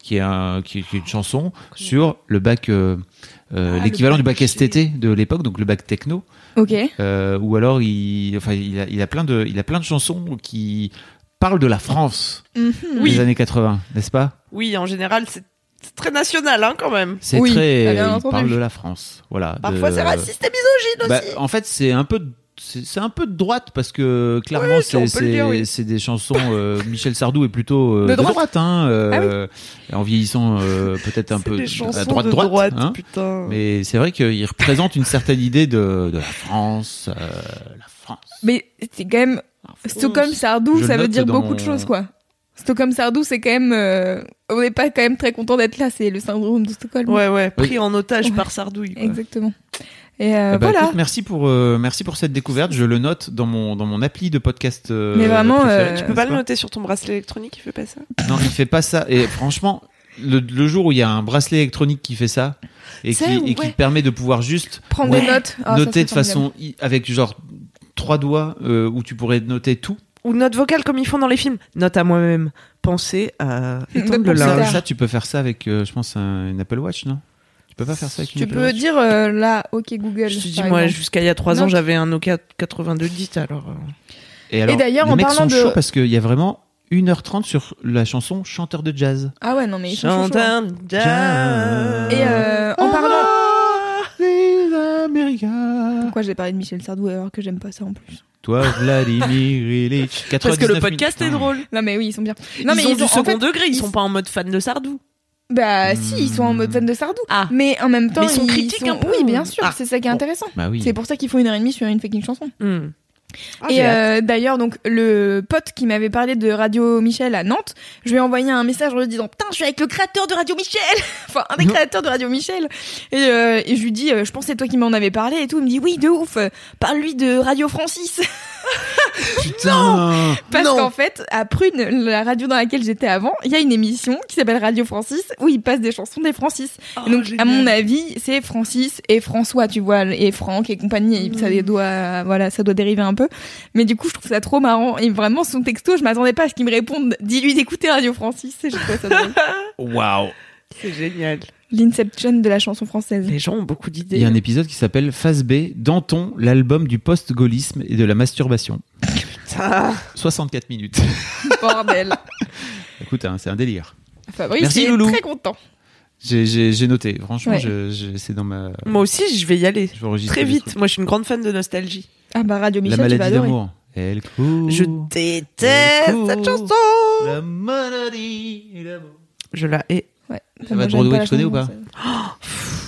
qui est, un, qui, est- qui est une chanson sur le bac, euh, euh, Ah, l'équivalent le du bac bac STT de l'époque, donc le bac techno. Ok. Euh, ou alors, il, enfin, il, a, il a plein de, il a plein de chansons qui parlent de la France Oui. des années 80, n'est-ce pas Hmm. Oui, en général, c'est c'est très national hein, quand même. C'est Oui, bien très, il entendu. parle de la France, voilà. Ah, Parfois, de- c'est raciste et misogyne Bah, aussi. en fait, c'est un peu de- c'est c'est un peu de droite parce que clairement Oui, si c'est on peut le dire, c'est- oui. c'est des chansons euh, Michel Sardou est plutôt euh, De de droite, droite. hein, euh, en vieillissant euh, peut-être un Ah C'est peu des à chansons droite de droite, droite, hein. putain. mais c'est vrai qu'il représente une certaine idée de, de la France euh, la France Mais c'est quand même Stockholm Sardou, Je ça veut note dire dans beaucoup de mon- choses quoi. Stockholm Sardou, c'est quand même euh, on n'est pas quand même très content d'être là, c'est le syndrome de Stockholm. Ouais, ouais, Oui. pris en otage Ouais. par Sardouille. quoi. Exactement. Et euh, Eh ben, voilà. écoute, merci pour euh, merci pour cette découverte je le note dans mon dans mon appli de podcast euh, Mais vraiment, préféré, euh, tu Tu Tu peux pas le noter noter sur ton bracelet électronique, il fait pas ça Non, il fait pas ça. Et franchement, le, le jour où il y a un bracelet électronique qui fait ça et, qui, Ça, et qui ouais. permet de pouvoir juste Prendre ouais, des notes. Ah, ça, noter c'est de formidable. façon i- avec genre trois doigts euh, où tu pourrais noter tout. Ou note vocale comme ils font dans les films. Note à moi-même. Pensez à étendre le Note Ça, Oh Là. linge. ça, tu peux faire ça avec, euh, je pense, un- une Apple Watch, non Tu peux pas faire ça avec une Tu Apple peux Watch. dire euh, là, ok Google. Je te dis, par moi, exemple. jusqu'à il y a 3 Non. ans, j'avais un Nokia 9210, alors. euh, Et, alors, d'ailleurs, les en mecs parlant sont de- chauds parce qu'il y a vraiment 1h30 sur la chanson Chanteur de jazz. Ah ouais, non mais ils sont chauds, Chanteur hein. jazz. Et euh, en Ah. parlant. parlant. Les Américains. Pourquoi j'ai parlé de Michel Sardou alors que j'aime pas ça en plus Toi, Vladimir Ilyich. Parce que le 99 podcast minutes. est drôle. Non mais oui, ils sont bien. Non mais ils ont du en second fait, degré, ils ils- sont pas en mode fan de Sardou. Bah si, ils sont en mode fan de Sardou. Ah. Mais en même temps, Mais ils sont critiques un peu, Oui, ou- bien sûr, Ah, c'est ça qui est bon. intéressant. Bah oui. C'est pour ça qu'ils font une heure et demie sur une fucking chanson. Hmm. Ah, j'ai et euh, d'ailleurs, donc le pote qui m'avait parlé de Radio Michel à Nantes, je lui ai envoyé un message en lui disant "Putain, je suis avec le créateur de Radio Michel." enfin, un des créateurs de Radio Michel. Et, euh, et je lui dis euh, "Je pense que c'est toi qui m'en avais parlé et tout." Il me dit "Oui, de ouf. euh, Parle-lui de Radio Francis." Putain. Parce Non. qu'en fait, à Prune, la radio dans laquelle j'étais avant, il y a une émission qui s'appelle Radio Francis où ils passent des chansons des Francis. Et donc, à mon avis, c'est Francis et François, tu vois, et Franck et compagnie. et Ça doit, voilà, ça doit dériver un peu. Mais du coup, je trouve ça trop marrant. Et vraiment, son texto, je m'attendais pas à ce qu'il me réponde. Dis-lui d'écouter Radio Francis. Et je trouve ça drôle. Waouh. C'est génial. L'inception de la chanson française. Les gens ont beaucoup d'idées. Il y a un épisode qui s'appelle Phase B, Danton, l'album du post-gaullisme et de la masturbation. Putain. 64 minutes. Bordel. Écoute, hein, c'est un délire. Fabrice, Merci, il est Loulou. très content. J'ai- J'ai j'ai noté. Franchement, Ouais. je- je- c'est dans ma. Moi aussi, je vais y aller. Je vais enregistrer Très des vite. trucs. Moi, je suis une grande fan de nostalgie. Ah bah, Radio La Michel, tu vas maladie adorer. d'amour. Elle court. Je déteste Cool. cette chanson. La maladie d'amour. Je la hais. Ouais. Ça, va moi, de j'aime Broadway, la tu connais ou chanson pas française.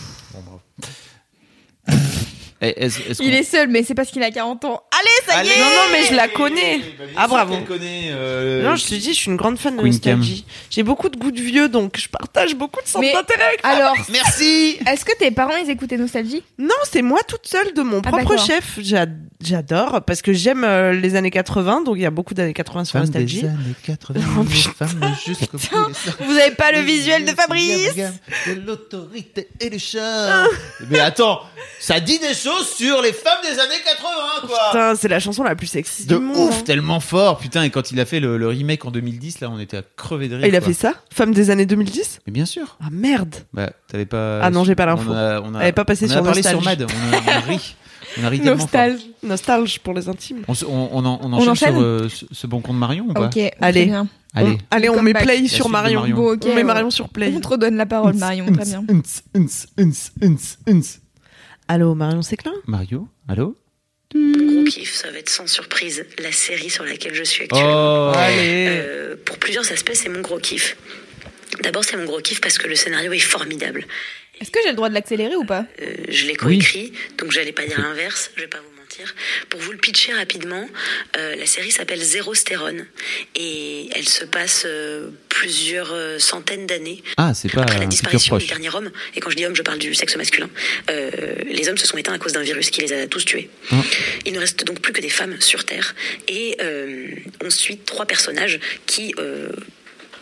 Eh, est-ce- est-ce Il qu'on- est seul, mais c'est parce qu'il a 40 ans. Allez, ça y est Ah, non, non, mais Eh, je la connais. bah, Ah, bravo. euh, Non, je te dis, je suis une grande fan de Queen nostalgie. J'ai beaucoup de goût de vieux, donc je partage beaucoup de centres Mais- d'intérêt avec Alors, Merci est-ce que tes parents, ils écoutaient Nostalgie Non, c'est moi toute seule de mon Ah, propre d'accord. chef. J'a- J'adore parce que j'aime euh, les années 80, donc il y a beaucoup d'années 80 sur Femme Nostalgie. des années 80, Oh, les putain. femmes jusqu'au bout des seins. Vous avez pas le Les visuel de yeux, Fabrice la gamme De l'autorité et du charme. Ah. Mais attends, ça dit des choses sur les femmes des années 80, quoi Oh, Putain, c'est la chanson la plus sexy De du monde. ouf, hein. tellement fort, putain. Et quand il a fait le, le remake en 2010, là, on était à crever de rire. Et il a quoi. fait ça Femme des années 2010 Mais bien sûr. Ah merde Bah, t'avais pas. Ah non, j'ai pas l'info. On a, on a- Elle avait pas passé on a sur parlé Nostalgie. sur Mad. On a, on a ri. On a ri tellement fort. Nostalgie. Nostalgie pour les intimes. On, se- on- on en- on enchaîne, enchaîne sur euh, ce, ce bon compte Marion ou pas Ok, Allez. très bien. Allez. On- Oh, allez, on Come met back. play La sur suite de Marion. Marion. Bon, ok. on met ouais. Marion sur play. On te redonne la parole, Marion, très bien. Allô, Marion Séclin Mario Allô Mon gros kiff, ça va être sans surprise la série sur laquelle je suis actuellement. Oh Allez Euh, pour plusieurs aspects, c'est mon gros kiff. D'abord, c'est mon gros kiff parce que le scénario est formidable. Est-ce que j'ai le droit de l'accélérer ou pas Euh, je l'ai coécrit, donc j'allais pas dire l'inverse, je vais pas vous mentir. Pour vous le pitcher rapidement, euh, la série s'appelle Zérostérone et elle se passe euh, plusieurs euh, centaines d'années Ah, c'est pas après la un futur disparition du proche. dernier homme, et quand je dis homme, je parle du sexe masculin, euh, les hommes se sont éteints à cause d'un virus qui les a tous tués. Ah. Il ne reste donc plus que des femmes sur Terre, et euh, on suit trois personnages qui euh,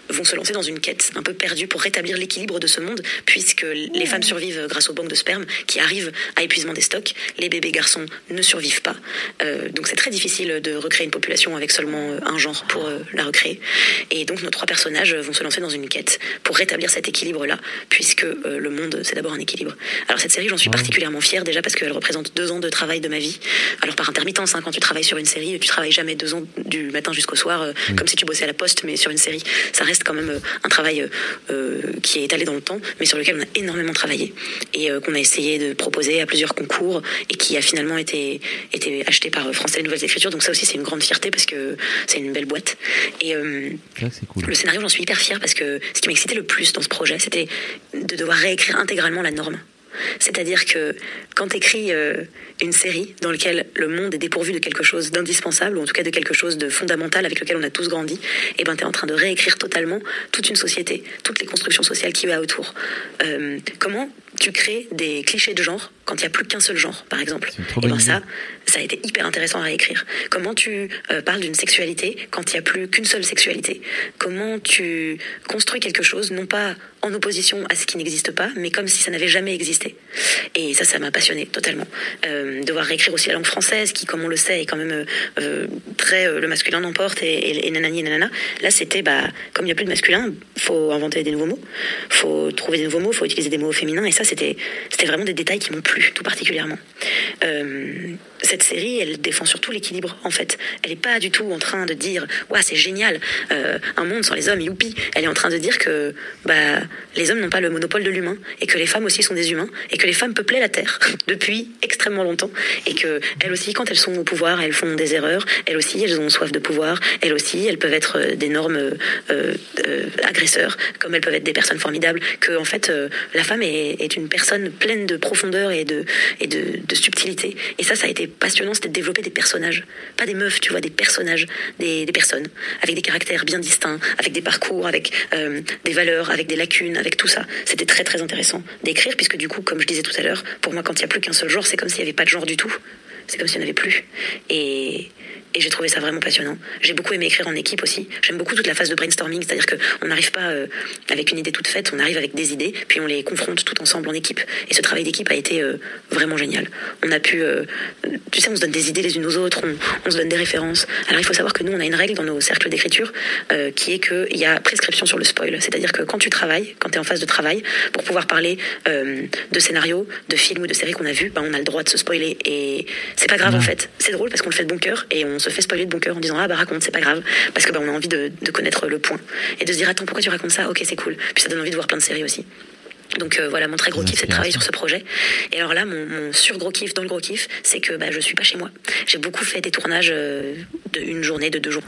vont se lancer dans une quête un peu perdue pour rétablir l'équilibre de ce monde, puisque l- les femmes survivent grâce aux banques de sperme qui arrivent à épuisement des stocks, les bébés garçons ne survivent pas, Euh, donc c'est très difficile de recréer une population avec seulement euh, un genre pour euh, la recréer. Et donc nos trois personnages vont se lancer dans une quête pour rétablir cet équilibre-là, puisque euh, le monde, c'est d'abord un équilibre. Alors cette série, j'en suis particulièrement fière déjà parce qu'elle représente deux ans de travail de ma vie. Alors par intermittence, hein, quand tu travailles sur une série, tu travailles jamais deux ans du matin jusqu'au soir, euh, comme si tu bossais à la poste, mais sur une série, ça reste quand même euh, un travail euh, euh, qui est étalé dans le temps, mais sur lequel on a énormément travaillé et euh, qu'on a essayé de proposer à plusieurs concours et qui a finalement été, été acheté par euh, France Télé Nouvelles Écritures. Donc ça aussi, c'est une grande fierté parce que c'est une belle boîte. Et euh, C'est vrai que c'est cool. le scénario, j'en suis hyper fière parce que ce qui m'excitait le plus dans ce projet, c'était de devoir réécrire intégralement la norme. C'est-à-dire que quand t'écris euh, une série dans laquelle le monde est dépourvu de quelque chose d'indispensable, ou en tout cas de quelque chose de fondamental avec lequel on a tous grandi, et ben t'es en train de réécrire totalement toute une société, toutes les constructions sociales qu'il y a autour. Euh, comment tu crées des clichés de genre quand il n'y a plus qu'un seul genre, par exemple. C'est une trop Et bonne ben idée. ça, ça a été hyper intéressant à réécrire. Comment tu euh, parles d'une sexualité quand il n'y a plus qu'une seule sexualité Comment tu construis quelque chose, non pas en opposition à ce qui n'existe pas, mais comme si ça n'avait jamais existé. Et ça, ça m'a passionné totalement. Euh, devoir réécrire aussi la langue française, qui, comme on le sait, est quand même euh, euh, très euh, le masculin n'emporte et, et, et nanani et nanana. Là, c'était bah comme il n'y a plus de masculin, faut inventer des nouveaux mots, faut trouver des nouveaux mots, faut utiliser des mots féminins. Et ça, c'était c'était vraiment des détails qui m'ont plu tout particulièrement. Euh, cette série, elle défend surtout l'équilibre en fait. Elle n'est pas du tout en train de dire Ouah, c'est génial, euh, un monde sans les hommes, youpi. Elle est en train de dire que bah, les hommes n'ont pas le monopole de l'humain et que les femmes aussi sont des humains et que les femmes peuplaient la Terre depuis extrêmement longtemps et que elles aussi, quand elles sont au pouvoir, elles font des erreurs. Elles aussi, elles ont soif de pouvoir. Elles aussi, elles peuvent être euh, d'énormes euh, euh, euh, agresseurs, comme elles peuvent être des personnes formidables. Que en fait, euh, la femme est, est une personne pleine de profondeur et de et de, de subtilité. Et ça, ça a été passionnant, c'était de développer des personnages, pas des meufs, tu vois, des personnages, des, des personnes avec des caractères bien distincts, avec des parcours, avec euh, des valeurs, avec des lacunes, avec tout ça. C'était très très intéressant d'écrire, puisque du coup, comme je disais tout à l'heure, pour moi, quand il n'y a plus qu'un seul genre, c'est comme s'il n'y avait pas de genre du tout. C'est comme s'il n'y en avait plus. Et, et j'ai trouvé ça vraiment passionnant. J'ai beaucoup aimé écrire en équipe aussi. J'aime beaucoup toute la phase de brainstorming, c'est-à-dire qu'on n'arrive pas euh, avec une idée toute faite, on arrive avec des idées, puis on les confronte tout ensemble en équipe. Et ce travail d'équipe a été euh, vraiment génial. On a pu, euh, tu sais, on se donne des idées les unes aux autres, on, on se donne des références. Alors il faut savoir que nous, on a une règle dans nos cercles d'écriture euh, qui est qu'il y a prescription sur le spoil. C'est-à-dire que quand tu travailles, quand tu es en phase de travail, pour pouvoir parler euh, de scénarios, de films ou de séries qu'on a vus, ben, on a le droit de se spoiler. Et c'est pas grave en fait. C'est drôle parce qu'on le fait de bon cœur et on se fait spoiler de bon cœur en disant ah bah raconte, c'est pas grave. Parce que ben, on a envie de, de connaître le point et de se dire attends, pourquoi tu racontes ça Ok, c'est cool. Puis ça donne envie de voir plein de séries aussi. Donc euh, voilà, mon très gros Des kiff, c'est de travailler inspirations. sur ce projet. Et alors là, mon, mon sur gros kiff dans le gros kiff, c'est que bah, je suis pas chez moi. J'ai beaucoup fait des tournages euh, de une journée, de deux jours.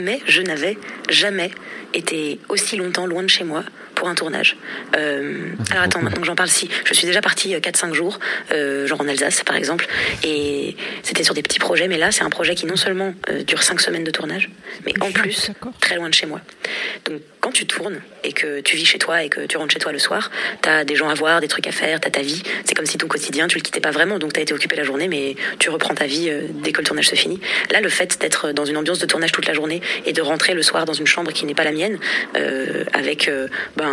Mais je n'avais jamais été aussi longtemps loin de chez moi pour un tournage. Euh, Ah, c'est trop alors attends, cool. maintenant que j'en parle, si, je suis déjà partie euh, 4-5 jours, euh, genre en Alsace par exemple, et c'était sur des petits projets, mais là c'est un projet qui non seulement euh, dure 5 semaines de tournage, mais en plus très loin de chez moi. Donc quand tu tournes et que tu vis chez toi et que tu rentres chez toi le soir, t'as des gens à voir, des trucs à faire, t'as ta vie. C'est comme si ton quotidien, tu le quittais pas vraiment, donc t'as été occupé la journée, mais tu reprends ta vie euh, dès que le tournage se finit. Là, le fait d'être dans une ambiance de tournage toute la journée et de rentrer le soir dans une chambre qui n'est pas la mienne, euh, avec euh, ben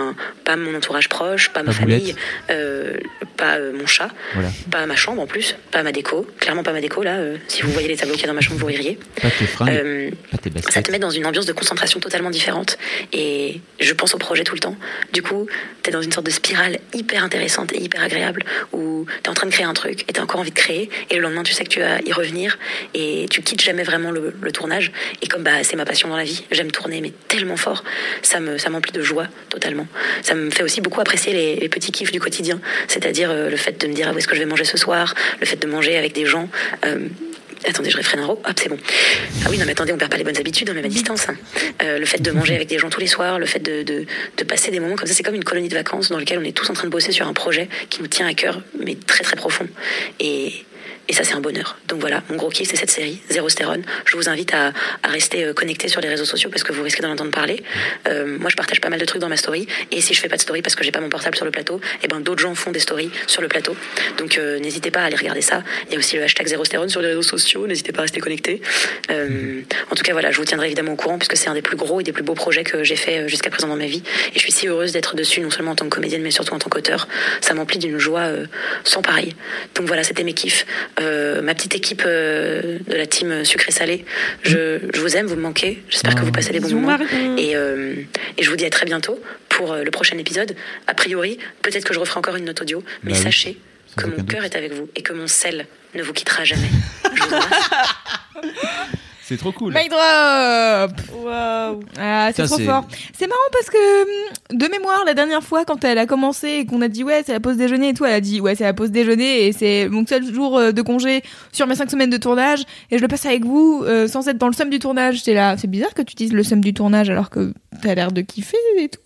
pas mon entourage proche, pas ma Pas Boulette. famille, euh, pas euh, mon chat, Voilà. pas ma chambre en plus, pas ma déco, clairement pas ma déco là. euh, si vous voyez les tableaux qu'il y a dans ma chambre, vous ririez. Pas tes fringues, Euh, pas tes ça te baskets. met dans une ambiance de concentration totalement différente. Et je pense au projet tout le temps. Du coup, t'es dans une sorte de spirale hyper intéressante et hyper agréable où t'es en train de créer un truc et t'as encore envie de créer. Et le lendemain, tu sais que tu vas y revenir et tu quittes jamais vraiment le, le tournage. Et comme bah, c'est ma passion dans la vie, j'aime tourner, mais tellement fort, ça me ça m'emplit de joie totalement. Ça me fait aussi beaucoup apprécier les, les petits kiffs du quotidien, c'est-à-dire euh, le fait de me dire ah, où est-ce que je vais manger ce soir, le fait de manger avec des gens. euh, Attendez, je réfrène un row. Hop, c'est bon. Ah oui, non, mais attendez, on perd pas les bonnes habitudes, on même à distance. hein. Euh, le fait de manger avec des gens tous les soirs, le fait de, de, de passer des moments comme ça, c'est comme une colonie de vacances dans laquelle on est tous en train de bosser sur un projet qui nous tient à cœur, mais très très profond. Et, et ça, c'est un bonheur. Donc voilà, mon gros kiff, c'est cette série, Zéro Stérone. Je vous invite à, à rester euh, connecté sur les réseaux sociaux parce que vous risquez d'en entendre parler. Euh, moi, je partage pas mal de trucs dans ma story. Et si je fais pas de story parce que j'ai pas mon portable sur le plateau, et ben d'autres gens font des stories sur le plateau. Donc euh, n'hésitez pas à aller regarder ça. Il y a aussi le hashtag Zéro Stérone sur les réseaux sociaux. N'hésitez pas à rester connecté. Euh, en tout cas, voilà, je vous tiendrai évidemment au courant puisque c'est un des plus gros et des plus beaux projets que j'ai fait euh, jusqu'à présent dans ma vie. Et je suis si heureuse d'être dessus, non seulement en tant que comédienne, mais surtout en tant qu'auteur. Ça m'emplit d'une joie euh, sans pareil. Donc voilà, c'était mes kiffs. Euh, ma petite équipe euh, de la team sucré-salé, je, je vous aime, vous me manquez. J'espère que vous passez des bons Bisous, moments. Marion. Et, euh, et je vous dis à très bientôt pour euh, le prochain épisode. A priori, peut-être que je referai encore une note audio, mais Bah oui, sachez sans que mon aucun cœur doute. est avec vous et que mon sel ne vous quittera jamais. C'est trop cool. Mic drop Waouh. Ah, c'est Putain, trop c'est- fort. C'est marrant parce que hum, de mémoire, la dernière fois quand elle a commencé et qu'on a dit ouais c'est la pause déjeuner et tout, elle a dit ouais c'est la pause déjeuner et c'est mon seul jour euh, de congé sur mes cinq semaines de tournage et je le passe avec vous euh, sans être dans le somme du tournage. J'étais là, c'est bizarre que tu dises le somme du tournage alors que t'as l'air de kiffer et tout.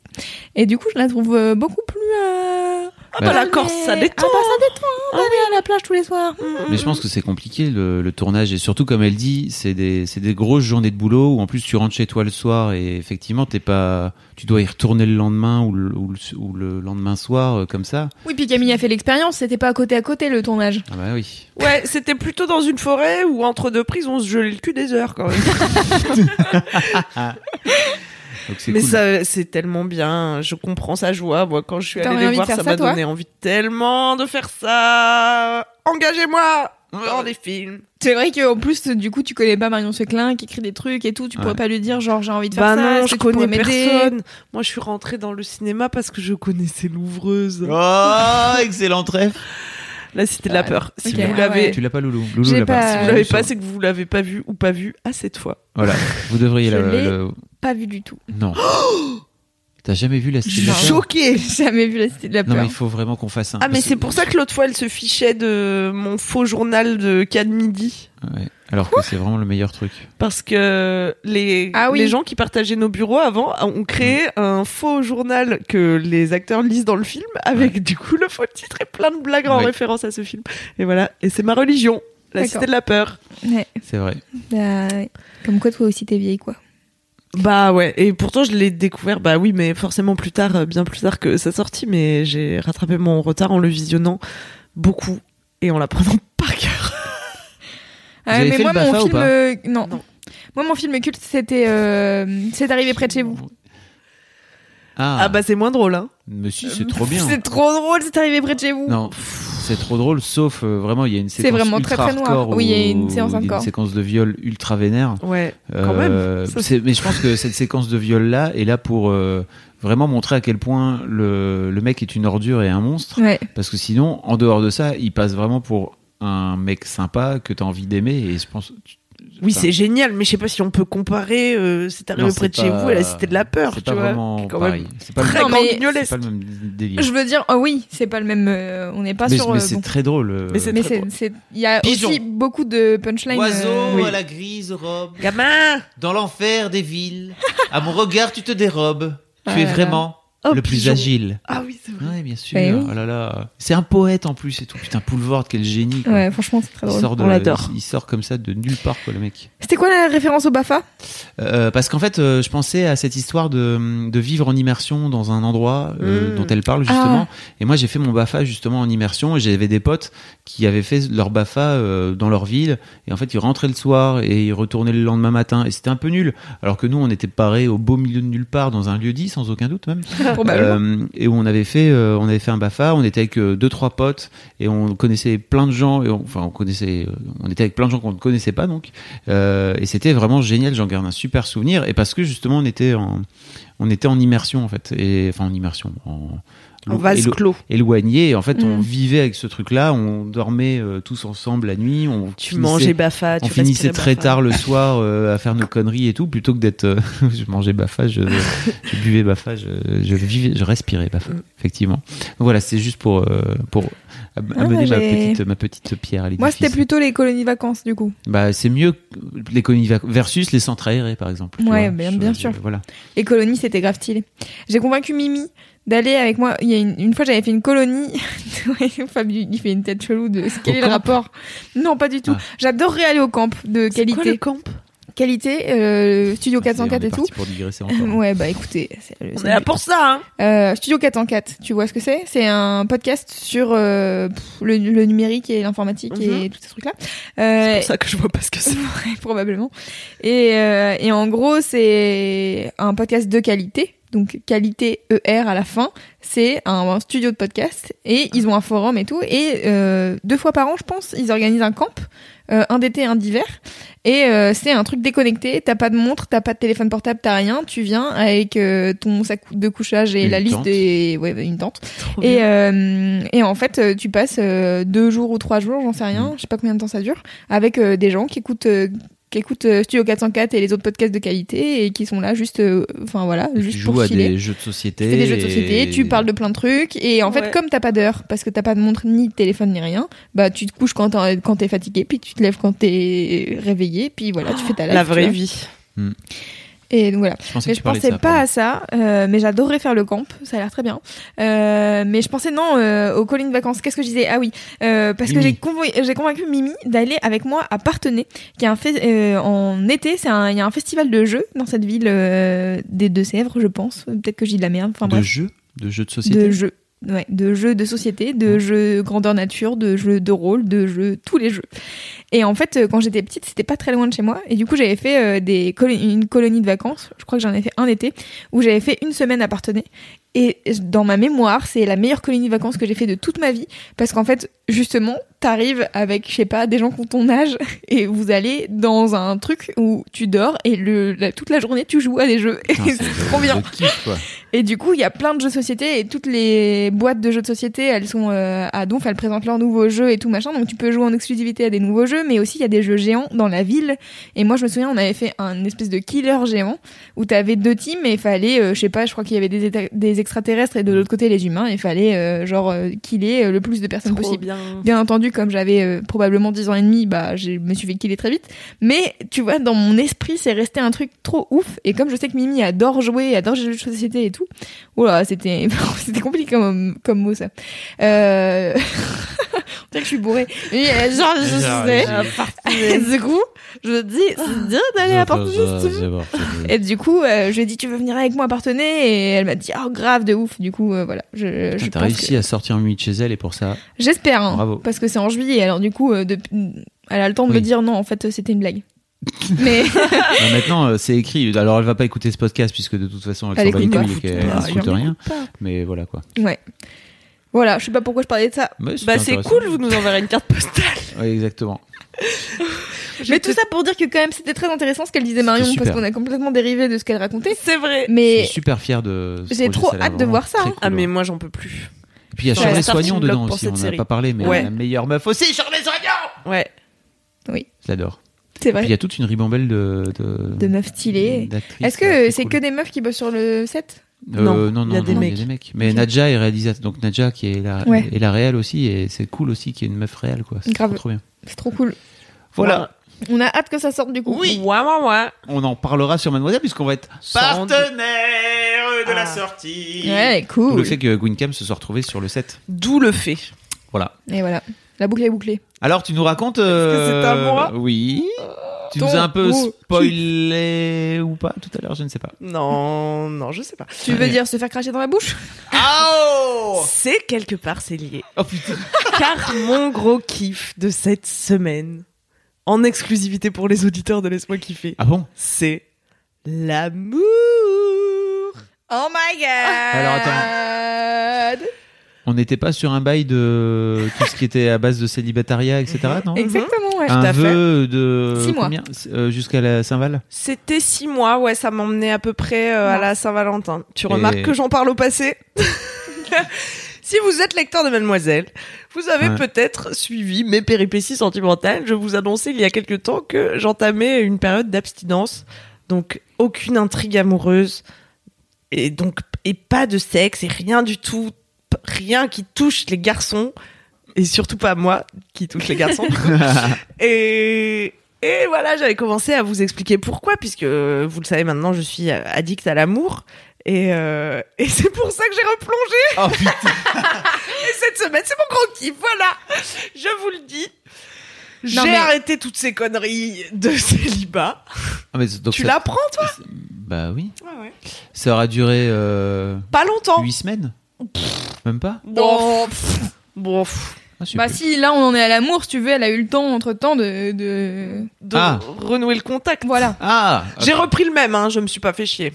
Et du coup, je la trouve euh, beaucoup plus euh, Ah bah, la Corse, ça détend. Ah bah, ça détend, hein, d'aller à la plage tous les soirs. Mais je pense que c'est compliqué le, le tournage et surtout comme elle dit, c'est des, c'est des grosses journées de boulot où en plus tu rentres chez toi le soir et effectivement t'es pas, tu dois y retourner le lendemain ou le, ou le- ou le lendemain soir euh, comme ça. Oui, puis Camille a fait l'expérience, c'était pas à côté à côté le tournage. Ah bah oui. Ouais, c'était plutôt dans une forêt où entre deux prises, on se gelait le cul des heures quand même. Donc c'est Mais cool. ça, c'est tellement bien. Je comprends sa joie. Moi, quand je suis T'aurais allée les envie de voir, faire ça ça, m'a toi donné envie tellement de faire ça. Engagez-moi dans des films. C'est vrai qu'en plus, du coup, tu connais pas Marion Seclin qui écrit des trucs et tout, tu pourrais Ouais. pas lui dire genre j'ai envie de Bah faire ça, non, est-ce je que tu pourrais connais m'aider personne. Moi, je suis rentrée dans le cinéma parce que je connaissais l'ouvreuse. Oh, excellent rêve. La Cité de la Peur. Si Ok, vous ah l'avez, ouais. Euh, Tu l'as pas Loulou. Loulou J'ai l'a pas- Si si vous vous l'avez ouais, l'avez pas, c'est que vous l'avez pas vu ou pas vu à cette fois. Voilà, vous devriez Je la- l'ai. le- Pas vu du tout. Non. T'as jamais vu la Je Cité de suis la Peur choquée. J'ai jamais vu la cité de la Non, peur. mais il faut vraiment qu'on fasse un. Ah mais parce que- c'est pour ça que l'autre fois elle se fichait de mon faux journal de cas de midi Ouais, Alors que c'est vraiment le meilleur truc. parce que les Ah oui. les gens qui partageaient nos bureaux avant ont créé Mm. un faux journal que les acteurs lisent dans le film avec du coup le faux titre et plein de blagues en Oui. référence à ce film et voilà et c'est ma religion la D'accord. cité de la peur Ouais, C'est vrai. bah, ouais. Comme quoi, toi aussi, t'es vieille, quoi. bah ouais et pourtant je l'ai découvert bah oui mais forcément plus tard euh, bien plus tard que sa sortie mais j'ai rattrapé mon retard en le visionnant beaucoup et en l'apprenant par cœur Ah, avez mais fait moi, le mon BAFA ou film. pas euh, non. Non. Moi, mon film culte, c'était. euh, C'est arrivé près de chez vous. Ah, ah, bah c'est moins drôle hein mais si, Euh, c'est trop bien. euh, C'est trop drôle, c'est arrivé près de chez vous. Non, pff, c'est trop drôle, sauf euh, vraiment, il y a une C'est séquence vraiment ultra très, très noir. hardcore Oui, il y a une où séance il y a hardcore. séquence de viol ultra vénère. ouais Quand même. Euh, Ça, c'est- mais je pense que cette séquence de viol là est là pour euh, vraiment montrer à quel point le, le mec est une ordure et un monstre. Ouais. Parce que sinon, en dehors de ça, il passe vraiment pour un mec sympa que t'as envie d'aimer. Et je pense. Oui, Enfin, c'est génial, mais je sais pas si on peut comparer euh, C'est non, arrivé c'est près de chez pas- vous à la Cité de la Peur, C'est tu pas vois. qui vraiment est quand pareil. même C'est pas, le- très Non, grand mais- guignolesque. c'est pas le même délire. Je veux dire, ah oui, c'est pas le même. euh, on n'est pas mais sur. mais euh, c'est bon. très drôle. euh, Mais c'est Mais très c'est, drôle. c'est- il y a Pigeon. aussi beaucoup de punchlines. euh, oui. la grise robe, Gamin dans l'enfer des villes, à mon regard tu te dérobes, Ah là là. Oh, le plus pigeon. agile. Ah oui, c'est vrai. Ouais, bien sûr. Ben oui. Oh là là. C'est un poète en plus et tout. Putain, Poulvord, quel génie. quoi. Ouais, franchement, c'est très il drôle. sort de On la- l'adore. Il sort comme ça de nulle part, quoi, le mec. C'était quoi la référence au BAFA Euh, parce qu'en fait, euh, je pensais à cette histoire de, de vivre en immersion dans un endroit euh, Mm. dont elle parle justement. Et moi, j'ai fait mon Bafa justement en immersion. Et j'avais des potes qui avaient fait leur Bafa euh, dans leur ville. Et en fait, ils rentraient le soir et ils retournaient le lendemain matin. Et c'était un peu nul. Alors que nous, on était parés au beau milieu de nulle part, dans un lieu dit, sans aucun doute même. Probablement. Euh, et où on avait fait, euh, on avait fait un Bafa. On était avec euh, deux trois potes et on connaissait plein de gens. Et on- enfin, on connaissait, euh, on était avec plein de gens qu'on ne connaissait pas donc. Euh, et c'était vraiment génial. J'en garde un super souvenir. Et parce que justement, on était en, on était en immersion en fait. Et enfin, en immersion. En, En vase élo- clos. éloigné. Et en fait, on Mm. vivait avec ce truc-là. On dormait euh, tous ensemble la nuit. On Tu finissait- mangeais Bafa, on tu finissait respirais très Baffa. tard le soir euh, à faire nos conneries et tout, plutôt que d'être. euh, je mangeais Bafa, je, je buvais Bafa, je, je vivais, je respirais Bafa, effectivement. Donc voilà, c'est juste pour, euh, pour am- Mm. Ah, amener bah, ma, j'ai- petite, ma petite pierre à l'édifice. Moi, c'était plutôt les colonies vacances, du coup. Bah, c'est mieux que les colonies vac- versus les centres aérés, par exemple. tu Ouais, vois. bien- bien sûr. voilà. Les colonies, c'était grave stylé. J'ai convaincu Mimi d'aller avec moi. Il y a une, une fois, j'avais fait une colonie. Ouais, Fabien, il fait une tête chelou de quel Au est camp le rapport. Non, pas du tout. Ah. J'adorerais aller au camp de C'est quoi qualité. le camp Qualité, euh, Studio Ah, c'est- on 404 est et tout. parti pour digresser encore. Ouais, bah écoutez, c'est le- On c'est est là le- pour ça, hein. Euh, Studio 404, tu vois ce que c'est C'est un podcast sur euh, pff, le, le numérique et l'informatique et tous ces trucs-là. Mhm. C'est Euh, pour ça que je vois pas ce que c'est. Ouais, probablement. Et, euh, et en gros, c'est un podcast de qualité. Donc, qualité ER à la fin. C'est un, un studio de podcast. Et ils ont un forum et tout. Et euh, deux fois par an, je pense, ils organisent un camp. euh, un d'été, un d'hiver. Et euh, c'est un truc déconnecté. T'as pas de montre, t'as pas de téléphone portable, t'as rien. Tu viens avec euh, ton sac de couchage et Une la liste tente. des... Ouais, une tente. Trop Et, bien. euh, et en fait, euh, tu passes euh, deux jours ou trois jours, j'en sais rien, je sais pas combien de temps ça dure, avec euh, des gens qui écoutent, euh, qui écoutent euh, Studio 404 et les autres podcasts de qualité et qui sont là juste, euh, enfin voilà, Et juste tu joues pour à filer. des jeux de société. Tu fais des jeux de société, et- tu parles de plein de trucs et en Ouais. fait, comme t'as pas d'heure parce que t'as pas de montre ni de téléphone ni rien, bah tu te couches quand t'en- quand t'es fatigué, puis tu te lèves quand t'es réveillé, puis voilà, tu fais ta live, La hein. tu vraie vois. vie. Et donc voilà. Je pensais Mais que je tu parlais de pensais ça, pas pardon. à ça, euh, mais j'adorerais faire le camp, ça a l'air très bien. Euh, mais je pensais non euh, aux collines vacances. Qu'est-ce que je disais Ah oui, euh, parce que Mimi. j'ai convo- j'ai convaincu Mimi d'aller avec moi à Partenay, qui est un fes- euh, en été, c'est un- il y a un festival de jeux dans cette ville euh, des Deux-Sèvres, je pense. Peut-être que je dis de la merde. Enfin de bref, jeux De jeux de société de jeux. Ouais, de jeux de société, de jeux grandeur nature, de jeux de rôle, de jeux, tous les jeux. Et en fait, euh, quand j'étais petite, c'était pas très loin de chez moi. Et du coup, j'avais fait euh, des colo- une colonie de vacances. Je crois que j'en ai fait un été où j'avais fait une semaine à Partenay. Et dans ma mémoire, c'est la meilleure colonie de vacances que j'ai fait de toute ma vie. Parce qu'en fait, justement, t'arrives avec, je sais pas, des gens qui ont ton âge et vous allez dans un truc où tu dors et le, la- toute la journée, tu joues à des jeux. Et Putain, c'est trop bien. Ah, le kiff, quoi. Et du coup, il y a plein de jeux de société et toutes les boîtes de jeux de société, elles sont euh, à Donf, elles présentent leurs nouveaux jeux et tout machin. Donc tu peux jouer en exclusivité à des nouveaux jeux, mais aussi il y a des jeux géants dans la ville. Et moi, je me souviens, on avait fait un espèce de killer géant où t'avais deux teams et il fallait, euh, je sais pas, je crois qu'il y avait des, éta- des extraterrestres et de l'autre côté les humains. et Il fallait euh, genre euh, killer euh, le plus de personnes possible. bien. Bien entendu, comme j'avais euh, probablement 10 ans et demi, bah, je me suis fait killer très vite. Mais tu vois, dans mon esprit, c'est resté un truc trop ouf. Et comme je sais que Mimi adore jouer, adore jouer aux jeux de société et tout, oula, c'était c'était compliqué comme, comme mot ça. Euh... On dirait que je suis bourrée. Mais, euh, genre, Ah, je sais. du coup, je dis, c'est bien d'aller à Porto Justo. Et du coup, euh, je lui ai dit, tu veux venir avec moi à Partenay Et elle m'a dit, oh, grave, de ouf. Du coup, euh, voilà. Je, je Putain, Ah, T'as pense réussi que- à sortir en nuit de chez elle et pour ça. J'espère, hein, Bravo. parce que c'est en juillet, alors du coup, euh, depuis- elle a le temps de Oui. me dire non, en fait, euh, c'était une blague. Mais Bah, maintenant, euh, c'est écrit. Alors, elle va pas écouter ce podcast puisque de toute façon, Elle elle, s'en bat les écoute pas. Ah, couilles et qu'elle Bien n'écoute sûr. rien. Mais voilà quoi. ouais, voilà, je sais pas pourquoi je parlais de ça. Ouais, Bah c'est intéressant. cool, vous nous enverrez une carte postale. Ouais, exactement. Mais tout ça pour dire que quand même, c'était très intéressant ce qu'elle disait Marion, super. parce qu'on a complètement dérivé de ce qu'elle racontait. C'est vrai. Je suis Mais super fier de. ce j'ai projet, trop ça a l'air hâte de vraiment voir ça, très hein. cool, Ah mais ouais. moi j'en peux plus. Et Puis il y a Ouais, Charles la Soignon starting block dedans pour aussi. On cette en a série. pas parlé, mais Ouais. la meilleure meuf aussi. Ouais. Je l'adore. c'est Puis il y vrai, a toute une ribambelle de. De, de meufs stylées. d'actrices, euh, Est-ce là, que très c'est cool. que des meufs qui bossent sur le set Euh, Non, non, il y a non, des non, il y a mecs. des mecs. Mais Ok. Nadja est réalisatrice. Donc Nadja qui est la, Ouais. est la réelle aussi. Et c'est cool aussi qu'il y ait une meuf réelle. quoi. C'est Grave. trop, trop bien. C'est trop cool. Voilà. On a hâte que ça sorte du coup. Oui. Ouais ouais ouais. On en parlera sur Mademoiselle puisqu'on va être. Sans doute. Partenaire de Ah. la sortie. Ouais, D'où cool. Le fait que Gwynne se soit retrouvée sur le set. D'où le fait. Voilà. Et voilà, la boucle est bouclée. Alors, tu nous racontes. que c'est à euh, moi Oui. Tu Ton nous as un peu goût. spoilé ou pas tout à l'heure, je ne sais pas. Non Oh, non je sais pas. Tu veux dire se faire cracher dans la bouche C'est quelque part c'est lié. Oh putain. Car mon gros kiff de cette semaine, en exclusivité pour les auditeurs de Laisse-moi kiffer, Ah bon c'est l'amour. Oh my god Alors, On n'était pas sur un bail de tout ce qui était à base de célibatariat, etc. Non Exactement, ouais. tout Un à fait. vœu de. Six mois. combien Euh, Jusqu'à la Saint-Val C'était six mois, ouais, ça m'emmenait à peu près euh, à la Saint-Valentin. Tu Et- remarques que j'en parle au passé Si vous êtes lecteur de Mademoiselle, vous avez Ouais. peut-être suivi mes péripéties sentimentales. Je vous annonçais il y a quelque temps que j'entamais une période d'abstinence, donc aucune intrigue amoureuse et donc et pas de sexe et rien du tout, p- rien qui touche les garçons et surtout pas moi qui touche les garçons. du coup. Oh, et et voilà, j'avais commencé à vous expliquer pourquoi, puisque euh, vous le savez maintenant, je suis euh, addict à l'amour. Et, euh, et c'est pour ça que j'ai replongé. Oh putain Et cette semaine, c'est mon grand kiff, voilà. Je vous le dis. J'ai Non, mais- arrêté toutes ces conneries de célibat. Ah, mais donc tu ça- l'apprends, toi Bah oui. Ça aura duré euh, Pas longtemps. 8 semaines Même pas Bon, pff, bon, pff, Ah, je sais Bah plus. si, là on en est à l'amour, si tu veux, elle a eu le temps entre temps de... de- de Ah. renouer le contact. Voilà. Ah J'ai repris le même, hein, je me suis pas fait chier.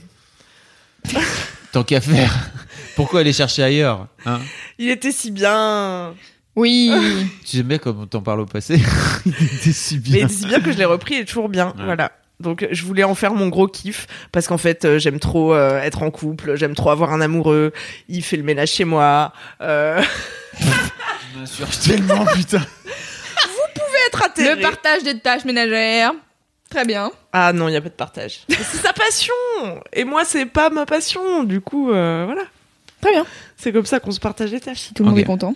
Tant qu'à faire. Pourquoi aller chercher ailleurs hein Il était si bien. Oui. Tu sais bien comme on t'en parle au passé. Il était si bien. Mais si bien que je l'ai repris, il est toujours bien. Ouais. Voilà. Donc je voulais en faire mon gros kiff parce qu'en fait euh, j'aime trop euh, être en couple, j'aime trop avoir un amoureux, il fait le ménage chez moi, euh, Je m'insurge tellement, putain. être atterré. le partage des tâches ménagères. Très bien. Ah non, il y a pas de partage. c'est sa passion et moi c'est pas ma passion. Du coup euh, voilà, Très bien. c'est comme ça qu'on se partage les tâches. Tout le monde Ok. est content.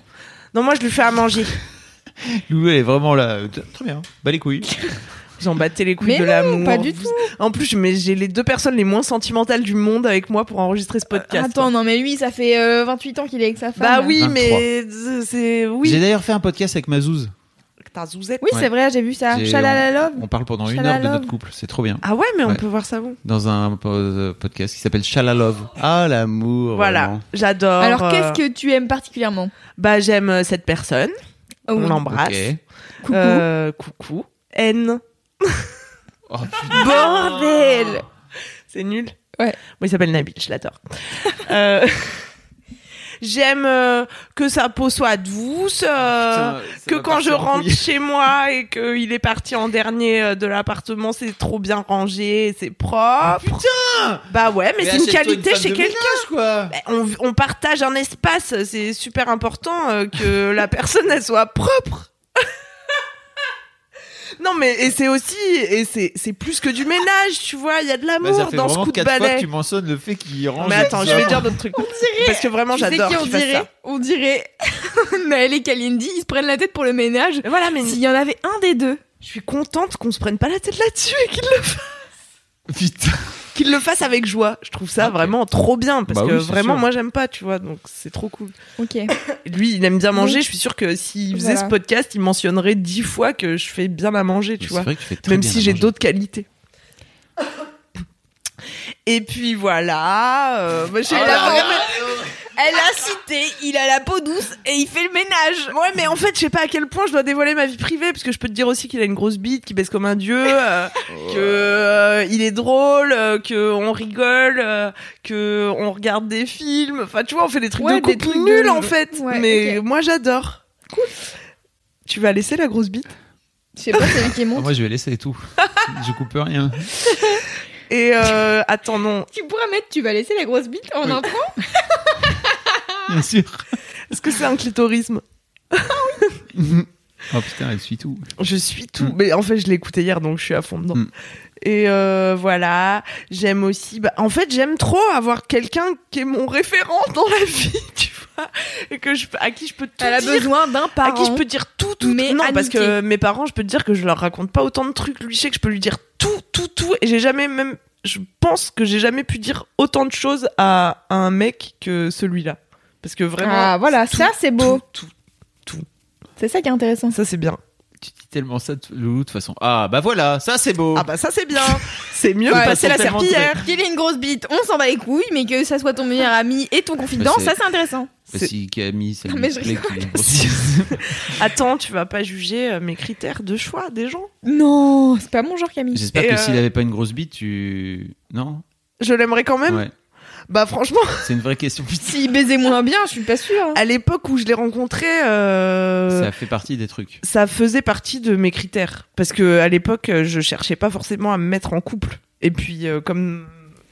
Non, moi je lui fais à manger. Loulou, elle est vraiment là. euh, Très bien. Bah les couilles. Vous en battez les couilles Mais de non, l'amour. pas du Vous- tout. En plus, mais j'ai les deux personnes les moins sentimentales du monde avec moi pour enregistrer ce podcast. Attends, non, mais lui, ça fait euh, 28 ans qu'il est avec sa femme. Bah oui, 23. mais c'est J'ai oui. d'ailleurs fait un podcast avec Mazouz. T'as zouzette. Oui, Ouais. c'est vrai, j'ai vu ça. J'ai- Shalala Love. On parle pendant une Shalala heure de notre Love. couple, c'est trop bien. Ah ouais, mais on Ouais. peut voir ça où Dans un po- euh, podcast qui s'appelle Shalalove. Ah l'amour. Voilà, vraiment. j'adore. Alors, euh, qu'est-ce que tu aimes particulièrement Bah j'aime euh, cette personne. Oh, On oui. l'embrasse. Ok. Coucou. Euh, coucou. N. Oh, putain. Bordel. C'est nul. Ouais. Moi, il s'appelle Nabil, je l'adore. Euh, J'aime euh, que sa peau soit douce, euh, Ah, Putain, ça que va quand je partir en rentre couille. chez moi et qu'il est parti en dernier euh, de l'appartement, c'est trop bien rangé, c'est propre. Ah, putain bah ouais, mais, c'est une achète-toi qualité femme chez de quelqu'un. ménage, quoi. Bah, On, on partage un espace, c'est super important euh, que la personne elle soit propre. non mais et c'est aussi et c'est c'est plus que du ménage, tu vois, il y a de Bah, ça l'amour fait dans ce vraiment coup de quatre fois que balai. tu mentionnes le fait qu'il range. Mais attends, et je tout vais ça. dire d'autres trucs parce que vraiment Tu sais j'adore qui on qu'il fasse dirait ça. On dirait Maël et Kalindi, ils se prennent la tête pour le ménage. Mais voilà, mais S'il y en avait un des deux. je suis contente qu'on se prenne pas la tête là-dessus et qu'il Putain. qu'il le fasse avec joie. Je trouve ça Ok. vraiment trop bien parce Bah que oui, c'est vraiment sûr. moi j'aime pas, tu vois, donc c'est trop cool. Ok. Oh Lui, il aime bien manger. Oui. Je suis sûre que s'il faisait Voilà. ce podcast, il mentionnerait dix fois que je fais bien à manger, tu C'est vois. vrai que tu fais très Même bien si à j'ai manger. d'autres qualités. Et puis voilà. euh, bah, j'ai- Elle, Ah, a, regarde. elle a cité, il a la peau douce et il fait le ménage. Ouais, mais en fait, je sais pas à quel point je dois dévoiler ma vie privée, parce que je peux te dire aussi qu'il a une grosse bite, qu'il baisse comme un dieu, euh, que euh, il est drôle, euh, que on rigole, euh, que on regarde des films. Enfin, tu vois, on fait des trucs Ouais, de des couple trucs de- nuls en fait. Ouais, mais ok. moi, j'adore. Cool. Tu vas laisser la grosse bite. Je sais pas, c'est lui qui Ah, monte. Moi, je vais laisser tout. je coupe rien. Et euh, attends, non. Tu pourras mettre, tu vas laisser la grosse bite en Oui. intro Ah. Bien sûr. Est-ce que c'est un clitorisme Oh putain, elle suit tout. Je suis tout. Mm. Mais en fait, je l'ai écouté hier, donc je suis à fond dedans. Mm. Et euh, voilà, j'aime aussi. bah, en fait, j'aime trop avoir quelqu'un qui est mon référent dans la vie, tu vois, et que je, à qui je peux tout Elle a dire. besoin d'un À parent. qui je peux dire tout, tout, mais tout. Non, parce amitié. que mes parents, je peux te dire que je leur raconte pas autant de trucs. Lui, je sais que je peux lui dire tout, tout, tout. Et j'ai jamais même. Je pense que j'ai jamais pu dire autant de choses à un mec que celui-là. Parce que vraiment. ah voilà, ça c'est beau. tout, C'est ça qui est intéressant. ça, c'est bien. Tu dis tellement ça, t- Loulou, de toute façon. Ah bah voilà, ça c'est beau. Ah, bah, ça, c'est bien. c'est mieux Ouais, de passer ils la sont tellement serpillière. Qu'il ait une grosse bite, on s'en bat les couilles, mais que ça soit ton meilleur ami et ton confident, Mais c'est- ça c'est intéressant. Bah, c'est- si Camille, ça Non, lui mais je plaît qu'il ait une grosse bite. Attends, tu vas pas juger euh, mes critères de choix des gens. Non, c'est pas mon genre Camille. J'espère Et que euh, s'il avait pas une grosse bite, tu. Non Je l'aimerais quand même. Ouais. Bah franchement, C'est une vraie question. Putain, S'il baisait moins bien, je suis pas sûre. hein. à l'époque où je l'ai rencontré, euh, ça fait partie des trucs. ça faisait partie de mes critères parce que à l'époque, euh, je cherchais pas forcément à me mettre en couple. Et puis euh, comme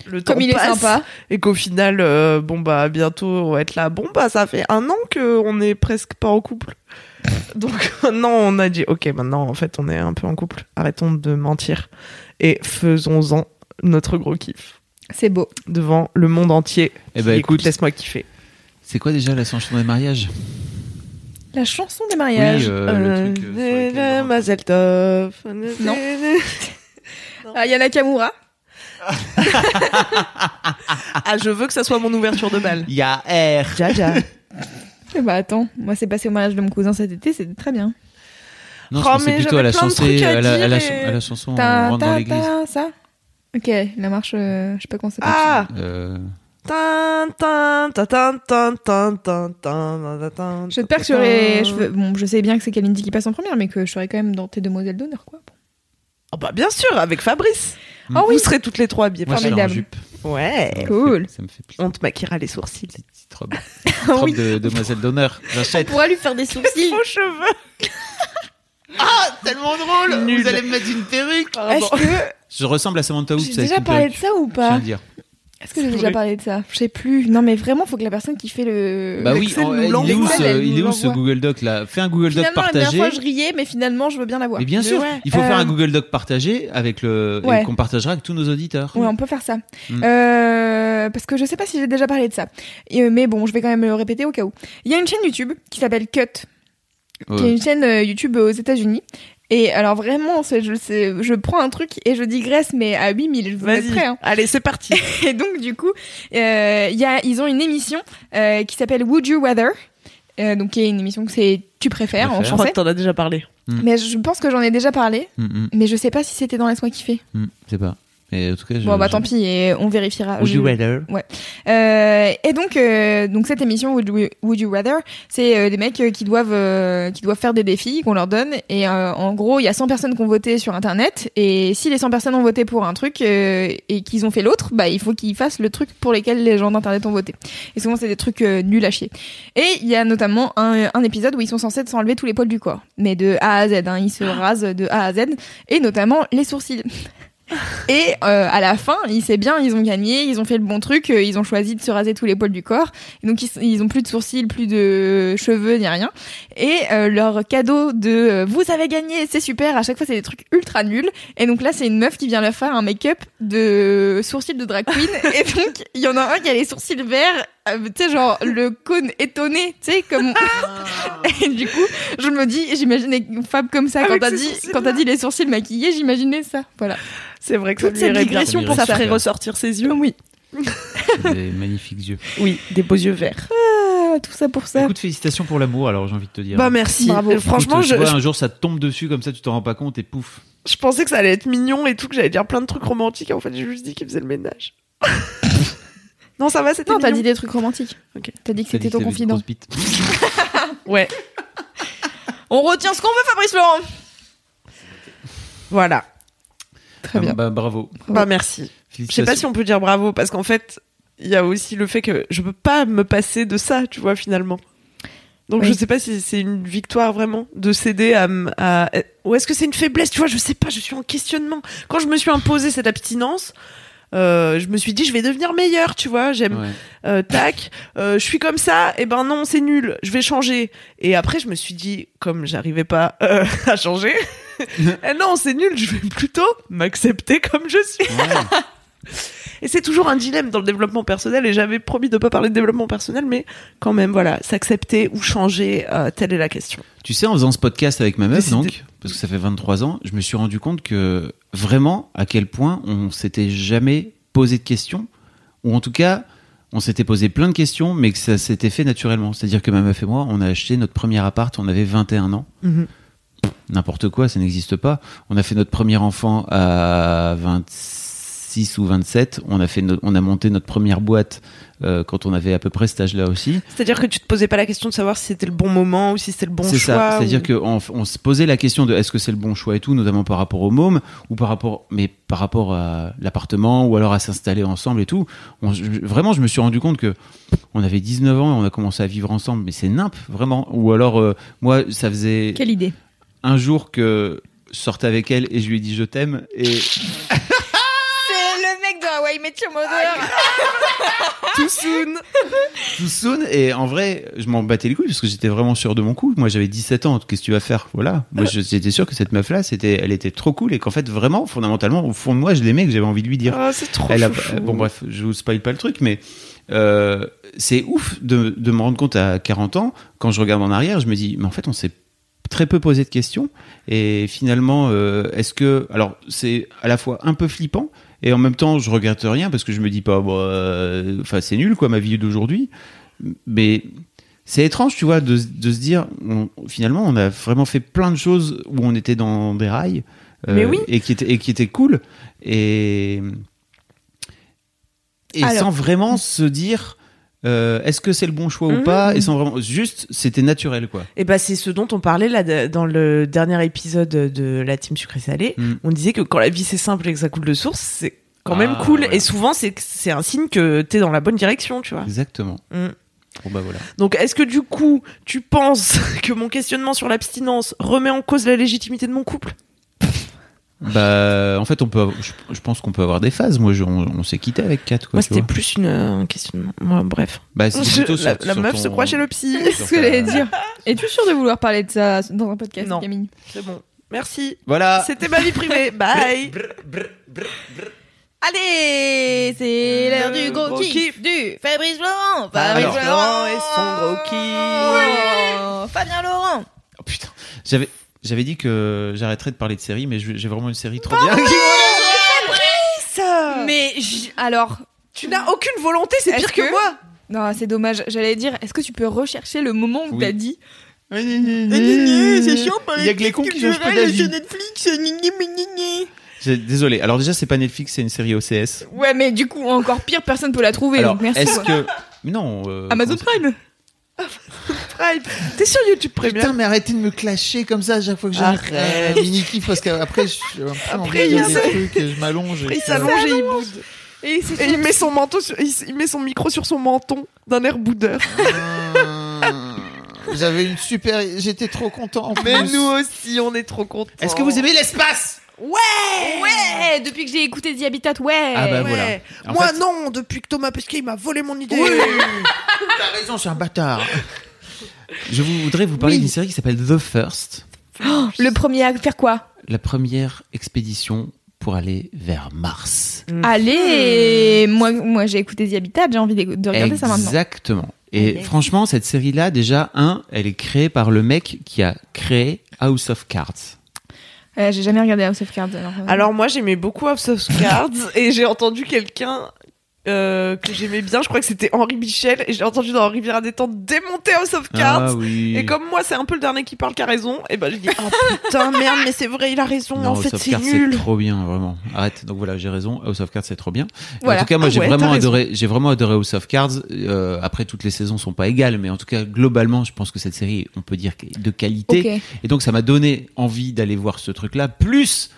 le temps Comme il est passe sympa. et qu'au final, euh, bon bah bientôt on va être là. Bon bah ça fait un an que on est presque pas en couple. Donc maintenant on a dit ok maintenant en fait on est un peu en couple. Arrêtons de mentir et faisons-en notre gros kiff. C'est beau. devant le monde entier. Eh Qui ben, écoute, écoute. laisse-moi kiffer. C'est quoi déjà la chanson des mariages La chanson des mariages. Oui, euh, le truc. euh, sur lequel Euh, on- Mazel Tov. Non. Ah, il y a la Kamura. Ah, je veux que ça soit mon ouverture de balle. Il y a R. Ja, ja. Eh bah attends, moi c'est passé au mariage de mon cousin cet été, c'était très bien. Non, je Oh, pensais mais plutôt j'avais à la plein de chanson, euh, trucs à à la, à la dire ch- et- à la chanson Ta- On rentre ta- dans l'église. ta- ça. Ok, la marche, euh, je sais pas comment ça s'appelle. Ah Euh, Tin, tin, ta, tin, tin, tin, tin, tin, tin, tin, J'espère que tin, j'aurais. tin. Je... veux- Bon, je sais bien que c'est Kalindi qui passe en première, mais que je serais quand même dans tes demoiselles d'honneur, quoi. Ah bah bien sûr, avec Fabrice. Mm. Ah Oh Vous serez toutes les trois habillées. moi, je suis allé en formidable. Eh, jupe. Ça Ouais. me Cool. Ah fait- Ça me fait plaisir. On te maquillera les sourcils. Petite petite robe. Petite robe de demoiselle d'honneur. On J'achète. pourra lui faire des sourcils. Faux cheveux. Tellement drôle Nul. Ah, me mettre une perruque Est-ce que Je ressemble à Samantha Hoops j'ai déjà parlé de ça ou Je viens pas de dire. Est-ce que j'ai C'est déjà vrai. parlé de ça Je sais plus. Non, mais vraiment, faut que la personne qui fait le. Bah le- oui, Excel en- nous il est où l'envoie. ce, Elle Euh, nous il est où ce l'envoie. Google Doc là Fais un Google Doc Finalement, la dernière partagé. fois, je riais, mais finalement, je veux bien la voir. Mais bien sûr, ouais. il faut faire Euh, un Google Doc partagé avec le et Ouais. qu'on partagera avec tous nos auditeurs. Ouais, on peut faire ça. Mm. Euh, parce que je sais pas si j'ai déjà parlé de ça. Et, euh, mais bon, je vais quand même le répéter au cas où. Il y a une chaîne YouTube qui s'appelle Cut, Ouais. qui est une chaîne euh, YouTube aux États-Unis. Et alors vraiment, c'est- je, c'est- je prends un truc et je digresse, mais à 8000, je vous mets Vas-y. prêt. hein. Allez, c'est parti. Et donc, du coup, euh, il y a, ils ont une émission euh, qui s'appelle Would You Rather, euh, donc qui est une émission que c'est Tu préfères en Préfères. Je crois français. que t'en as déjà parlé. Mais je pense que j'en ai déjà parlé, Hum, mais je sais pas si c'était dans Laisse-moi kiffer. hum, hum, je sais pas. Mais en tout cas, je- Bon, bah je- tant pis, et on vérifiera. Would Je- you rather Euh, et donc, euh, donc cette émission Would You, Would You Rather, c'est euh, des mecs euh, qui doivent euh, qui doivent faire des défis qu'on leur donne. Et euh, en gros, il y a 100 personnes qui ont voté sur Internet. Et si les 100 personnes ont voté pour un truc euh, et qu'ils ont fait l'autre, bah il faut qu'ils fassent le truc pour lequel les gens d'Internet ont voté. Et souvent, c'est des trucs euh, nuls à chier. Et il y a notamment un, un épisode où ils sont censés de s'enlever tous les poils du corps, mais de A à Z. Hein, ils se rasent de A à Z, et notamment les sourcils. Et euh, à la fin, il sait bien, ils ont gagné, ils ont fait le bon truc, euh, ils ont choisi de se raser tous les poils du corps. Et donc ils, s- ils ont plus de sourcils, plus de cheveux, ni rien. Et euh, leur cadeau de euh, vous avez gagné, c'est super. À chaque fois, c'est des trucs ultra nuls. Et donc là, c'est une meuf qui vient leur faire un make-up de sourcils de drag queen. et donc il y en a un qui a les sourcils verts, euh, tu sais genre le cône étonné, tu sais comme. on- et du coup, je me dis, j'imaginais une femme comme ça quand Ah. Avec t'as ces dit quand sourcils-là. t'as dit les sourcils maquillés, j'imaginais ça. Voilà. C'est vrai que ça Toute lui cette irait bien. digression pour ça ça. ferait ressortir ses yeux. Oui. Des magnifiques yeux. Oui, des beaux yeux verts. Ah, tout ça pour ça. Écoute, félicitations pour l'amour, alors j'ai envie de te dire. Bah merci. Bravo. Euh, Franchement, Écoute, je, tu vois, je, un jour ça te tombe dessus comme ça, tu t'en rends pas compte et pouf. je pensais que ça allait être mignon et tout, que j'allais dire plein de trucs romantiques. Et en fait, j'ai juste dit qu'il faisait le ménage. non, ça va, c'était Non, t'as mignon. dit des trucs romantiques. Ok. T'as dit que Ça dit c'était que ton t'avais une confident. grosse bite. Ouais, On retient ce qu'on veut, Fabrice Laurent. voilà. Très bien. Bah, bravo. Bah merci. Je sais pas si on peut dire bravo parce qu'en fait, il y a aussi le fait que je peux pas me passer de ça, tu vois, finalement. Donc Oui. je sais pas si c'est une victoire vraiment de céder à, m- à- ou est-ce que c'est une faiblesse, tu vois, je sais pas, je suis en questionnement. Quand je me suis imposé cette abstinence, euh, je me suis dit je vais devenir meilleur, tu vois, j'aime Ouais. euh, tac, euh, je suis comme ça, et ben non, c'est nul, je vais changer. Et après, je me suis dit, comme j'arrivais pas euh, à changer, eh non, c'est nul, je vais plutôt m'accepter comme je suis. Ouais. Et c'est toujours un dilemme dans le développement personnel, et j'avais promis de pas parler de développement personnel, mais quand même, voilà, s'accepter ou changer, euh, telle est la question. tu sais, en faisant ce podcast avec ma meuf, Décidé. donc, parce que ça fait 23 ans, je me suis rendu compte que vraiment, à quel point on s'était jamais posé de questions, ou en tout cas, on s'était posé plein de questions, mais que ça s'était fait naturellement. C'est-à-dire que ma meuf et moi, on a acheté notre premier appart, on avait 21 ans. n'importe quoi, ça n'existe pas. On a fait notre premier enfant à 26 ou 27. On a, fait no- on a monté notre première boîte euh, quand on avait à peu près cet âge-là aussi. C'est-à-dire que tu te posais pas la question de savoir si c'était le bon moment ou si c'était le bon c'est choix. ça. C'est-à-dire ou- qu'on on se posait la question de est-ce que c'est le bon choix et tout, notamment par rapport au môme ou par rapport, mais par rapport à l'appartement ou alors à s'installer ensemble et tout. On- je- vraiment, je me suis rendu compte que on avait 19 ans et on a commencé à vivre ensemble, mais c'est nimp, vraiment. Ou alors, euh, moi, ça faisait Quelle idée. un jour que je sortais avec elle et je lui ai dit je t'aime et C'est le mec de Hawaii Met Your Mother. Too soon. tout soon et en vrai je m'en battais les couilles parce que j'étais vraiment sûr de mon coup moi j'avais 17 ans qu'est-ce que tu vas faire voilà moi je- j'étais sûr que cette meuf là c'était elle était trop cool et qu'en fait vraiment fondamentalement au fond de moi je l'aimais que j'avais envie de lui dire Ah, c'est trop elle a- chouchou. bon bah, bref je vous spoil pas le truc mais euh, c'est ouf de, de me rendre compte à 40 ans quand je regarde en arrière je me dis mais en fait on s'est très peu posé de questions et finalement euh, est-ce que alors c'est à la fois un peu flippant et en même temps je regrette rien parce que je me dis pas bah, euh, enfin c'est nul quoi ma vie d'aujourd'hui mais c'est étrange, tu vois, de, de se dire, on- finalement, on a vraiment fait plein de choses où on était dans des rails euh, Mais oui. et, qui étaient, et qui étaient cool. Et, et Alors. sans mm. vraiment se dire, euh, est-ce que c'est le bon choix Mhm. ou pas Et sans vraiment, juste, c'était naturel, quoi. Et bah c'est ce dont on parlait là de- dans le dernier épisode de la team sucré salé. Mm. On disait que quand la vie c'est simple et que ça coule de source, c'est quand même Ah, cool. voilà. Et souvent c'est c'est un signe que t'es dans la bonne direction, tu vois. Exactement. Mm. Bon, bah voilà. Donc est-ce que du coup tu penses que mon questionnement sur l'abstinence remet en cause la légitimité de mon couple Bah, en fait, on peut, avoir- je, je pense qu'on peut avoir des phases. Moi, je- on, on s'est quitté avec 4, quoi. Moi tu vois. c'était plus une, euh, un questionnement. Moi bref. Bah, c'était Je- plutôt sur- la la sur meuf ton- se croit chez le psy. C'est ce que j'allais dire. Es-tu sûr de vouloir parler de ça dans un podcast, Non. Camille C'est bon. Merci. Voilà. C'était ma vie privée. Bye. Allez, c'est l'heure du gros, gros kiff, kiff. du Fabrice Laurent. Fabrice Fabrice Laurent Laurent et son gros kiff. Fabien Laurent. Oh, putain. J'avais, J'avais dit que j'arrêterais de parler de séries, mais je- j'ai vraiment une série trop bien. qui Ah me- Ah. Ça Mais j- alors, Tu n'as aucune volonté, c'est Est-ce pire que, que- moi. non, c'est dommage. J'allais dire, est-ce que tu peux rechercher le moment où Oui. t'as dit Mmh. Eh, Il y a que les cons qui changent pas d'avis. Netflix, J'ai- Désolé. Alors déjà, c'est pas Netflix, c'est une série OCS. Ouais, mais du coup, encore pire, personne peut la trouver. Alors, donc merci. est-ce quoi. que non euh, Amazon comment ça- Prime. T'es sur YouTube Premium Putain, mais arrêtez de me clasher comme ça à chaque fois que j'ai un- Arrête. un mini kiff parce qu'après, je suis un peu en Après, train de il y a dire des trucs et je m'allonge. Après, et il ça- s'allonge et il boude. Et c'est Et il met son manteau, sur- il il met son micro sur son menton d'un air boudeur. Ah, J'avais une super. J'étais trop content. en Mais plus. nous aussi, on est trop contents. Est-ce que vous aimez l'espace Ouais, depuis que j'ai écouté The Habitat, ouais. Ah bah Ouais. voilà. En Moi fait- non, depuis que Thomas Pesquet il m'a volé mon idée. T'as raison, je suis un bâtard. Je vous- voudrais vous parler Oui. d'une série qui s'appelle The First, Le premier à faire quoi la première expédition pour aller vers Mars. Mmh. Ah. Mm. Allez, moi, moi j'ai écouté The Habitat, j'ai envie de, de regarder ça maintenant. Exactement. Et franchement, cette série-là, déjà, un, elle est créée par le mec qui a créé House of Cards. Ouais, Euh, j'ai jamais regardé House of Cards. Alors, euh, Alors moi j'aimais beaucoup House of Cards et j'ai entendu quelqu'un euh, que j'aimais bien, je crois que c'était Henri Michel et j'ai entendu dans Henri Vira des temps démonter House of Cards. Ah oui. Et comme moi c'est un peu le dernier qui parle qui a raison, et ben je dis oh putain merde mais c'est vrai il a raison Non, en House fait of c'est Cards, c'est nul. trop bien, vraiment. Arrête. Donc voilà, j'ai raison. House of Cards, c'est trop bien. Et Voilà. En tout cas, moi, Ah j'ai ouais, vraiment t'as raison. adoré. J'ai vraiment adoré House of Cards. Euh, après, toutes les saisons sont pas égales, mais en tout cas, globalement, je pense que cette série, on peut dire, qu'elle est de qualité. ok. Et donc, ça m'a donné envie d'aller voir ce truc-là. Plus,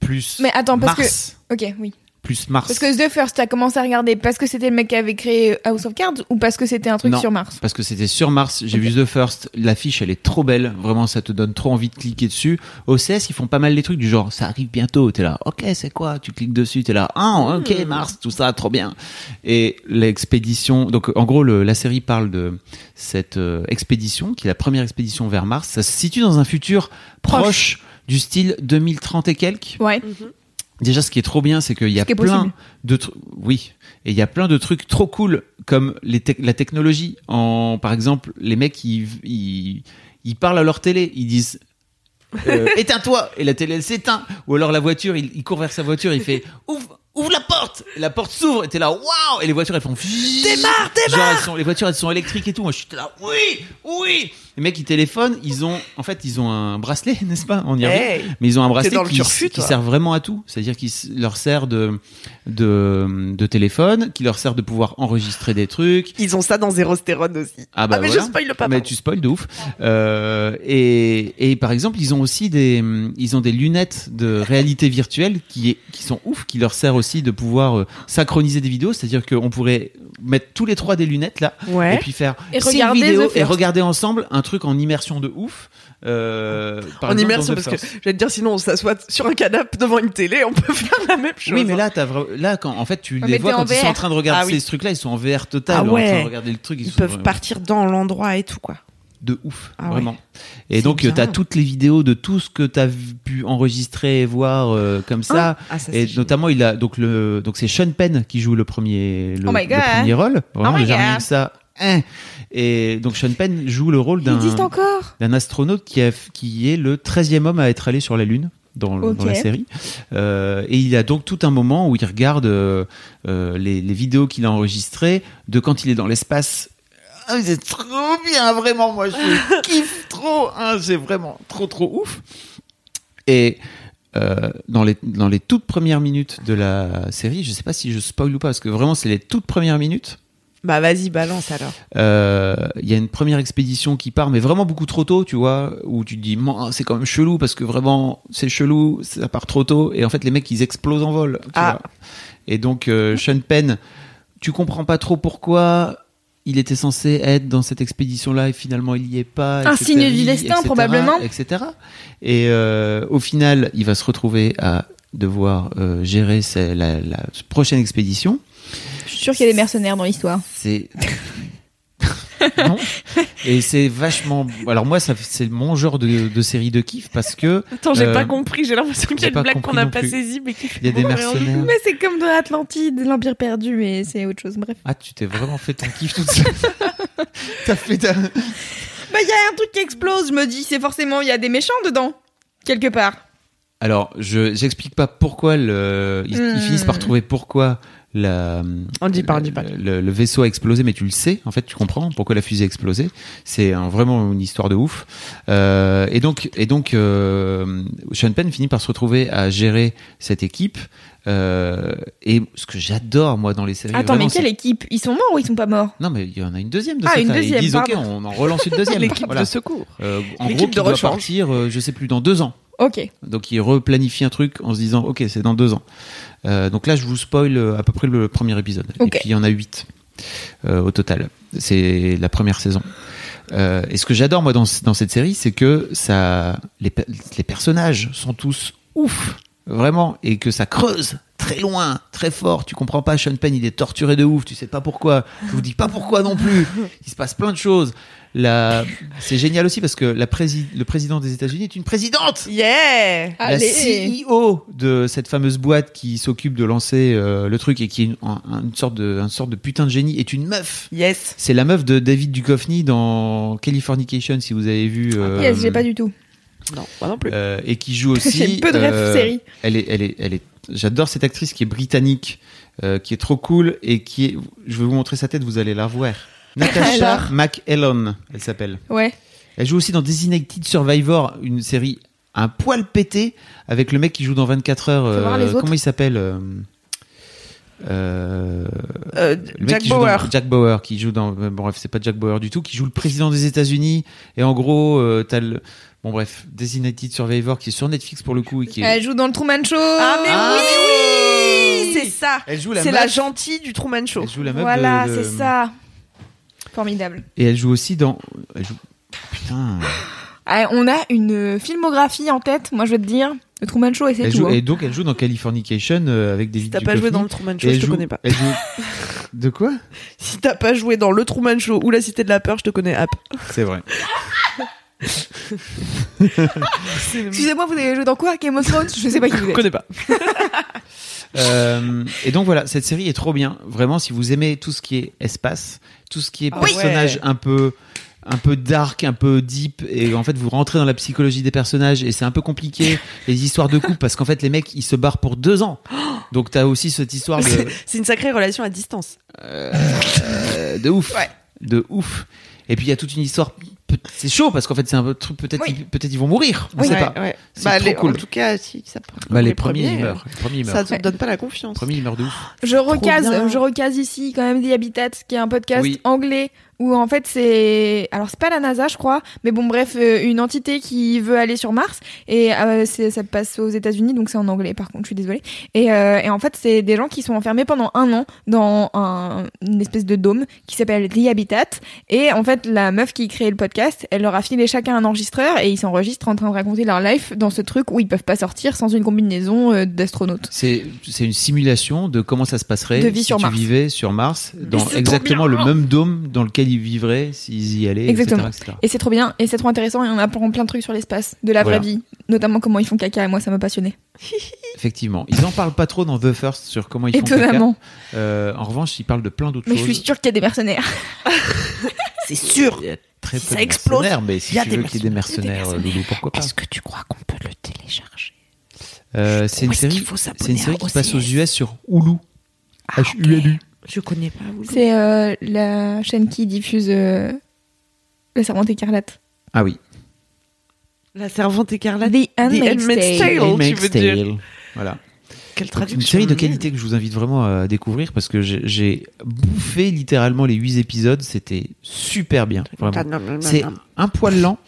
plus. Mais attends, parce Mars. que. Ok, oui. Plus Mars. Parce que The First, t'as commencé à regarder parce que c'était le mec qui avait créé House of Cards ou parce que c'était un truc Non. sur Mars Parce que c'était sur Mars, j'ai vu The First, l'affiche elle est trop belle, vraiment ça te donne trop envie de cliquer dessus. OCS ils font pas mal des trucs du genre ça arrive bientôt, t'es là, ok c'est quoi, tu cliques dessus, t'es là, ah ok Hmm. Mars, tout ça, trop bien. Et l'expédition, donc en gros le- la série parle de cette euh, expédition, qui est la première expédition vers Mars, ça se situe dans un futur proche, du style 2030 et quelques. Ouais. Déjà, ce qui est trop bien, c'est qu'il y a qui est plein possible. de trucs. Oui, et il y a plein de trucs trop cool comme les tec- la technologie. En par exemple, les mecs ils, ils, ils parlent à leur télé, ils disent. euh, éteins-toi et la télé elle s'éteint ou alors la voiture il, il court vers sa voiture il fait ouvre ouvre la porte et la porte s'ouvre et t'es là waouh et les voitures elles font démarre démarre genre elles sont, les voitures elles sont électriques et tout moi je suis là oui oui les mecs ils téléphonent ils ont en fait ils ont un bracelet n'est-ce pas on y arrive Hey. mais ils ont un bracelet T'es dans le qui, turfu, qui toi. sert vraiment à tout. C'est-à-dire qu'il s- leur sert de, de, de téléphone, qui leur sert de pouvoir enregistrer des trucs. Ils ont ça dans Zérostérone aussi. Ah bah mais voilà. je spoil le papa. Mais tu spoil de ouf. Euh, et, et par exemple, ils ont aussi des, hum, ils ont des lunettes de réalité virtuelle qui, est- qui sont ouf, qui leur sert aussi de pouvoir euh, synchroniser des vidéos. C'est-à-dire qu'on pourrait mettre tous les trois des lunettes là et Ouais. puis faire Et c'est une regarder vidéo The et First. regarder ensemble un truc en immersion de ouf. Euh, par En exemple, immersion, dans The parce que First. je vais te dire, sinon on s'assoit sur un canapé devant une télé, on peut faire la même chose. hein. Oui, mais là, t'as vra- là quand en fait tu Ouais, les mais vois t'es quand en ils sont en VR. train de regarder Ah oui. ces trucs-là, ils sont en VR total, Ah en train ouais. de regarder le truc, ils, Ils sont peuvent vraiment partir dans l'endroit et tout, quoi. de ouf, Ah ouais. vraiment. Et C'est donc euh, bien. t'as toutes les vidéos de tout ce que t'as vu- pu enregistrer et voir euh, comme ça. Ah, ça, et c'est notamment il a donc le donc c'est Sean Penn qui joue le premier le, Oh my le God. Oh premier rôle. Vraiment, my déjà, rien God. que ça. hein. Et donc Sean Penn joue le rôle Il d'un existe encore d'un astronaute qui, a- qui est le 13e homme à être allé sur la Lune dans, le- dans Ok. la série. Euh, et il y a donc tout un moment où il regarde euh, euh, les, les vidéos qu'il a enregistrées de quand il est dans l'espace. Ah, mais c'est trop bien, vraiment, moi je kiffe trop, hein, c'est vraiment trop trop ouf. Et euh, dans, les, dans les toutes premières minutes de la série, je sais pas si je spoil ou pas, parce que vraiment c'est les toutes premières minutes, Bah vas-y, balance alors. euh, il y a une première expédition qui part, mais vraiment beaucoup trop tôt, tu vois, où tu te dis, Man, c'est quand même chelou, parce que vraiment, c'est chelou, ça part trop tôt, et en fait, les mecs, ils explosent en vol. tu Ah. vois. Et donc, euh, Sean Penn, tu comprends pas trop pourquoi il était censé être dans cette expédition-là, et finalement, il y est pas. Un etc., signe du destin, etc., probablement. Etc. Et euh, au final, il va se retrouver à devoir euh, gérer sa- la- la prochaine expédition. Je suis sûre qu'il y a des mercenaires dans l'histoire. C'est. non. Et c'est vachement. Alors, moi, ça, c'est mon genre de, de série de kiff parce que Attends, j'ai Euh, pas compris, j'ai l'impression qu'il y j'ai a pas une blague compris qu'on n'a non pas plus. saisie, mais qui fait il y a des mourir. mercenaires. Mais c'est comme dans Atlantide, l'Empire perdu, mais c'est autre chose, bref. Ah, tu t'es vraiment fait ton kiff toute seule. T'as fait ta- Bah bah, il y a un truc qui explose. Je me dis, c'est forcément, il y a des méchants dedans, quelque part. Alors, je j'explique pas pourquoi le, ils, ils Hmm. finissent par trouver pourquoi la, On dit pas, on le- dit pas. Le, le vaisseau a explosé, mais tu le sais, en fait, tu comprends pourquoi la fusée a explosé. C'est un- vraiment une histoire de ouf. Euh, et donc, et donc euh, Sean Penn finit par se retrouver à gérer cette équipe. Euh, et ce que j'adore, moi, dans les séries. Attends, vraiment, mais quelle c'est- équipe Ils sont morts ou ils sont pas morts Non, mais il y en a une deuxième de Ah, cette une année. deuxième, Ils disent, OK, pardon. on en relance une deuxième. L'équipe Voilà. de secours. Euh, en l'équipe gros, de qui doit rechange. partir, euh, je sais plus, dans deux ans. Ok. Donc il replanifie un truc en se disant ok c'est dans deux ans. Euh, donc là je vous spoil euh, à peu près le premier épisode. Et Ok. puis il y en a huit euh, au total. C'est la première saison. Euh, et ce que j'adore moi dans, ce- dans cette série c'est que ça les, pe- les personnages sont tous ouf vraiment et que ça creuse très loin très fort tu comprends pas Sean Penn il est torturé de ouf tu sais pas pourquoi je vous dis pas pourquoi non plus il se passe plein de choses la... c'est génial aussi parce que la prési- le président des États-Unis est une présidente Yeah Ah, Allez. la CEO de cette fameuse boîte qui s'occupe de lancer euh, le truc et qui est une, un- une sorte de, une sorte de putain de génie est une meuf. Yes. C'est la meuf de David Duchovny dans Californication, si vous avez vu. euh, Ah, yes, j'ai pas du tout. Non, moi non plus. euh, et qui joue aussi. J'ai peu de rêves euh, série. Elle est, elle est, elle est. J'adore cette actrice qui est britannique, euh, qui est trop cool et qui est. Je vais vous montrer sa tête, vous allez la voir. Natasha Alors McElhone, elle s'appelle. Ouais. Elle joue aussi dans Designated Survivor, une série un poil pété avec le mec qui joue dans 24 heures. Faut voir euh, les autres. comment il s'appelle euh, euh, Euh, le mec Jack qui joue dans- Bauer. Jack Bauer qui joue dans euh, bon, bref c'est pas Jack Bauer du tout qui joue le président des États-Unis et en gros euh, t'as le bon bref Designated Survivor qui est sur Netflix pour le coup et qui est- Elle joue dans le Truman Show. Ah, mais Ah, oui, C'est ça elle joue la C'est meuf la gentille du Truman Show. elle joue la meuf Voilà, de- de- c'est ça. Formidable. et elle joue aussi dans elle joue putain Ah, on a une euh, filmographie en tête, moi je vais te dire. Le Truman Show et c'est elle tout. joue... hein. et donc elle joue dans Californication euh, avec des Si t'as pas joué dans le Truman Show, je te connais pas. elle joue... de quoi Si t'as pas joué dans le Truman Show ou la Cité de la Peur, je te connais app. c'est vrai Excusez-moi, vous avez joué dans quoi Game of Thrones Je sais pas qui vous Je êtes. connais pas. Euh, et donc voilà, cette série est trop bien. Vraiment, si vous aimez tout ce qui est espace, tout ce qui est Ah personnage ouais. un peu un peu dark, un peu deep, et en fait vous rentrez dans la psychologie des personnages et c'est un peu compliqué les histoires de couple parce qu'en fait les mecs ils se barrent pour deux ans. Donc t'as aussi cette histoire de, C'est c'est une sacrée relation à distance. euh, de ouf, de ouf. Et puis il y a toute une histoire. peut- C'est chaud parce qu'en fait c'est un peu truc peut-être Oui. ils- peut-être ils vont mourir. On sait Ouais, pas. ouais. C'est Bah, trop les- cool. En tout cas, si ça part- Bah, les, les premiers, premiers, hein. euh, ils meurent. Les premiers ils meurent. ça te donne pas la confiance. Les premiers ils meurent de ouf. Je bien. recase, je recase ici quand même The Habitat, qui est un podcast Oui. anglais où en fait c'est, alors c'est pas la NASA je crois, mais bon bref euh, une entité qui veut aller sur Mars et euh, c'est- ça passe aux États-Unis donc c'est en anglais par contre je suis désolée et, euh, et en fait c'est des gens qui sont enfermés pendant un an dans un- une espèce de dôme qui s'appelle The Habitat et en fait la meuf qui crée le podcast elle leur a filé chacun un enregistreur et ils s'enregistrent en train de raconter leur life dans ce truc où ils peuvent pas sortir sans une combinaison euh, d'astronautes. C'est c'est une simulation de comment ça se passerait De vie si sur tu Mars. vivais sur Mars, dans c'est trop exactement le bien. même dôme dans lequel ils vivraient s'ils y allaient, Exactement. etc. etc. Et c'est trop bien, et c'est trop intéressant, et on apprend plein de trucs sur l'espace, de la Voilà. vraie vie, notamment comment ils font caca, et moi ça m'a passionné. Effectivement. Ils en parlent pas trop dans The First sur comment ils font Étonnamment. caca. Euh, en revanche, ils parlent de plein d'autres Mais choses. je suis sûre qu'il y a des mercenaires. C'est sûr. Il y a très peu Ça de explose. mercenaires, mais si Il y a tu des veux qu'il y ait des mercenaires, euh, Loulou, pourquoi pas que tu crois qu'on peut le télécharger Euh, C'est une Où est-ce qu'il série, faut s'abonner c'est une série à qui OCS? passe aux US sur Hulu. H-U-L-U. Je connais pas. Oulu. C'est euh, la chaîne qui diffuse euh, La Servante Écarlate. Ah oui. La servante écarlate. The Handmaid's Handmaid's Tale. Tale. tu Handmaid's veux dire. Tale. Voilà. Quelle Donc, traduction une série de qualité que je vous invite vraiment à découvrir parce que j'ai- j'ai bouffé littéralement les 8 épisodes. C'était super bien. Vraiment. C'est un poil lent,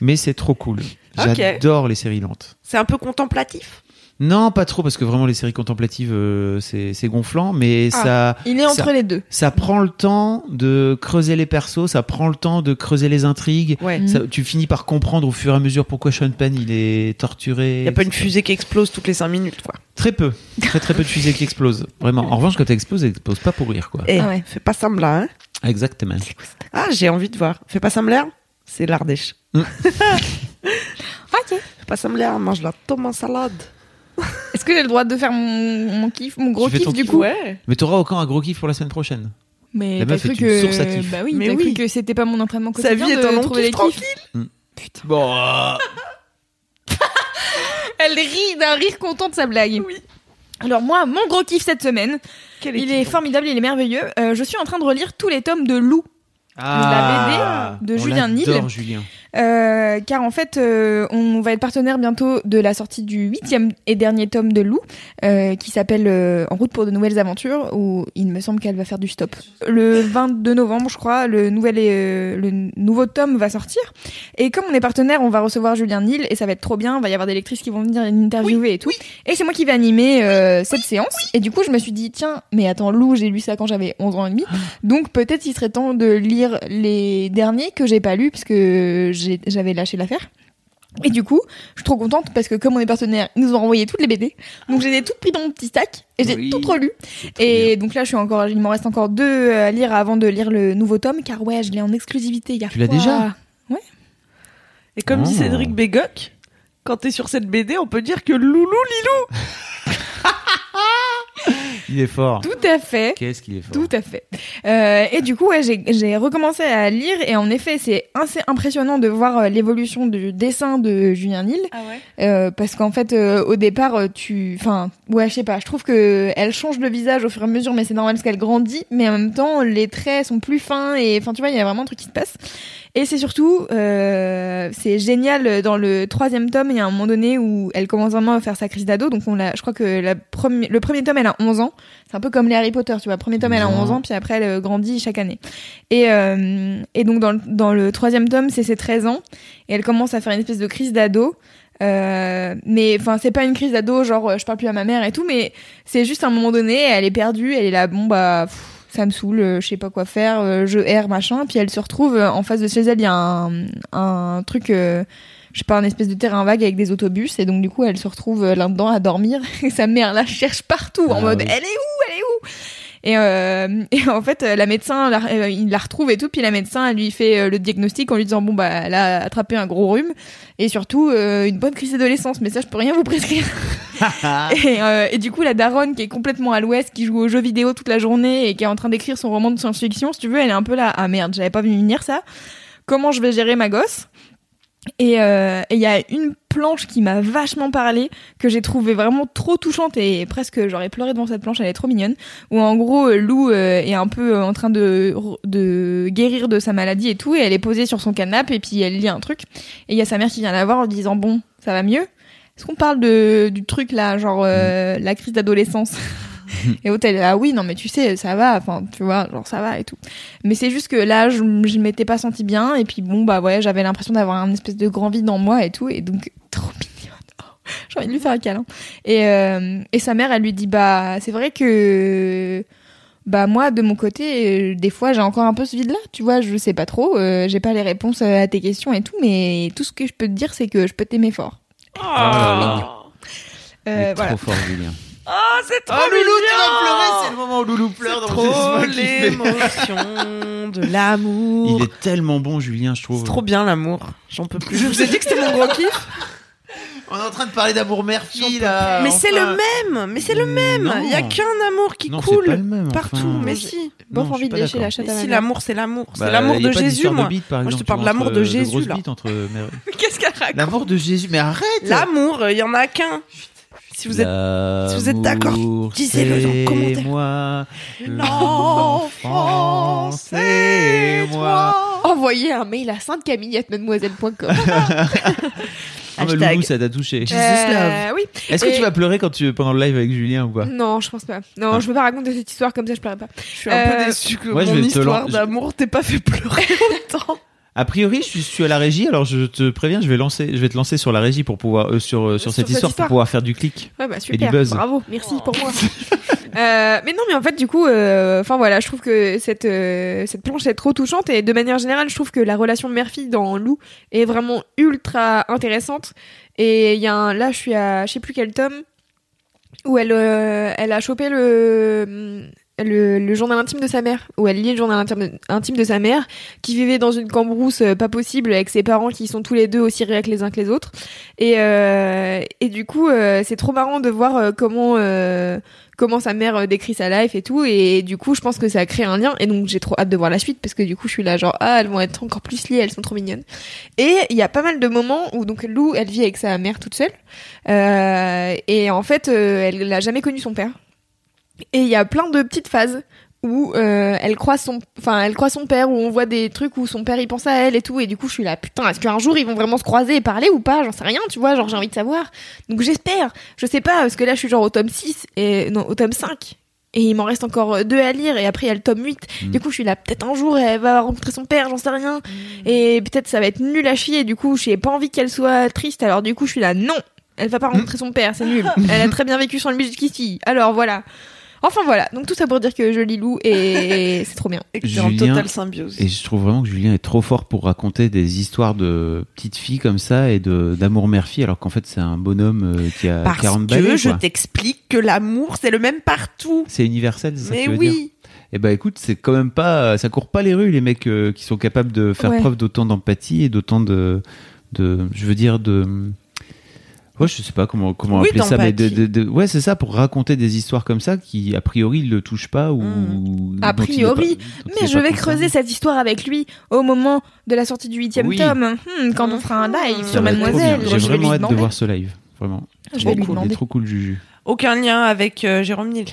mais c'est trop cool. Ok. J'adore les séries lentes. C'est un peu contemplatif. Non, pas trop, parce que vraiment les séries contemplatives, euh, c'est c'est gonflant, mais Ah. ça, Il est entre Ça- les deux. ça prend le temps de creuser les persos, ça prend le temps de creuser les intrigues. Ouais. Mm. Ça- tu finis par comprendre au fur et à mesure pourquoi Sean Penn il est torturé. Il a pas une fusée qui explose toutes les 5 minutes, quoi. Très peu, très très peu de fusées qui explosent. Vraiment. En revanche, quand elle explose, elle explose pas pour rire, quoi. Eh, Ah ouais. fais pas semblant. Hein. Exactement. Ah, j'ai envie de voir. Fais pas semblant. C'est l'Ardèche. Ok. Fais pas semblant. Mange la tomate en salade. Est-ce que j'ai le droit de faire mon, mon kiff, mon gros Tu fais kiff ton du kiff, coup Ouais. Mais t'auras encore un gros kiff pour la semaine prochaine. Mais La t'as meuf cru est une que source à kiff. bah oui, Mais t'as oui. cru que c'était pas mon entraînement Sa quotidien vie est de un long trouver les kiff kiffs. tranquille. Mm. Bon, euh, hein. Elle rit d'un rire content de sa blague. Oui. Alors moi, mon gros kiff cette semaine, il est formidable, il est merveilleux. Euh, je suis en train de relire tous les tomes de Lou, ah, hein, BD de on Julien Nil. l'adore, Julien. Euh, car en fait, euh, on va être partenaire bientôt de la sortie du huitième et dernier tome de Lou, euh, qui s'appelle euh, En route pour de nouvelles aventures, où il me semble qu'elle va faire du stop. Le 22 novembre, je crois, le, nouvel et, euh, le nouveau tome va sortir. Et comme on est partenaire, on va recevoir Julien Nil, et ça va être trop bien, il va y avoir des lectrices qui vont venir l'interviewer et tout. Et c'est moi qui vais animer euh, cette séance. Et du coup, je me suis dit, tiens, mais attends, Lou, j'ai lu ça quand j'avais 11 ans et demi. Donc peut-être il serait temps de lire les derniers que j'ai pas lus parce que j'ai- j'avais lâché l'affaire. Et du coup, je suis trop contente parce que comme on est partenaire, ils nous ont envoyé toutes les BD. Donc je les ai toutes pris dans mon petit stack et j'ai Oui. toutes relues. C'est trop bien. Et donc là, je suis encore, il m'en reste encore deux à lire avant de lire le nouveau tome car ouais, je l'ai en exclusivité hier. Tu l'as Ouah. déjà Et comme dit Oh. Cédric Bégoc, quand t'es sur cette BD, on peut dire que Loulou il est fort. Tout à fait. Qu'est-ce qu'il est fort. Tout à fait. Euh, et du coup, ouais, j'ai- j'ai recommencé à lire et en effet, c'est assez impressionnant de voir euh, l'évolution du dessin de Julien Nil. Ah ouais Euh, parce qu'en fait, euh, au départ, euh, tu, enfin, ouais, je sais pas. Je trouve que elle change de visage au fur et à mesure, mais c'est normal parce qu'elle grandit. Mais en même temps, les traits sont plus fins et, enfin, tu vois, il y a vraiment un truc qui se passe. Et c'est surtout, euh, c'est génial euh, dans le troisième tome. Il y a un moment donné où elle commence vraiment à faire sa crise d'ado. Donc on l'a, je crois que la premi- le premier tome, elle a 11 ans. C'est un peu comme les Harry Potter, tu vois. Premier tome, elle a 11 ans, puis après, elle euh, grandit chaque année. Et, euh, et donc dans le, dans le troisième tome, c'est ses 13 ans et elle commence à faire une espèce de crise d'ado. Euh, mais enfin c'est pas une crise d'ado genre euh, je parle plus à ma mère et tout mais c'est juste à un moment donné elle est perdue elle est là bon bah pff, ça me saoule euh, je sais pas quoi faire euh, je erre machin puis elle se retrouve euh, en face de chez elle il y a un, un truc euh, je sais pas un espèce de terrain vague avec des autobus et donc du coup elle se retrouve euh, là-dedans à dormir et sa mère la cherche partout en Ah mode oui. elle est où elle est où et, euh, et en fait, euh, la médecin, la- euh, il la retrouve et tout. Puis la médecin, elle lui fait euh, le diagnostic en lui disant bon bah elle a attrapé un gros rhume et surtout euh, une bonne crise d'adolescence. Mais ça, je peux rien vous prescrire. et, euh, et du coup, la daronne qui est complètement à l'ouest, qui joue aux jeux vidéo toute la journée et qui est en train d'écrire son roman de science-fiction, si tu veux, elle est un peu là. Ah merde, j'avais pas vu venir ça. Comment je vais gérer ma gosse et euh, et il y a une planche qui m'a vachement parlé, que j'ai trouvée vraiment trop touchante et presque j'aurais pleuré devant cette planche, elle est trop mignonne. Où en gros euh, Lou euh, est un peu euh, en train de, de guérir de sa maladie et tout, et elle est posée sur son canapé et puis elle lit un truc. Et il y a sa mère qui vient la voir en lui disant bon, ça va mieux. Est-ce qu'on parle de, du truc là, genre euh, la crise d'adolescence Et l'autre elle est là, oui, non mais tu sais, ça va, enfin tu vois, genre ça va et tout. Mais c'est juste que là, je, je m'étais pas sentie bien. Et puis bon, bah ouais, j'avais l'impression d'avoir un espèce de grand vide en moi et tout. Et donc, trop mignonne. Oh, J'ai envie de lui faire un câlin. Et, euh, et sa mère, elle lui dit, bah, c'est vrai que, bah, moi, de mon côté, euh, des fois, j'ai encore un peu ce vide-là. Tu vois, je sais pas trop. euh, j'ai pas les réponses à tes questions et tout. Mais tout ce que je peux te dire, c'est que je peux t'aimer fort. Ah. Oh Il Euh, est voilà. Trop fort, Julien. Ah, c'est Oh, trop mignon moment où Loulou Trop l'émotion de l'amour. Il est tellement bon, Julien, je trouve. C'est trop bien l'amour. J'en peux plus. Je vous ai dit que c'était mon gros kiff. On est en train de parler d'amour mère-fille, là. Mais c'est le même. Ah, Mais c'est le même. Il y a qu'un amour qui non, c'est coule pas le même, partout. enfin. Mais si. Bof, Non, je suis envie de pas lécher d'accord. la chatte Mais à ma si mère. l'amour, c'est l'amour. Bah, c'est l'amour y a de pas d'histoire Jésus, de moi. bite, par Moi, je te exemple, parle de l'amour entre, de euh, Jésus, grosses là. bites entre mère- Qu'est-ce qu'elle raconte L'amour de Jésus, mais arrête L'amour, il y en a qu'un. Si vous êtes si vous êtes d'accord, L'amour, disez-le dans le c'est commentaire. moi, L'enfant, c'est moi. Envoyez un mail à sainte-camille@mademoiselle.com. Ah, mais Hashtag. Loulou, ça t'a touché. Euh, oui. Est-ce que Et- tu vas pleurer quand tu pendant le live avec Julien ou pas Non, je pense pas. Non, je veux pas raconter cette histoire comme ça, je pleurais pas. Je suis un peu Euh, déçue que moi, je mon vais te histoire lan- d'amour t'ait pas fait pleurer autant. A priori, je suis, je suis à la régie, alors je te préviens, je vais lancer, je vais te lancer sur la régie pour pouvoir euh, sur, euh, sur, Sur cette, cette histoire, histoire. pour pouvoir faire du clic. Ouais, bah du super, buzz. bravo, merci pour moi. Euh, mais non, mais en fait, du coup, euh, enfin voilà, je trouve que cette euh, cette planche est trop touchante et de manière générale, je trouve que la relation mère-fille dans Lou est vraiment ultra intéressante. Et il y a un, là, je suis à, je sais plus quel tome où elle euh, elle a chopé le le, le journal intime de sa mère, où elle lit le journal intime de, intime de sa mère, qui vivait dans une cambrousse euh, pas possible avec ses parents qui sont tous les deux aussi réacs les uns que les autres. Et, euh, et du coup, euh, c'est trop marrant de voir euh, comment, euh, comment sa mère euh, décrit sa life et tout. Et du coup, je pense que ça a créé un lien. Et donc, j'ai trop hâte de voir la suite parce que du coup, je suis là genre, ah, elles vont être encore plus liées, elles sont trop mignonnes. Et il y a pas mal de moments où donc Lou, elle vit avec sa mère toute seule. Euh, et en fait, euh, elle n'a jamais connu son père. Et il y a plein de petites phases où euh, elle croit son, enfin elle croit son père, où on voit des trucs où son père il pense à elle et tout, et du coup je suis là putain, est-ce qu'un jour ils vont vraiment se croiser et parler ou pas J'en sais rien, tu vois, genre j'ai envie de savoir. Donc j'espère, je sais pas, parce que là je suis genre au tome 6 et non au tome 5. Et il m'en reste encore euh, deux à lire et après il y a le tome 8. Mm. Du coup, je suis là peut-être un jour elle va rencontrer son père, j'en sais rien. Et peut-être ça va être nul à chier. Du coup, j'ai pas envie qu'elle soit triste. Alors du coup, je suis là non, elle va pas rencontrer son père, c'est nul. Elle a très bien vécu sans le budget Kitty. Alors voilà. Enfin voilà, donc tout ça pour dire que je lis Lou et c'est trop bien. Et que t'es en Julien totale symbiose. Et je trouve vraiment que Julien est trop fort pour raconter des histoires de petites filles comme ça et de d'amour mère-fille, alors qu'en fait c'est un bonhomme euh, qui a Parce 40 que balais. je quoi. t'explique que l'amour, c'est le même partout. C'est universel, c'est ça que Mais tu veux dire oui. Eh ben écoute, c'est quand même pas, ça court pas les rues les mecs euh, qui sont capables de faire Ouais. preuve d'autant d'empathie et d'autant de, de, je veux dire de, ouais je sais pas comment comment Oui, appeler ça, mais de, d'empathie. de- de- ouais c'est ça pour raconter des histoires comme ça qui a priori ne le touchent pas ou Mm. Hmm. A dont il est pas- priori. dont il Mais est je pas vais concerné. creuser cette histoire avec lui au moment de la sortie du huitième Oui. tome, Hmm, quand on fera un live Ça sur va être trop Mademoiselle. Je bien. J'ai vais vraiment lui hâte de demander. voir ce live, vraiment. Je vais lui Trop cool, il est demander. trop cool Juju. Aucun lien avec euh, Jérôme Niel.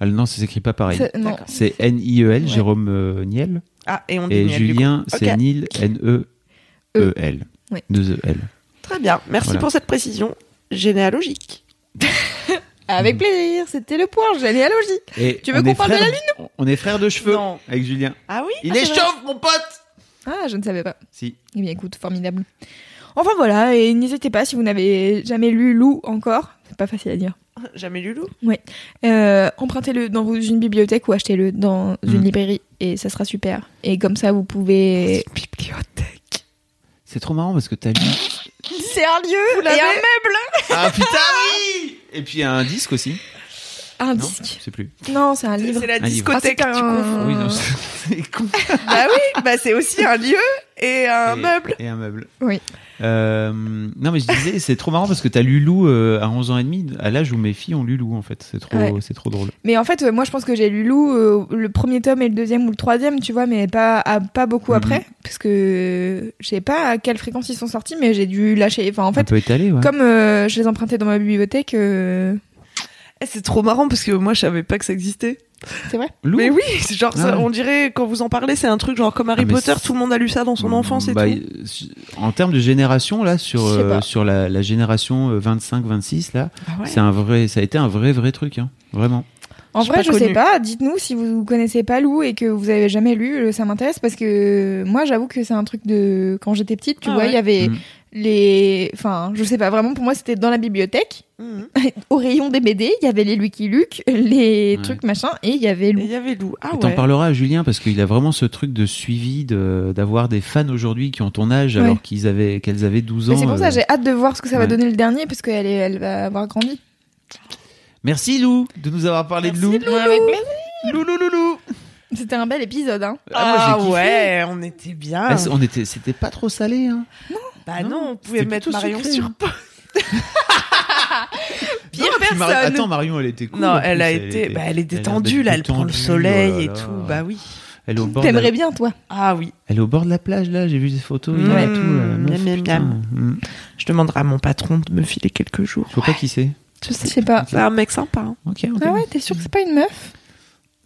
Ah non c'est s'écrit pas pareil. C'est- Non. C'est N I E L Ouais. Jérôme euh, Niel Ah, et on dit et Niel, du coup. Julien c'est Ok. Nil N E E L Ouais. deux E L. Très bien. Merci Voilà. pour cette précision généalogique. Hmm. Avec plaisir, c'était le point généalogie. Et Tu veux on qu'on est parle de frères- On est frères de cheveux Non. avec Julien. Ah oui Il Ah, c'est échauffe mon pote Ah, je ne savais pas. Si. Eh bien, écoute, formidable. Enfin voilà, et n'hésitez pas si vous n'avez jamais lu Lou encore, c'est pas facile à dire. Jamais Lulu. Euh, empruntez-le dans vos- une bibliothèque ou achetez-le dans une Mm. librairie et ça sera super. Et comme ça, vous pouvez. Bibliothèque. C'est trop marrant parce que t'as lu. C'est un lieu et un, ah putain oui Et puis un disque aussi. un Non, disque. je sais plus. Non, c'est un livre. C'est la livre. discothèque. Ah, c'est tu un- confonds. Oui, non, c'est c'est con. bah oui, bah c'est aussi un lieu et un Et- meuble. Et un meuble. Oui. Euh, non mais je disais, c'est trop marrant parce que t'as lu Lou euh, à 11 ans et demi, à l'âge où mes filles ont lu Lou en fait. C'est trop, Ouais. c'est trop drôle. Mais en fait, euh, moi, je pense que j'ai lu Lou euh, le premier tome et le deuxième ou le troisième, tu vois, mais pas à- pas beaucoup Mhm. après, parce que euh, je sais pas à quelle fréquence ils sont sortis, mais j'ai dû lâcher. Enfin, en Un fait, peu étalé, ouais. comme euh, je les empruntais dans ma bibliothèque, euh, Eh, C'est trop marrant parce que moi je savais pas que ça existait. c'est vrai. Lou Mais oui, c'est genre ça, Ah ouais. on dirait quand vous en parlez, c'est un truc genre comme Harry Ah, mais Potter, c'est- tout le monde a lu ça dans son enfance et Bah, tout. euh, En termes de génération là, sur Je sais euh, pas. sur la, la génération 25-26 là, Ah ouais. c'est un vrai, ça a été un vrai vrai truc, hein. vraiment. En J'ai vrai, pas je connu. sais pas. Dites-nous si vous connaissez pas Lou et que vous avez jamais lu. euh, Ça m'intéresse parce que moi, j'avoue que c'est un truc de quand j'étais petite. Tu Ah vois, il ouais. y avait Mm. les. Enfin, je sais pas vraiment. Pour moi, c'était dans la bibliothèque, Mhm. au rayon des BD. Il y avait les Lucky Luke, les Ouais. trucs machin, et il y avait Et Lou. il y avait Lou. Ah Et T'en ouais. parleras à Julien parce qu'il a vraiment ce truc de suivi de- d'avoir des fans aujourd'hui qui ont ton âge Ouais. alors qu'ils avaient qu'elles avaient 12 ans. Mais c'est pour ça, euh. j'ai hâte de voir ce que ça va ouais. donner le dernier parce qu'elle est- elle va avoir grandi. Merci Lou de nous avoir parlé de Lou. Lou Lou Lou Lou. C'était un bel épisode, hein. Ah, Ah, moi, j'ai kiffé. ouais, on était bien. Ah, c'est- on était c'était pas trop salé hein. bah non, non, on pouvait c'était mettre plutôt Marion sucré, sur hein. pause. Pire Non, puis personne. Mar- Attends Marion elle était cool. en non, plus, elle a été, bah, elle est détendue là, elle prend le détendue, soleil oh là et là. tout. Bah oui. Elle est au bord de la- T'aimerais bien, toi. Ah oui. elle est au bord de la plage là, j'ai vu des photos hier Ouais. et tout. la meuf, Miam, miam, putain. miam. Mm. Je demanderai à mon patron de me filer quelques jours. Je vois pas qui c'est. Je sais pas. C'est un mec sympa. hein. OK OK. Ah ouais, t'es sûr que c'est pas une meuf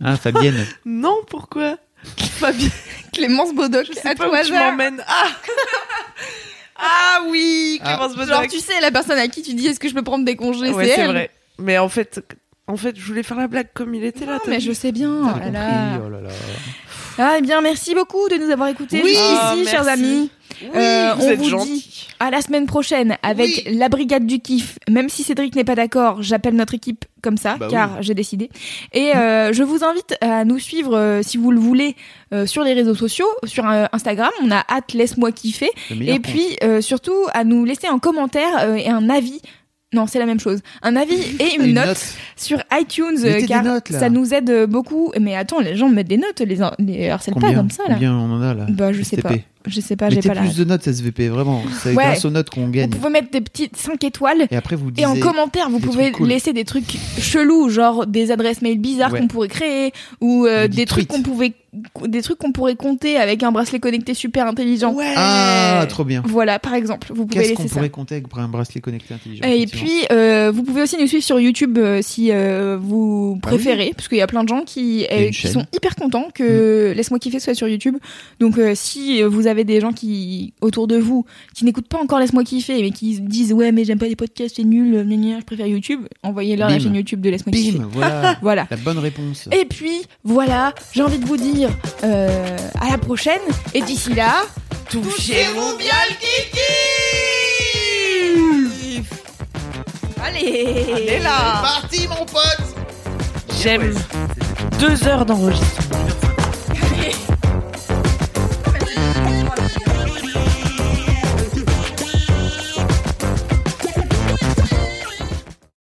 Ah, Fabienne. Non, pourquoi Fabien, Clémence Bodoc, je à sais pas tout où tu hasard. m'emmènes. Ah Ah oui, Clémence Genre, Bodoc. tu sais, la personne à qui tu dis est-ce que je peux prendre des congés, Ouais, c'est c'est elle. vrai. Mais en fait, en fait, je voulais faire la blague comme il était là. Non, t'as mais vu je sais bien. T'as oh là compris, là. oh là là. Ah, eh bien, merci beaucoup de nous avoir écoutés Oui. Ah, jusqu'ici, merci. chers amis. Oui, Euh, vous on êtes vous gentils. dit à la semaine prochaine avec la brigade du kiff. Même si Cédric n'est pas d'accord, j'appelle notre équipe comme ça, Bah car j'ai décidé. Et euh, je vous invite à nous suivre, euh, si vous le voulez, euh, sur les réseaux sociaux, sur euh, Instagram. On a hâte, laisse-moi kiffer. Le meilleur Et puis, euh, surtout, à nous laisser un commentaire euh, et un avis Non, c'est la même chose. Un avis et une, note, sur iTunes, euh, Mettez des car notes, là. ça nous aide euh, beaucoup. Mais attends, les gens mettent des notes, les, en- les harcèlent pas comme ça, là. Combien on en a là Bah, je sais STP. pas. Je sais pas, j'ai Mettez pas la... plus de notes SVP, vraiment. C'est Ouais. grâce aux notes qu'on Vous gagne. pouvez mettre des petites 5 étoiles. Et après, vous Et disiez. en commentaire, vous des pouvez trucs cool. laisser des trucs chelous, genre des adresses mail bizarres Ouais. qu'on pourrait créer ou euh, Ou des des trucs qu'on tweets. pouvait des trucs qu'on pourrait compter avec un bracelet connecté super intelligent. Ah, trop bien. Voilà, par exemple, vous pouvez Qu'est-ce laisser qu'on ça. pourrait compter avec un bracelet connecté intelligent Et effectivement. puis, euh, vous pouvez aussi nous suivre sur YouTube euh, si euh, vous Bah oui. préférez, parce qu'il y a plein de gens qui, y a euh, une qui chaîne. Mm. sont hyper contents que Laisse-moi kiffer soit sur YouTube. Donc, euh, si euh, vous avez des gens qui autour de vous qui n'écoutent pas encore Laisse-moi kiffer, mais qui se disent ouais mais j'aime pas les podcasts, c'est nul, euh, gna gna, je préfère YouTube, envoyez-leur la Bim. chaîne YouTube de Laisse-moi kiffer. Bim, voilà. Voilà. La bonne réponse. Et puis, voilà, j'ai envie de vous dire euh, à la prochaine. Et d'ici là, touchez-vous bien le kiki Allez Et là Parti, mon pote J'aime deux heures d'enregistrement. Allez.